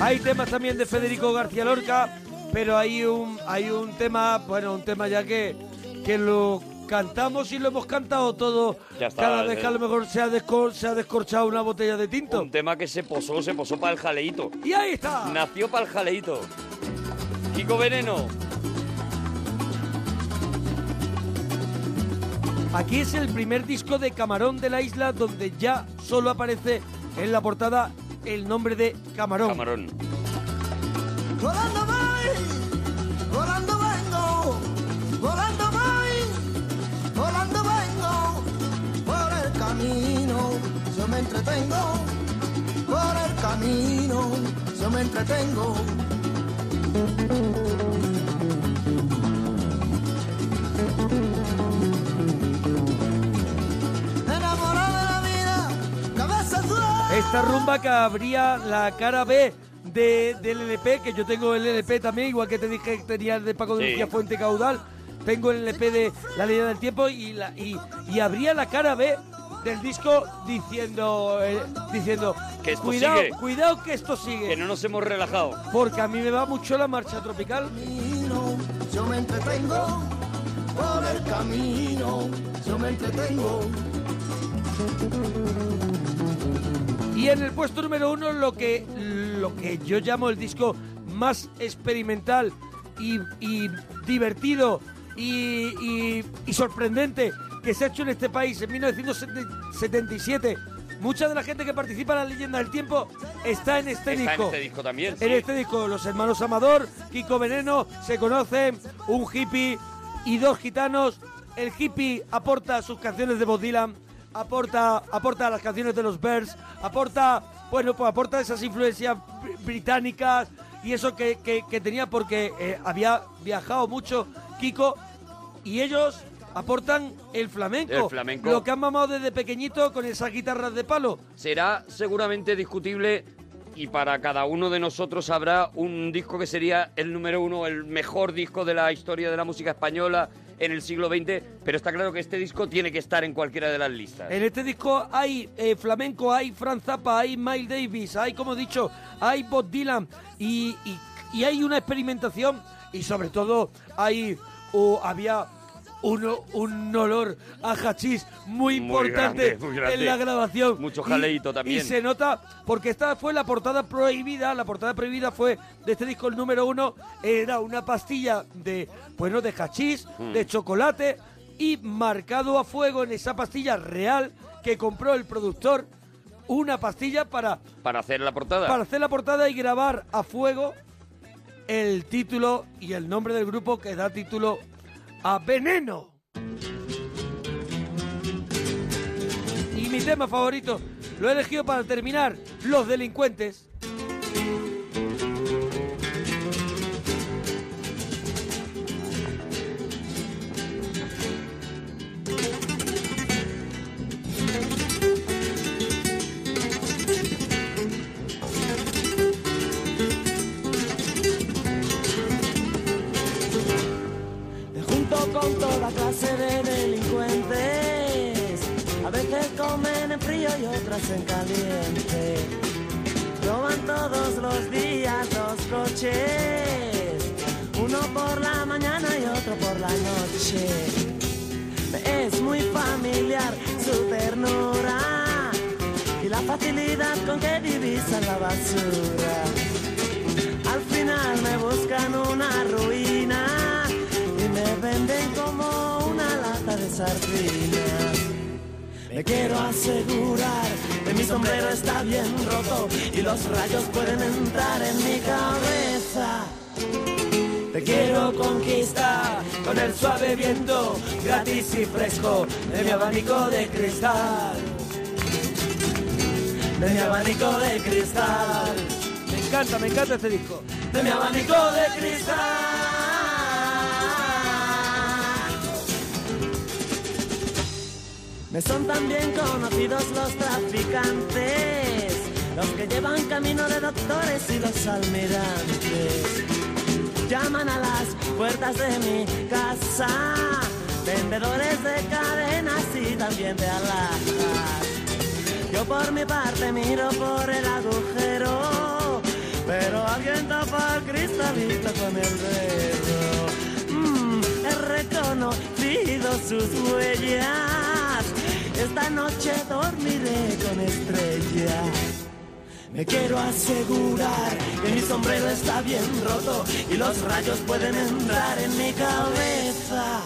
Hay temas también de Federico García Lorca, pero hay un hay un tema, bueno, un tema ya que, que lo cantamos y lo hemos cantado todo Ya está, cada vez eh. que a lo mejor se ha, descor- se ha descorchado una botella de tinto. Un tema que se posó, se posó para el jaleíto. Y ahí está. Nació para el jaleíto. Kiko Veneno. Aquí es el primer disco de Camarón de la isla donde ya solo aparece en la portada el nombre de Camarón. Camarón. Volando voy, volando vengo, volando voy, volando vengo. Por el camino yo me entretengo, por el camino yo me entretengo. Enamorado de la vida, cabeza dura. Esta rumba que abría la cara B de- del LP, que yo tengo el LP también, igual que te dije que tenía el de Paco de Sí. Lucía Fuente Caudal, tengo el LP de La Leyenda del Tiempo y, la, y, y abría la cara B del disco diciendo, eh, diciendo Que esto cuidado, sigue". cuidado que esto sigue. Que no nos hemos relajado. Porque a mí me va mucho la marcha tropical. Yo me entretengo por el camino, yo me entretengo. Y en el puesto número uno, lo que, lo que yo llamo el disco más experimental y, y divertido y, y- y sorprendente que se ha hecho en este país en 1977. Mucha de la gente que participa en la leyenda del tiempo está en este Está en disco. este disco también, En sí. este disco, los hermanos Amador, Kiko Veneno, se conocen, un hippie y dos gitanos. El hippie aporta sus canciones de Bob Dylan, aporta, aporta las canciones de los Bears, aporta, bueno, pues aporta esas influencias br- británicas y eso que, que- que tenía porque eh, había viajado mucho Kiko y ellos aportan el flamenco, El flamenco. lo que han mamado desde pequeñito con esas guitarras de palo. Será seguramente discutible y para cada uno de nosotros habrá un disco que sería el número uno, el mejor disco de la historia de la música española en el siglo XX, pero está claro que este disco tiene que estar en cualquiera de las listas. En este disco hay eh, flamenco, hay Franz Zappa, hay Miles Davis, hay, como he dicho, hay Bob Dylan y, y- y hay una experimentación y sobre todo hay o había uno, un olor a hachís muy Muy importante grande, muy grande. en la grabación. Mucho Y- jaleíto también. Y se nota porque esta fue la portada prohibida, la portada prohibida fue de este disco el número uno, era una pastilla de, bueno, de hachís, Mm. de chocolate y marcado a fuego en esa pastilla real que compró el productor una pastilla para, Para hacer la portada. para hacer la portada y grabar a fuego el título y el nombre del grupo que da título a Veneno. Y mi tema favorito lo he elegido para terminar, Los Delincuentes. junto con toda clase de delincuentes. A veces comen en frío y otras en caliente. Roban todos los días los coches, uno por la mañana y otro por la noche. Me Es muy familiar su ternura y la facilidad con que divisan la basura. Al final me buscan una ruina y me venden como una lata de sardinas. Me quiero asegurar que mi sombrero está bien roto y los rayos pueden entrar en mi cabeza. Te quiero conquistar con el suave viento, gratis y fresco de mi abanico de cristal. De mi abanico de cristal. Me encanta, me encanta este disco. De mi abanico de cristal. Me son también conocidos los traficantes, los que llevan camino de doctores y los almirantes. Llaman a las puertas de mi casa, vendedores de cadenas y también de alhajas. Yo por mi parte miro por el agujero, pero alguien tapa el cristalito con el dedo. Mm, he reconocido sus huellas. Esta noche dormiré con estrellas. Me quiero asegurar que mi sombrero está bien roto y los rayos pueden entrar en mi cabeza.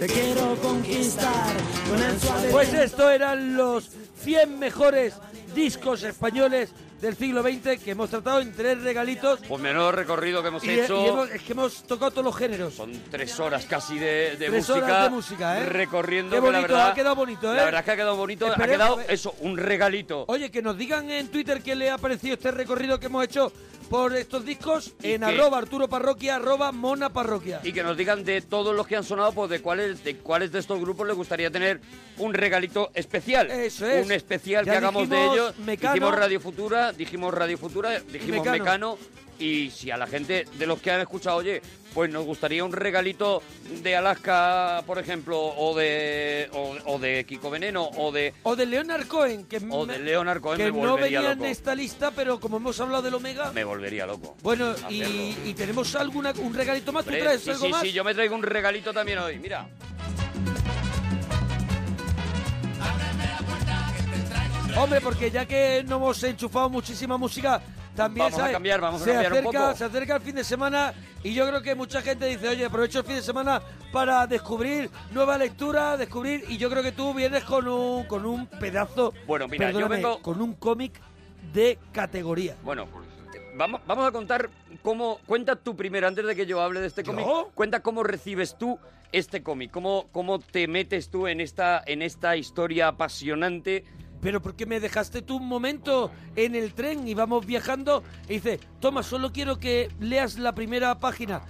Te quiero conquistar con el suave Pues esto eran los 100 mejores discos españoles del siglo XX que hemos tratado en tres regalitos. Pues menos recorrido que hemos Y, hecho. y hemos- es que hemos tocado todos los géneros. Son tres horas casi de, de Tres música. horas de música, ¿eh? Recorriendo, Qué que bonito, la verdad, ha quedado bonito, ¿eh? La verdad es que ha quedado bonito. Esperemos, ha quedado eh. eso, un regalito. Oye, que nos digan en Twitter qué le ha parecido este recorrido que hemos hecho por estos discos en que- arroba Arturo Parroquia, arroba Mona Parroquia. Y que nos digan de todos los que han sonado, pues de cuáles de, cuáles de estos grupos les gustaría tener un regalito especial. Eso es. Un especial Ya que hagamos de dijimos ellos. Mecano. dijimos Radio Futura, dijimos Radio Futura, dijimos Mecano. Mecano. Y si a la gente de los que han escuchado, oye, pues nos gustaría un regalito de Alaska, por ejemplo, o de o, o de Kiko Veneno, o de O de Leonard Cohen, que, o me- de Leonard Cohen, me que no volvería venía en loco. esta lista, pero como hemos hablado del Omega... Me volvería loco. Bueno, y, Hacerlo. y tenemos alguna, un regalito más. ¿Tú Hombre, traes sí, algo sí, más? sí, yo me traigo un regalito también hoy, mira. Hombre, porque ya que no hemos enchufado muchísima música, también Vamos a ¿sabes? cambiar, vamos a se cambiar un acerca, poco. Se acerca el fin de semana y yo creo que mucha gente dice, oye, aprovecho el fin de semana para descubrir nueva lectura, descubrir... Y yo creo que tú vienes con un, con un pedazo... Bueno, mira, yo perdóname, vengo- Con un cómic de categoría. Bueno, te- vamos, vamos a contar cómo. Cuenta tú primero, antes de que yo hable de este cómic. Cuenta cómo recibes tú este cómic. Cómo, cómo te metes tú en esta, en esta historia apasionante. Pero porque me dejaste tú un momento en el tren y vamos viajando y dice, toma, solo quiero que leas la primera página.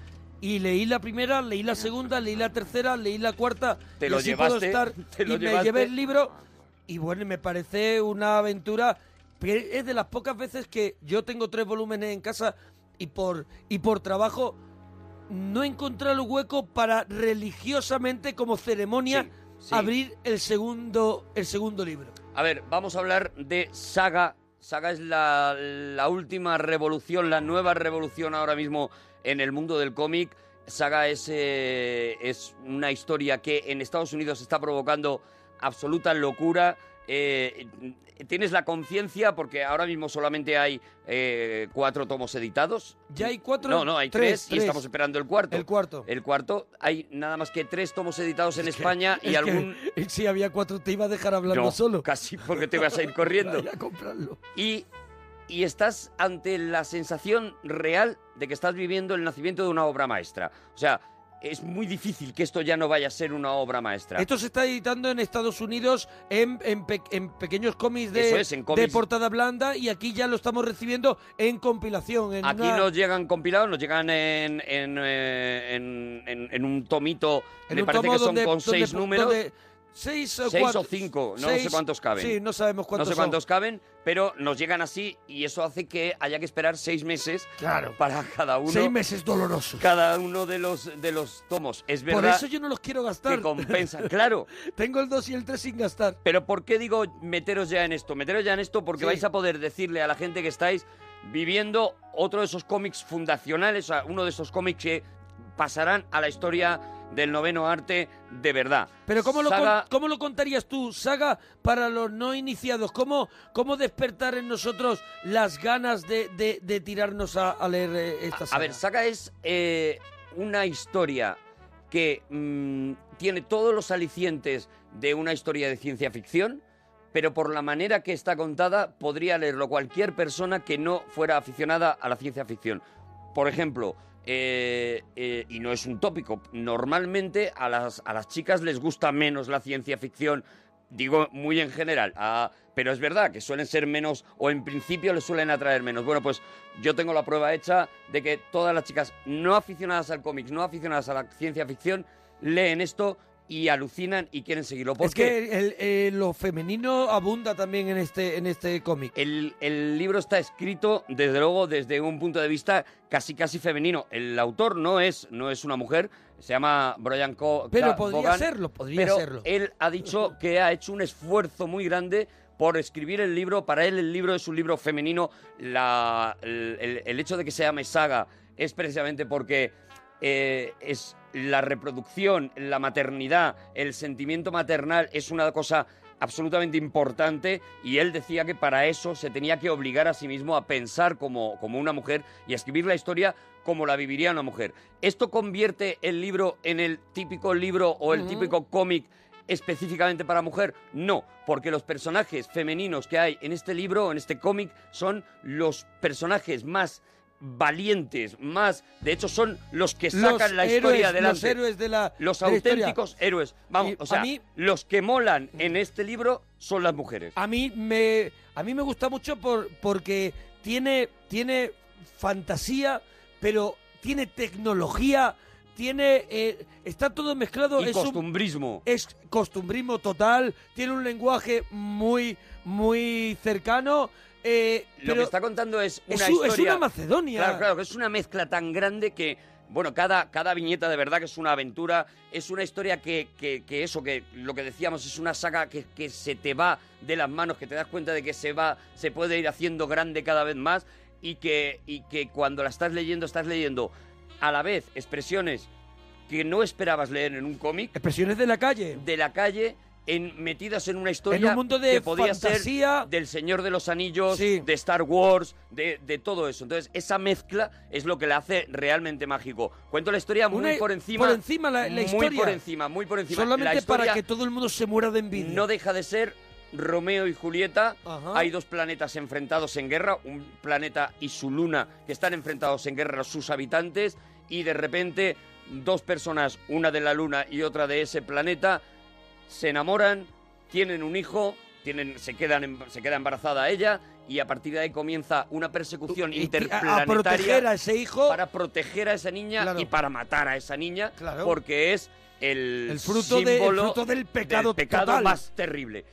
Y leí la primera, leí la segunda, leí la tercera, leí la cuarta. Te y lo así llevaste, puedo estar. te lo y me llevaste. llevé el libro y bueno, me parece una aventura. que Es de las pocas veces que yo tengo tres volúmenes en casa y por, y por trabajo no he encontrado el hueco para religiosamente como ceremonia sí. abrir el segundo, el segundo libro. A ver, vamos a hablar de Saga. Saga es la, la última revolución, la nueva revolución ahora mismo en el mundo del cómic. Saga es, eh, es una historia que en Estados Unidos está provocando absoluta locura. Eh, tienes la conciencia porque ahora mismo solamente hay eh, cuatro tomos editados. Ya hay cuatro. No, no, hay tres, y tres. estamos esperando el cuarto. El cuarto. El cuarto, hay nada más que tres tomos editados en Es que- España y es que algún... si había cuatro, te iba a dejar hablando No, solo. Casi, porque te vas a [laughs] ir corriendo. Vaya a comprarlo. Y, y estás ante la sensación real de que estás viviendo el nacimiento de una obra maestra. O sea, es muy difícil que esto ya no vaya a ser una obra maestra. Esto se está editando en Estados Unidos en, en pe- en pequeños cómics de, Eso es, en cómics. de portada blanda y aquí ya lo estamos recibiendo en compilación. en Aquí una- nos llegan compilados, nos llegan en, en, eh, en- en- en un tomito, en me un parece tomo que son donde- con donde- seis números. donde seis o, Seis cuatro- o cinco, no sé seis- cuántos caben. Sí, no sabemos cuántos no sé son. cuántos caben, pero nos llegan así y eso hace que haya que esperar seis meses Claro. para cada uno. Seis meses dolorosos. Cada uno de los, de los tomos. Es verdad. Por eso yo no los quiero gastar. que compensa, claro. [laughs] Tengo el 2 y el 3 sin gastar. Pero ¿por qué digo meteros ya en esto? Meteros ya en esto porque Sí. vais a poder decirle a la gente que estáis viviendo otro de esos cómics fundacionales, o sea, uno de esos cómics que pasarán a la historia del noveno arte de verdad. Pero ¿cómo lo, Saga- con- ¿cómo lo contarías tú, Saga, para los no iniciados? ¿Cómo, cómo despertar en nosotros las ganas de, de- de tirarnos a, a leer eh, esta saga? A ver, Saga es eh, una historia que mm, tiene todos los alicientes de una historia de ciencia ficción, pero por la manera que está contada podría leerlo cualquier persona que no fuera aficionada a la ciencia ficción. Por ejemplo, eh, eh, y no es un tópico, normalmente a las, a las chicas les gusta menos la ciencia ficción, digo muy en general, ah, pero es verdad que suelen ser menos, o en principio les suelen atraer menos. Bueno, pues yo tengo la prueba hecha de que todas las chicas no aficionadas al cómic, no aficionadas a la ciencia ficción, leen esto y alucinan y quieren seguirlo. ¿Por es qué? que el- eh, lo femenino abunda también en este, en este cómic. El, el libro está escrito, desde luego, desde un punto de vista casi casi femenino. El autor no es, no es una mujer, se llama Brian Co. Pero Ca- podría Vaughan, serlo, podría pero serlo. Él ha dicho que ha hecho un esfuerzo muy grande por escribir el libro. Para él, el libro es un libro femenino. La- el, el- el hecho de que se llame saga es precisamente porque eh, es la reproducción, la maternidad, el sentimiento maternal es una cosa absolutamente importante y él decía que para eso se tenía que obligar a sí mismo a pensar como, como una mujer y a escribir la historia como la viviría una mujer. ¿Esto convierte el libro en el típico libro o el Ujú. típico cómic específicamente para mujer? No, porque los personajes femeninos que hay en este libro, en este cómic, son los personajes más valientes, más... De hecho, son los que sacan Los la héroes- historia los adelante. héroes de la- Los de la historia. auténticos héroes. Vamos, Y o a sea, mí- los que molan en este libro son las mujeres. A mí me, a mí me gusta mucho por, porque tiene, tiene fantasía, pero tiene tecnología, tiene eh, está todo mezclado. Y es un- costumbrismo. es costumbrismo total, tiene un lenguaje muy, muy cercano. eh, Lo que pero está contando es una es u- historia... Es una Macedonia. Claro, claro, que es una mezcla tan grande que, bueno, cada, cada viñeta de verdad que es una aventura, es una historia que, que- que eso, que lo que decíamos, es una saga que, que se te va de las manos, que te das cuenta de que se va, se puede ir haciendo grande cada vez más y que, y que cuando la estás leyendo, estás leyendo a la vez expresiones que no esperabas leer en un cómic. Expresiones de la calle. De la calle. En, metidas en una historia En un mundo de que podía fantasía. ser del Señor de los Anillos, de Star Wars, de, de todo eso. Entonces, esa mezcla es lo que la hace realmente mágico. Cuento la historia muy Una- por encima. por encima la- la Muy historia. por encima, muy por encima. Solamente La para historia que todo el mundo se muera de envidia. no deja de ser Romeo y Julieta. Ajá. Hay dos planetas enfrentados en guerra, un planeta y su luna, que están enfrentados en guerra sus habitantes, y de repente dos personas, una de la luna y otra de ese planeta, se enamoran, tienen un hijo, tienen, se, quedan, em- se queda embarazada ella, y a partir de ahí comienza una persecución a, interplanetaria a proteger a ese hijo. para proteger a esa niña y para matar a esa niña, Claro. porque es el, El fruto de- el símbolo fruto del pecado total. más terrible.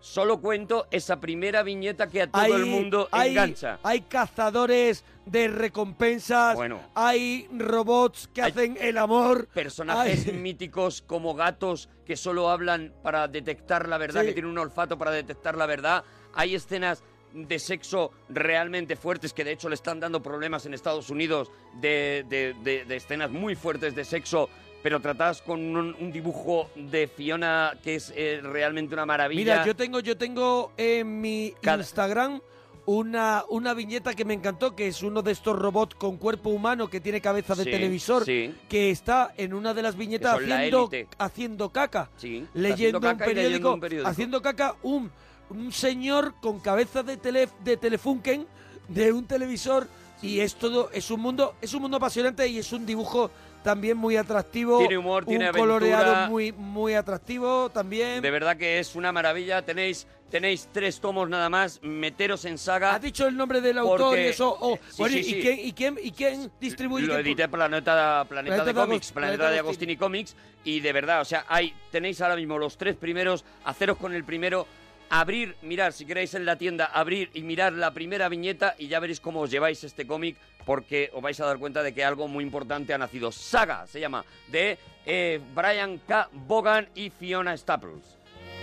Solo cuento esa primera viñeta que a todo hay, el mundo hay- engancha. Hay cazadores de recompensas. Hay robots que hacen el amor. Personajes hay- míticos como gatos que solo hablan para detectar la verdad, Sí. que tienen un olfato para detectar la verdad. Hay escenas de sexo realmente fuertes que de hecho le están dando problemas en Estados Unidos de, de- de- de escenas muy fuertes de sexo, pero tratadas con un, un dibujo de Fiona que es eh, realmente una maravilla. Mira, yo tengo, yo tengo en mi Instagram una, una viñeta que me encantó, que es uno de estos robots con cuerpo humano que tiene cabeza de Sí, televisor, sí. que está en una de las viñetas Que son la haciendo, élite. haciendo caca. Sí, está Leyendo, haciendo caca un y periódico, leyendo un periódico. haciendo caca un, un señor con cabeza de, tele, de telefunken de un televisor y es todo, es un mundo, es un mundo apasionante y es un dibujo también muy atractivo, Tiene humor, un tiene aventura. coloreado muy, muy atractivo también. De verdad que es una maravilla. Tenéis, tenéis tres tomos nada más. Meteros en saga. ¿Has dicho el nombre del autor y eso. o- eh, bueno, ¿y, Quién, y, quién, ¿Y quién distribuye? Lo quién pu- edité Planeta, Planeta, Planeta de de Agos- Comics, Planeta Planeta de de Agostini Comics. Y de verdad, o sea, hay, tenéis ahora mismo los tres primeros. Haceros con el primero. Abrir, mirar, si queréis en la tienda, abrir y mirar la primera viñeta y ya veréis cómo os lleváis este cómic porque os vais a dar cuenta de que algo muy importante ha nacido. Saga se llama, de eh, Brian K. Bogan y Fiona Staples.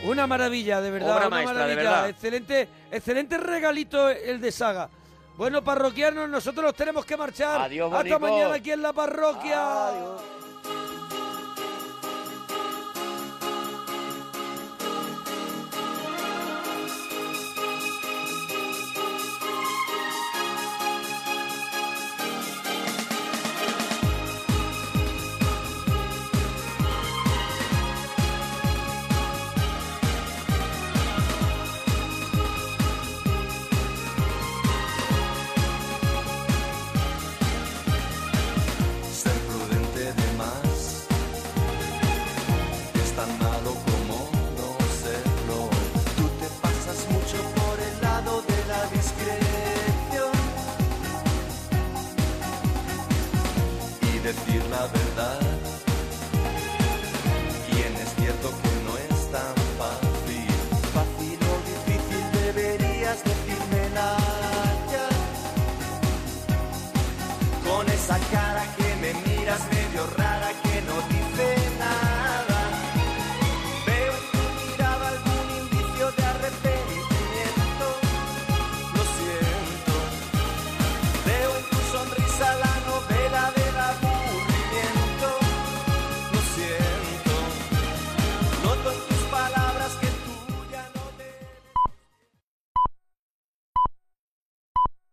Una maravilla, de verdad. Obra una maestra, de maravilla. verdad. Excelente, excelente regalito el de Saga. Bueno, parroquianos, nosotros nos tenemos que marchar. Adiós, Hasta bonicos. mañana aquí en la parroquia.